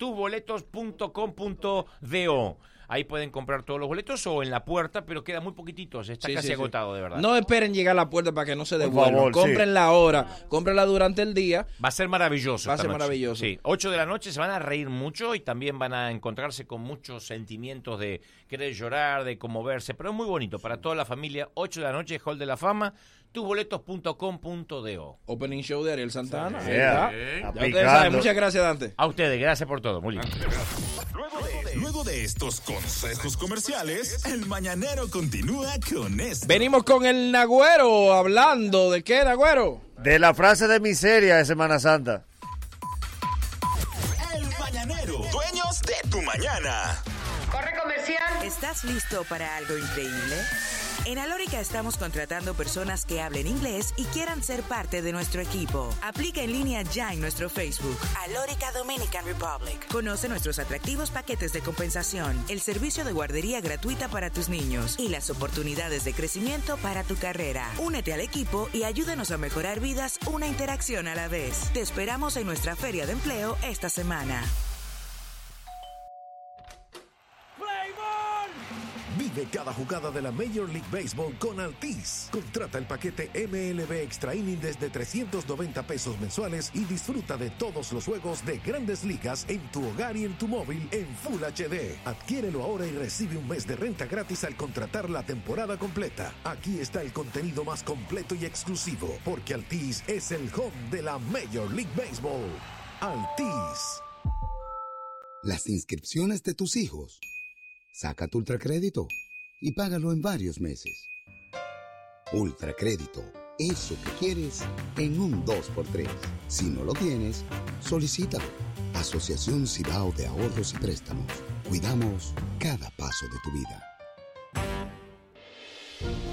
[SPEAKER 24] tusboletos.com.do. Ahí pueden comprar todos los boletos o en la puerta, pero queda muy poquititos. Está
[SPEAKER 6] Sí,
[SPEAKER 24] casi
[SPEAKER 6] sí, sí.
[SPEAKER 24] agotado, de verdad.
[SPEAKER 6] No esperen llegar a la puerta para que no se
[SPEAKER 4] Por
[SPEAKER 6] devuelvan.
[SPEAKER 4] favor, sí.
[SPEAKER 6] Cómprenla ahora, cómprenla durante el día.
[SPEAKER 24] Va a ser maravilloso.
[SPEAKER 6] Va a
[SPEAKER 24] esta
[SPEAKER 6] ser
[SPEAKER 24] noche.
[SPEAKER 6] maravilloso.
[SPEAKER 24] Sí, 8 de la noche se van a reír mucho y también van a encontrarse con muchos sentimientos de querer llorar, de conmoverse, pero es muy bonito para toda la familia. 8 de la noche, Hall de la Fama, tusboletos.com.do.
[SPEAKER 6] Opening show de Ariel Santana.
[SPEAKER 4] Sí.
[SPEAKER 6] Ahí está.
[SPEAKER 4] Sí.
[SPEAKER 6] Ya ustedes
[SPEAKER 4] Aplicando.
[SPEAKER 6] saben. Muchas gracias, Dante.
[SPEAKER 24] A ustedes, gracias por todo, muy lindo.
[SPEAKER 5] Luego de estos consejos comerciales, el mañanero continúa con este. esto.
[SPEAKER 6] Venimos con el Nagüero hablando. ¿De qué, Nagüero?
[SPEAKER 4] De la frase de miseria de Semana Santa.
[SPEAKER 5] El mañanero, dueños de tu mañana.
[SPEAKER 8] Corre comercial.
[SPEAKER 11] ¿Estás listo para algo increíble? En Alórica estamos contratando personas que hablen inglés y quieran ser parte de nuestro equipo. Aplica en línea ya en nuestro Facebook. Alórica Dominican Republic. Conoce nuestros atractivos paquetes de compensación, el servicio de guardería gratuita para tus niños y las oportunidades de crecimiento para tu carrera. Únete al equipo y ayúdanos a mejorar vidas una interacción a la vez. Te esperamos en nuestra feria de empleo esta semana.
[SPEAKER 15] Vive cada jugada de la Major League Baseball con Altis. Contrata el paquete MLB Extra Inning desde 390 pesos mensuales y disfruta de todos los juegos de grandes ligas en tu hogar y en tu móvil en Full HD. Adquiérelo ahora y recibe un mes de renta gratis al contratar la temporada completa. Aquí está el contenido más completo y exclusivo, porque Altis es el home de la Major League Baseball. Altis.
[SPEAKER 17] Las inscripciones de tus hijos. Saca tu ultracrédito y págalo en varios meses. Ultracrédito, eso que quieres en un 2x3. Si no lo tienes, solicítalo. Asociación Cibao de Ahorros y Préstamos. Cuidamos cada paso de tu vida.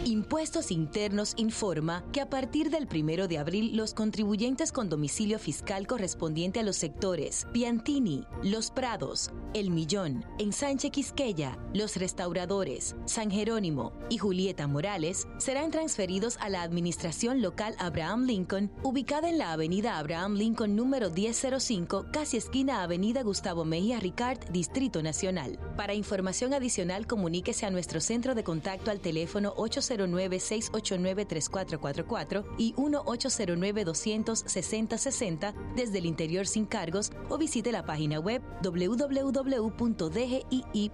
[SPEAKER 7] Impuestos Internos informa que a partir del 1 de abril los contribuyentes con domicilio fiscal correspondiente a los sectores Piantini, Los Prados, El Millón, Ensanche Quisqueya, Los Restauradores, San Jerónimo y Julieta Morales serán transferidos a la Administración Local Abraham Lincoln, ubicada en la Avenida Abraham Lincoln número 1005, casi esquina Avenida Gustavo Mejía Ricard, Distrito Nacional. Para información adicional comuníquese a nuestro centro de contacto al teléfono 809-689-3444 y 1-809-260-60 desde el interior sin cargos o visite la página web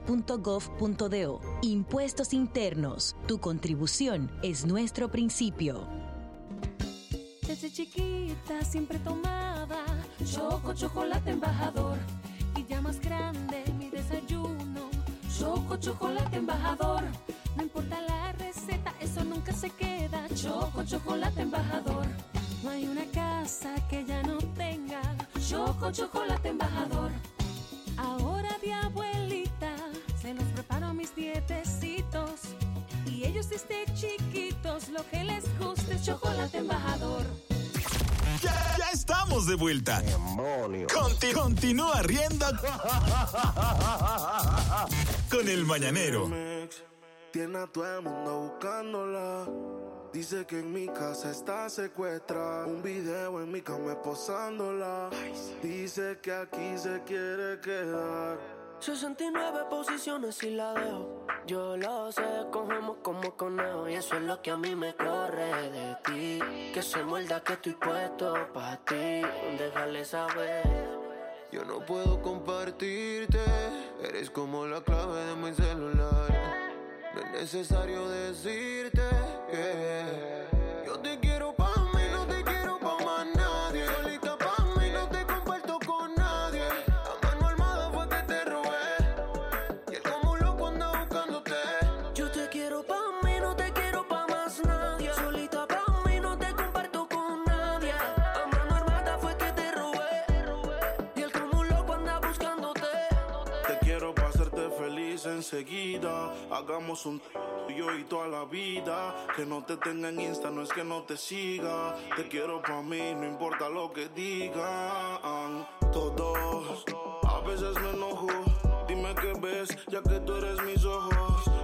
[SPEAKER 7] www.dgii.gov.do. Impuestos internos. Tu contribución es nuestro principio.
[SPEAKER 25] Desde chiquita siempre tomaba Choco Chocolate Embajador. Y ya más grande mi desayuno. Choco Chocolate Embajador. No importa la receta, eso nunca se queda. Choco Chocolate Embajador. No hay una casa que ya no tenga Choco Chocolate Embajador. Ahora de abuelita se los preparo a mis dietecitos. Y ellos desde chiquitos lo que les gusta es Chocolate Embajador.
[SPEAKER 5] Ya, ya estamos de vuelta. Conti- continúa riendo con el mañanero.
[SPEAKER 26] Tiene a todo el mundo buscándola. Dice que en mi casa está secuestrada. Un video en mi cama posándola. Dice que aquí se quiere quedar.
[SPEAKER 27] 69 posiciones y la dejo. Yo lo sé, cogemos como conejo. Y eso es lo que a mí me corre de ti. Que se muerda que estoy puesto para ti. Déjale saber.
[SPEAKER 26] Yo no puedo compartirte. Eres como la clave de mi celular. No es necesario decirte que yo te quiero pa' mí, no te quiero pa' más nadie. Solita pa' mí, no te comparto con nadie. A mano armada fue que te robé. Y él como un loco anda buscándote.
[SPEAKER 27] Yo te quiero pa' mí, no te quiero pa' más nadie. Solita pa' mí, no te comparto con nadie. A mano armada fue que te robé. Y él como un loco anda buscándote.
[SPEAKER 26] Te quiero para hacerte feliz enseguida. Hagamos un yo y toda la vida. Que no te tenga en Insta, no es que no te siga. Te quiero pa' mí, no importa lo que digan. Todos, a veces me enojo. Dime qué ves, ya que tú eres mis ojos.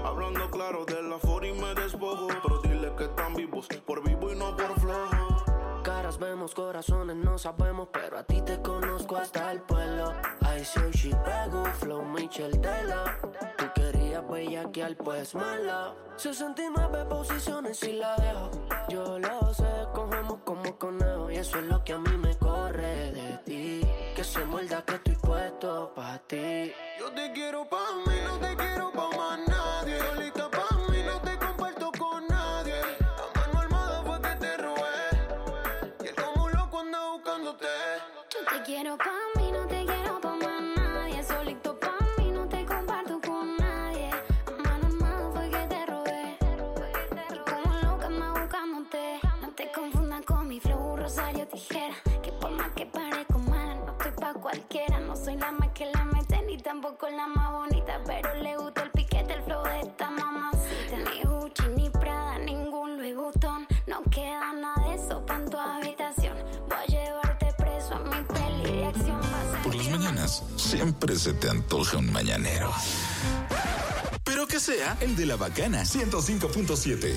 [SPEAKER 26] Hablando claro de la for y me despojo. Pero dile que están vivos, por vivo y no por flojo.
[SPEAKER 27] Caras vemos, corazones no sabemos, pero a ti te conozco hasta el pueblo. I soy Chicago, Flow Michel Tela. Tú querías bellaquear, pues mala. 69 posiciones y la dejo. Yo lo sé, cogemos como conejo. Y eso es lo que a mí me corre de ti. Que se muerda que estoy puesto para ti.
[SPEAKER 26] Yo te quiero pa' mí, no te quiero pa' más nadie. Solita pa' mí, no te comparto con nadie. A mano armada fue que te robé. Y él como un loco anda buscándote.
[SPEAKER 25] Yo te quiero pa' mí, no te quiero pa' más nadie. Solito pa' mí, no te comparto con nadie. A mano armada fue que te robé. Y como loca más buscándote. No te confundan con mi flow, rosario, tijera. Que por más que parezco mala, no estoy pa' cualquiera. No soy la más que la mete, ni tampoco la más bonita. Pero le gusta el piquete, el flow de esta mamacita. Ni Gucci, ni Prada.
[SPEAKER 5] mañanas siempre se te antoja un mañanero. Pero que sea el de la bacana 105.7.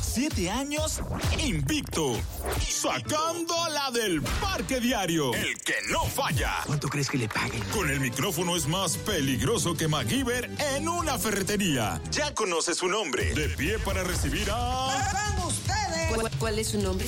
[SPEAKER 5] Siete años invicto. Sacando la del parque diario. El que no falla.
[SPEAKER 21] ¿Cuánto crees que le paguen?
[SPEAKER 5] Con el micrófono es más peligroso que MacGyver en una ferretería. Ya conoce su nombre. De pie para recibir a.
[SPEAKER 21] ¿Cuál, cuál es su nombre?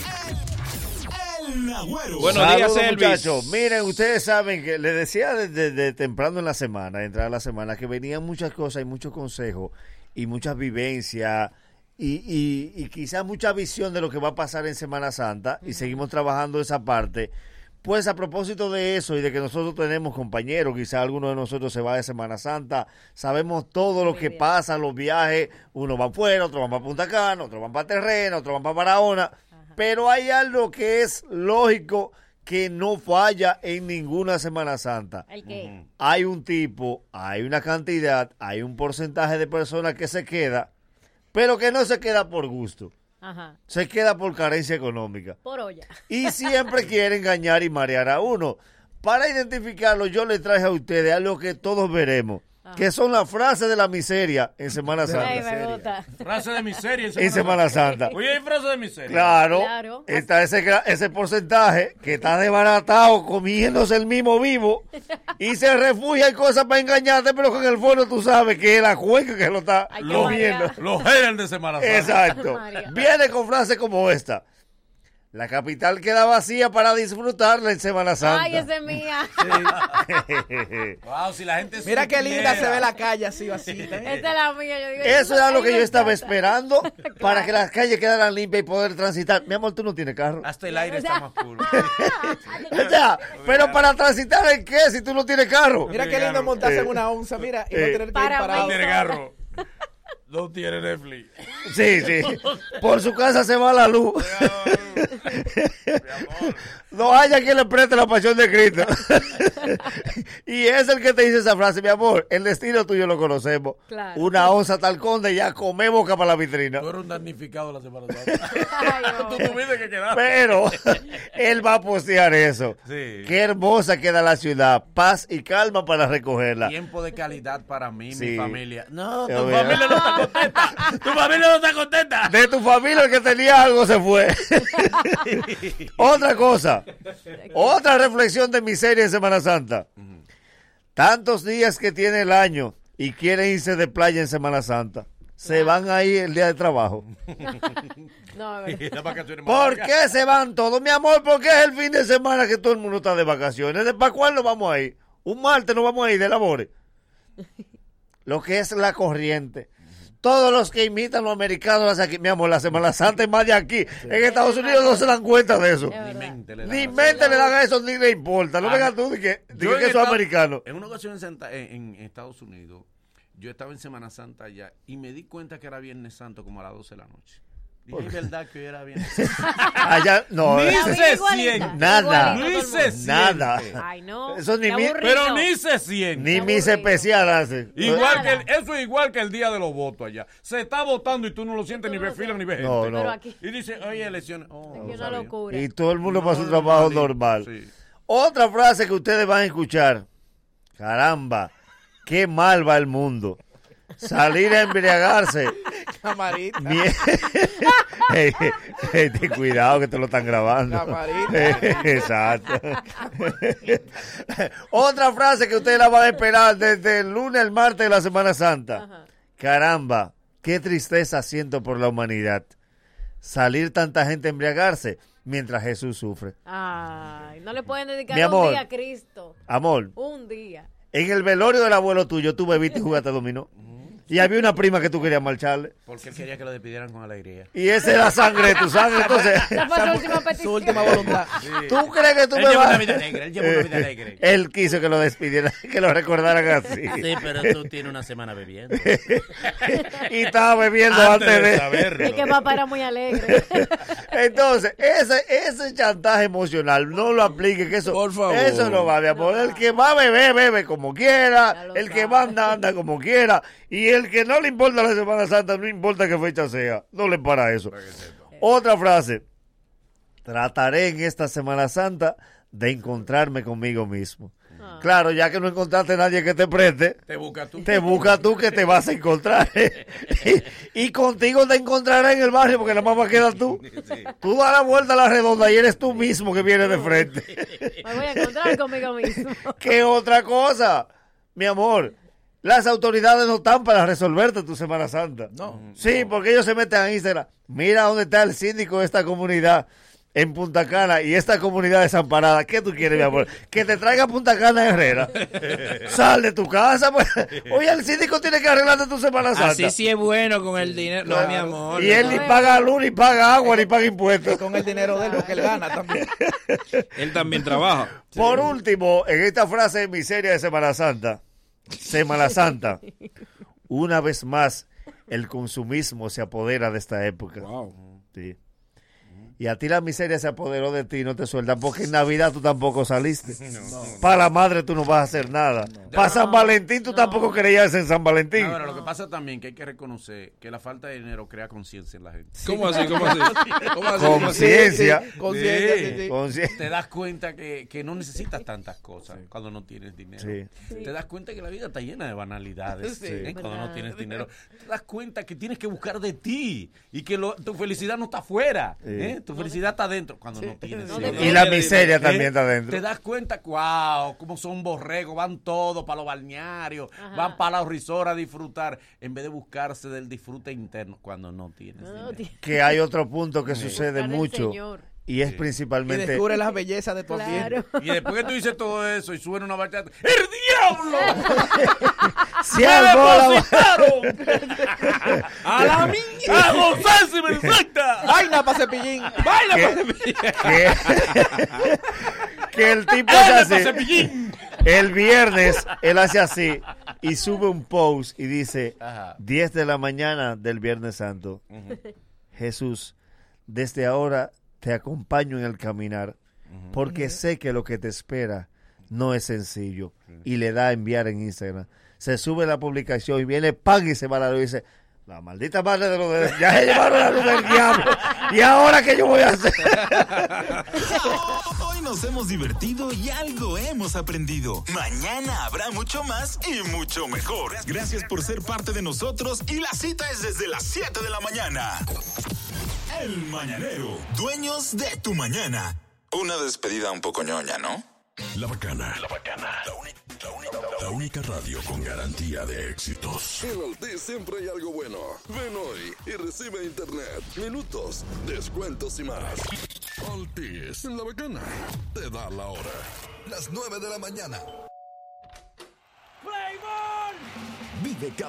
[SPEAKER 5] El Agüero.
[SPEAKER 4] Saludos, muchachos. Miren, ustedes saben que les decía desde desde temprano en la semana, entrada a la semana, que venían muchas cosas y muchos consejos y muchas vivencias y, y, y quizás mucha visión de lo que va a pasar en Semana Santa y seguimos trabajando esa parte. Pues a propósito de eso y de que nosotros tenemos compañeros, quizás alguno de nosotros se va de Semana Santa, sabemos todo lo que pasa, los viajes, uno va afuera, otro va para Punta Cana, otro va para Terreno, otro va para Barahona, pero hay algo que es lógico que no falla en ninguna Semana Santa.
[SPEAKER 2] ¿El qué?
[SPEAKER 4] Hay un tipo, hay una cantidad, hay un porcentaje de personas que se queda, pero que no se queda por gusto,
[SPEAKER 2] Ajá.
[SPEAKER 4] se queda por carencia económica.
[SPEAKER 2] Por olla.
[SPEAKER 4] Y siempre quiere engañar y marear a uno. Para identificarlo, yo le traje a ustedes algo que todos veremos, que son las frases de la miseria en Semana
[SPEAKER 2] Ay,
[SPEAKER 4] Santa.
[SPEAKER 2] me gusta.
[SPEAKER 1] Frase de miseria en
[SPEAKER 4] En Semana Santa.
[SPEAKER 1] Oye, hay frase de miseria.
[SPEAKER 4] Claro, está ese, gra- ese porcentaje que está desbaratado comiéndose el mismo vivo y se refugia en cosas para engañarte, pero con el fondo tú sabes que es la cuenca que lo está
[SPEAKER 1] Ay, qué
[SPEAKER 4] comiendo.
[SPEAKER 1] marea. Los haters de Semana Santa.
[SPEAKER 4] Exacto.
[SPEAKER 1] Marea.
[SPEAKER 4] Viene con frases como esta. La capital queda vacía para disfrutarla en Semana Santa.
[SPEAKER 2] Ay, esa es mía.
[SPEAKER 1] Wow, si la gente
[SPEAKER 16] Mira qué linda se ve la
[SPEAKER 4] calle así vacía.
[SPEAKER 2] Esta es la mía. Yo digo,
[SPEAKER 4] Eso era lo que yo
[SPEAKER 2] Ay,
[SPEAKER 4] estaba esperando para que las calles quedaran limpias y poder transitar. Mi amor, tú no tienes carro.
[SPEAKER 1] Hasta el aire está más puro.
[SPEAKER 4] O sea, pero para transitar en qué si tú no tienes carro.
[SPEAKER 16] Mira qué lindo montarse en una onza, mira, y no
[SPEAKER 4] eh,
[SPEAKER 16] tener que ir
[SPEAKER 4] Para
[SPEAKER 16] parado.
[SPEAKER 4] mí. Tiene garro.
[SPEAKER 1] No tiene Netflix.
[SPEAKER 4] Sí, sí. Por su casa se va la luz. No haya quien le preste la pasión de Cristo. Y es el que te dice esa frase, mi amor. El destino tuyo lo conocemos.
[SPEAKER 1] Claro.
[SPEAKER 4] Una onza tal conde ya comemos boca para la vitrina.
[SPEAKER 1] Tú eres un damnificado la Semana Santa. Tú tuviste que quedar.
[SPEAKER 4] Pero él va a postear eso.
[SPEAKER 1] Sí.
[SPEAKER 4] Qué hermosa queda la ciudad. Paz y calma para recogerla.
[SPEAKER 1] Tiempo de calidad para mí,
[SPEAKER 4] Sí.
[SPEAKER 1] mi familia. No, tu
[SPEAKER 4] Es verdad.
[SPEAKER 1] familia no está contenta. Tu familia no está contenta.
[SPEAKER 4] De tu familia el que tenía algo se fue. Otra cosa. Otra reflexión de miseria en Semana Santa. Tantos días que tiene el año y quieren irse de playa en Semana Santa. Se van ahí el día de trabajo.
[SPEAKER 2] No, es verdad.
[SPEAKER 4] ¿Por qué se van todos, mi amor? Porque es el fin de semana que todo el mundo está de vacaciones. ¿De ¿Para cuándo vamos a ir? Un martes nos vamos a ir de labores. Lo que es la corriente. Todos los que imitan a los americanos las aquí, mi amor, la Semana Santa es más de aquí. En Estados Unidos no se dan cuenta de eso. Ni mente le dan a eso, ni le importa. No
[SPEAKER 1] Ah,
[SPEAKER 4] vengas tú de que, di
[SPEAKER 1] Yo
[SPEAKER 4] que eso
[SPEAKER 1] en
[SPEAKER 4] es
[SPEAKER 1] Estados-
[SPEAKER 4] americano.
[SPEAKER 1] En una ocasión en, Santa- en- en Estados Unidos, yo estaba en Semana Santa allá y me di cuenta que era Viernes Santo como a las 12 de la noche. Dije,
[SPEAKER 4] ¿Por
[SPEAKER 1] es
[SPEAKER 4] qué?
[SPEAKER 1] verdad que hoy era Viernes Santo.
[SPEAKER 4] Allá, no.
[SPEAKER 1] Ni
[SPEAKER 4] eh,
[SPEAKER 1] se siente.
[SPEAKER 4] Nada.
[SPEAKER 1] Ni se siente.
[SPEAKER 4] Nada.
[SPEAKER 2] Ay, no.
[SPEAKER 4] Eso ni
[SPEAKER 2] Qué
[SPEAKER 4] mi-
[SPEAKER 2] aburrido.
[SPEAKER 1] Pero ni se siente.
[SPEAKER 4] Ni misa especial hace.
[SPEAKER 1] Igual que el- eso es igual que el día de los votos allá. Se está votando y tú no lo sientes, ni ves fila, ni ves
[SPEAKER 4] No,
[SPEAKER 1] gente.
[SPEAKER 4] no. Pero aquí-
[SPEAKER 1] Y dice, oye, elecciones. Oh, no
[SPEAKER 2] una
[SPEAKER 1] sabía.
[SPEAKER 4] Y todo el mundo pasa un trabajo normal. Otra frase que ustedes van a escuchar. Caramba, qué mal va el mundo. Salir a embriagarse.
[SPEAKER 16] Camarita.
[SPEAKER 4] Ni- Ey, ey, ten cuidado que te lo están grabando.
[SPEAKER 16] Camarita.
[SPEAKER 4] Exacto. Otra frase que ustedes la van a esperar desde el lunes al martes de la Semana Santa. Caramba, qué tristeza siento por la humanidad. Salir tanta gente a embriagarse mientras Jesús sufre.
[SPEAKER 2] Ay, no le pueden dedicar
[SPEAKER 4] Mi amor.
[SPEAKER 2] un día a Cristo.
[SPEAKER 4] Amor,
[SPEAKER 2] Un día.
[SPEAKER 4] en el velorio del abuelo tuyo tú bebiste y jugaste dominó. Y había una prima que tú querías marcharle.
[SPEAKER 1] Porque él quería que lo despidieran con alegría.
[SPEAKER 4] Y esa era sangre de tu sangre. Entonces,
[SPEAKER 2] Esa fue su última petición.
[SPEAKER 16] Su última voluntad.
[SPEAKER 4] ¿tú crees que tú
[SPEAKER 1] Él
[SPEAKER 4] me
[SPEAKER 1] lleva
[SPEAKER 4] vas- Eh,
[SPEAKER 1] una vida alegre, él lleva una vida alegre.
[SPEAKER 4] Él quiso que lo despidieran, que lo recordaran así.
[SPEAKER 24] Sí, pero tú tienes una semana bebiendo.
[SPEAKER 4] y estaba bebiendo antes,
[SPEAKER 24] Antes de
[SPEAKER 4] de,
[SPEAKER 24] saberlo.
[SPEAKER 2] Es que papá era muy alegre.
[SPEAKER 4] Entonces, ese, ese chantaje emocional, no lo aplique, que eso, eso no va, mi amor. El que va a beber, bebe como quiera. El que va a andar, anda como quiera. Y el que no le importa la Semana Santa, no importa qué fecha sea, no le para eso. Otra frase. Trataré en esta Semana Santa de encontrarme conmigo mismo. Claro, ya que no encontraste nadie que te preste,
[SPEAKER 1] Te busca tú.
[SPEAKER 4] te busca tú que te vas a encontrar. y, y contigo te encontrarás en el barrio porque la mamá queda tú. Tú das la vuelta a la redonda y eres tú mismo que vienes de frente.
[SPEAKER 2] Me voy a encontrar conmigo mismo.
[SPEAKER 4] ¿Qué otra cosa? Mi amor, las autoridades no están para resolverte tu Semana Santa.
[SPEAKER 1] No.
[SPEAKER 4] Sí, porque ellos se meten a Instagram. Mira dónde está el síndico de esta comunidad en Punta Cana y esta comunidad desamparada. ¿Qué tú quieres, mi amor? Que te traiga a Punta Cana Herrera. Sal de tu casa. Pues. Oye, el síndico tiene que arreglarte tu Semana Santa.
[SPEAKER 6] Así sí es bueno con el dinero. No, mi amor.
[SPEAKER 4] Y él ni paga luz, ni paga agua, ni paga impuestos.
[SPEAKER 3] Con el dinero de él, porque él gana también.
[SPEAKER 6] Él también trabaja.
[SPEAKER 4] Por último, en esta frase de miseria de Semana Santa, Semana Santa, una vez más, el consumismo se apodera de esta época. Sí. Y a ti la miseria se apoderó de ti y no te sueltan, porque en Navidad tú tampoco saliste. Para la madre tú no vas a hacer nada. Para San Valentín tú tampoco creías en San Valentín.
[SPEAKER 1] Ahora, lo que pasa también que hay que reconocer que la falta de dinero crea conciencia en la gente.
[SPEAKER 4] ¿Cómo así? ¿Cómo así? ¿Cómo así? Conciencia.
[SPEAKER 1] Sí, sí,
[SPEAKER 4] Conciencia,
[SPEAKER 1] sí,
[SPEAKER 4] sí, sí.
[SPEAKER 1] sí.
[SPEAKER 4] Conciencia.
[SPEAKER 1] Te das cuenta que, que no necesitas tantas cosas cuando no tienes dinero.
[SPEAKER 4] Sí.
[SPEAKER 2] Sí.
[SPEAKER 1] Te das cuenta que la vida está llena de banalidades
[SPEAKER 2] Sí.
[SPEAKER 1] ¿eh? cuando no
[SPEAKER 2] Verdad.
[SPEAKER 1] tienes dinero. Te das cuenta que tienes que buscar de ti y que lo- tu felicidad no está afuera.
[SPEAKER 4] Sí.
[SPEAKER 1] ¿eh? Tu felicidad está adentro cuando no tienes
[SPEAKER 4] No
[SPEAKER 1] dinero. ¿Eh?
[SPEAKER 4] te- Y la miseria también está adentro.
[SPEAKER 1] Te das cuenta, wow, cómo son borregos, van todos para los balnearios, van para los resorts a disfrutar, en vez de buscarse del disfrute interno cuando no tienes dinero.
[SPEAKER 4] que hay otro punto que
[SPEAKER 1] Sí.
[SPEAKER 4] sucede
[SPEAKER 1] Buscar al
[SPEAKER 4] mucho
[SPEAKER 1] Señor.
[SPEAKER 4] y es
[SPEAKER 3] Y
[SPEAKER 4] principalmente
[SPEAKER 3] descubre las bellezas de tu ambiente.
[SPEAKER 1] Y después que tú dices todo eso y suena una bachata,
[SPEAKER 4] Este
[SPEAKER 1] ¡el diablo!
[SPEAKER 4] ¡Se armó la-
[SPEAKER 1] ¡A la mía! ¡A gozar si me suelta!
[SPEAKER 3] ¡Vaina para cepillín! ¡Vaina
[SPEAKER 16] Eh,
[SPEAKER 3] para cepillín!
[SPEAKER 4] que, que el tipo
[SPEAKER 1] Ah,
[SPEAKER 3] Dale
[SPEAKER 4] es
[SPEAKER 3] pa'
[SPEAKER 4] así.
[SPEAKER 3] cepillín.
[SPEAKER 4] El viernes él hace así y sube un post y dice
[SPEAKER 1] Ajá.
[SPEAKER 4] 10 de la mañana del Viernes Santo.
[SPEAKER 1] Ujú.
[SPEAKER 4] Jesús, desde ahora te acompaño en el caminar porque sé que lo que te espera no es sencillo y le da a enviar en Instagram. Se sube la publicación y viene pan y se va la luz y dice, la maldita madre de los de... Ya se llevaron la luz del diablo. ¿Y ahora qué yo voy a hacer?
[SPEAKER 5] Hoy nos hemos divertido y algo hemos aprendido. Mañana habrá mucho más y mucho mejor. Gracias por ser parte de nosotros y la cita es desde las 7 de la mañana. El Mañanero, dueños de tu mañana.
[SPEAKER 10] Una despedida un poco ñoña, ¿no?
[SPEAKER 12] La bacana. La bacana. La, uni- la uni- la única radio con garantía de éxitos.
[SPEAKER 10] En Altis siempre hay algo bueno. Ven hoy y recibe internet, minutos, descuentos y más.
[SPEAKER 12] Altis, la bacana. Te da la hora. Las 9 de la mañana.
[SPEAKER 10] Vive cada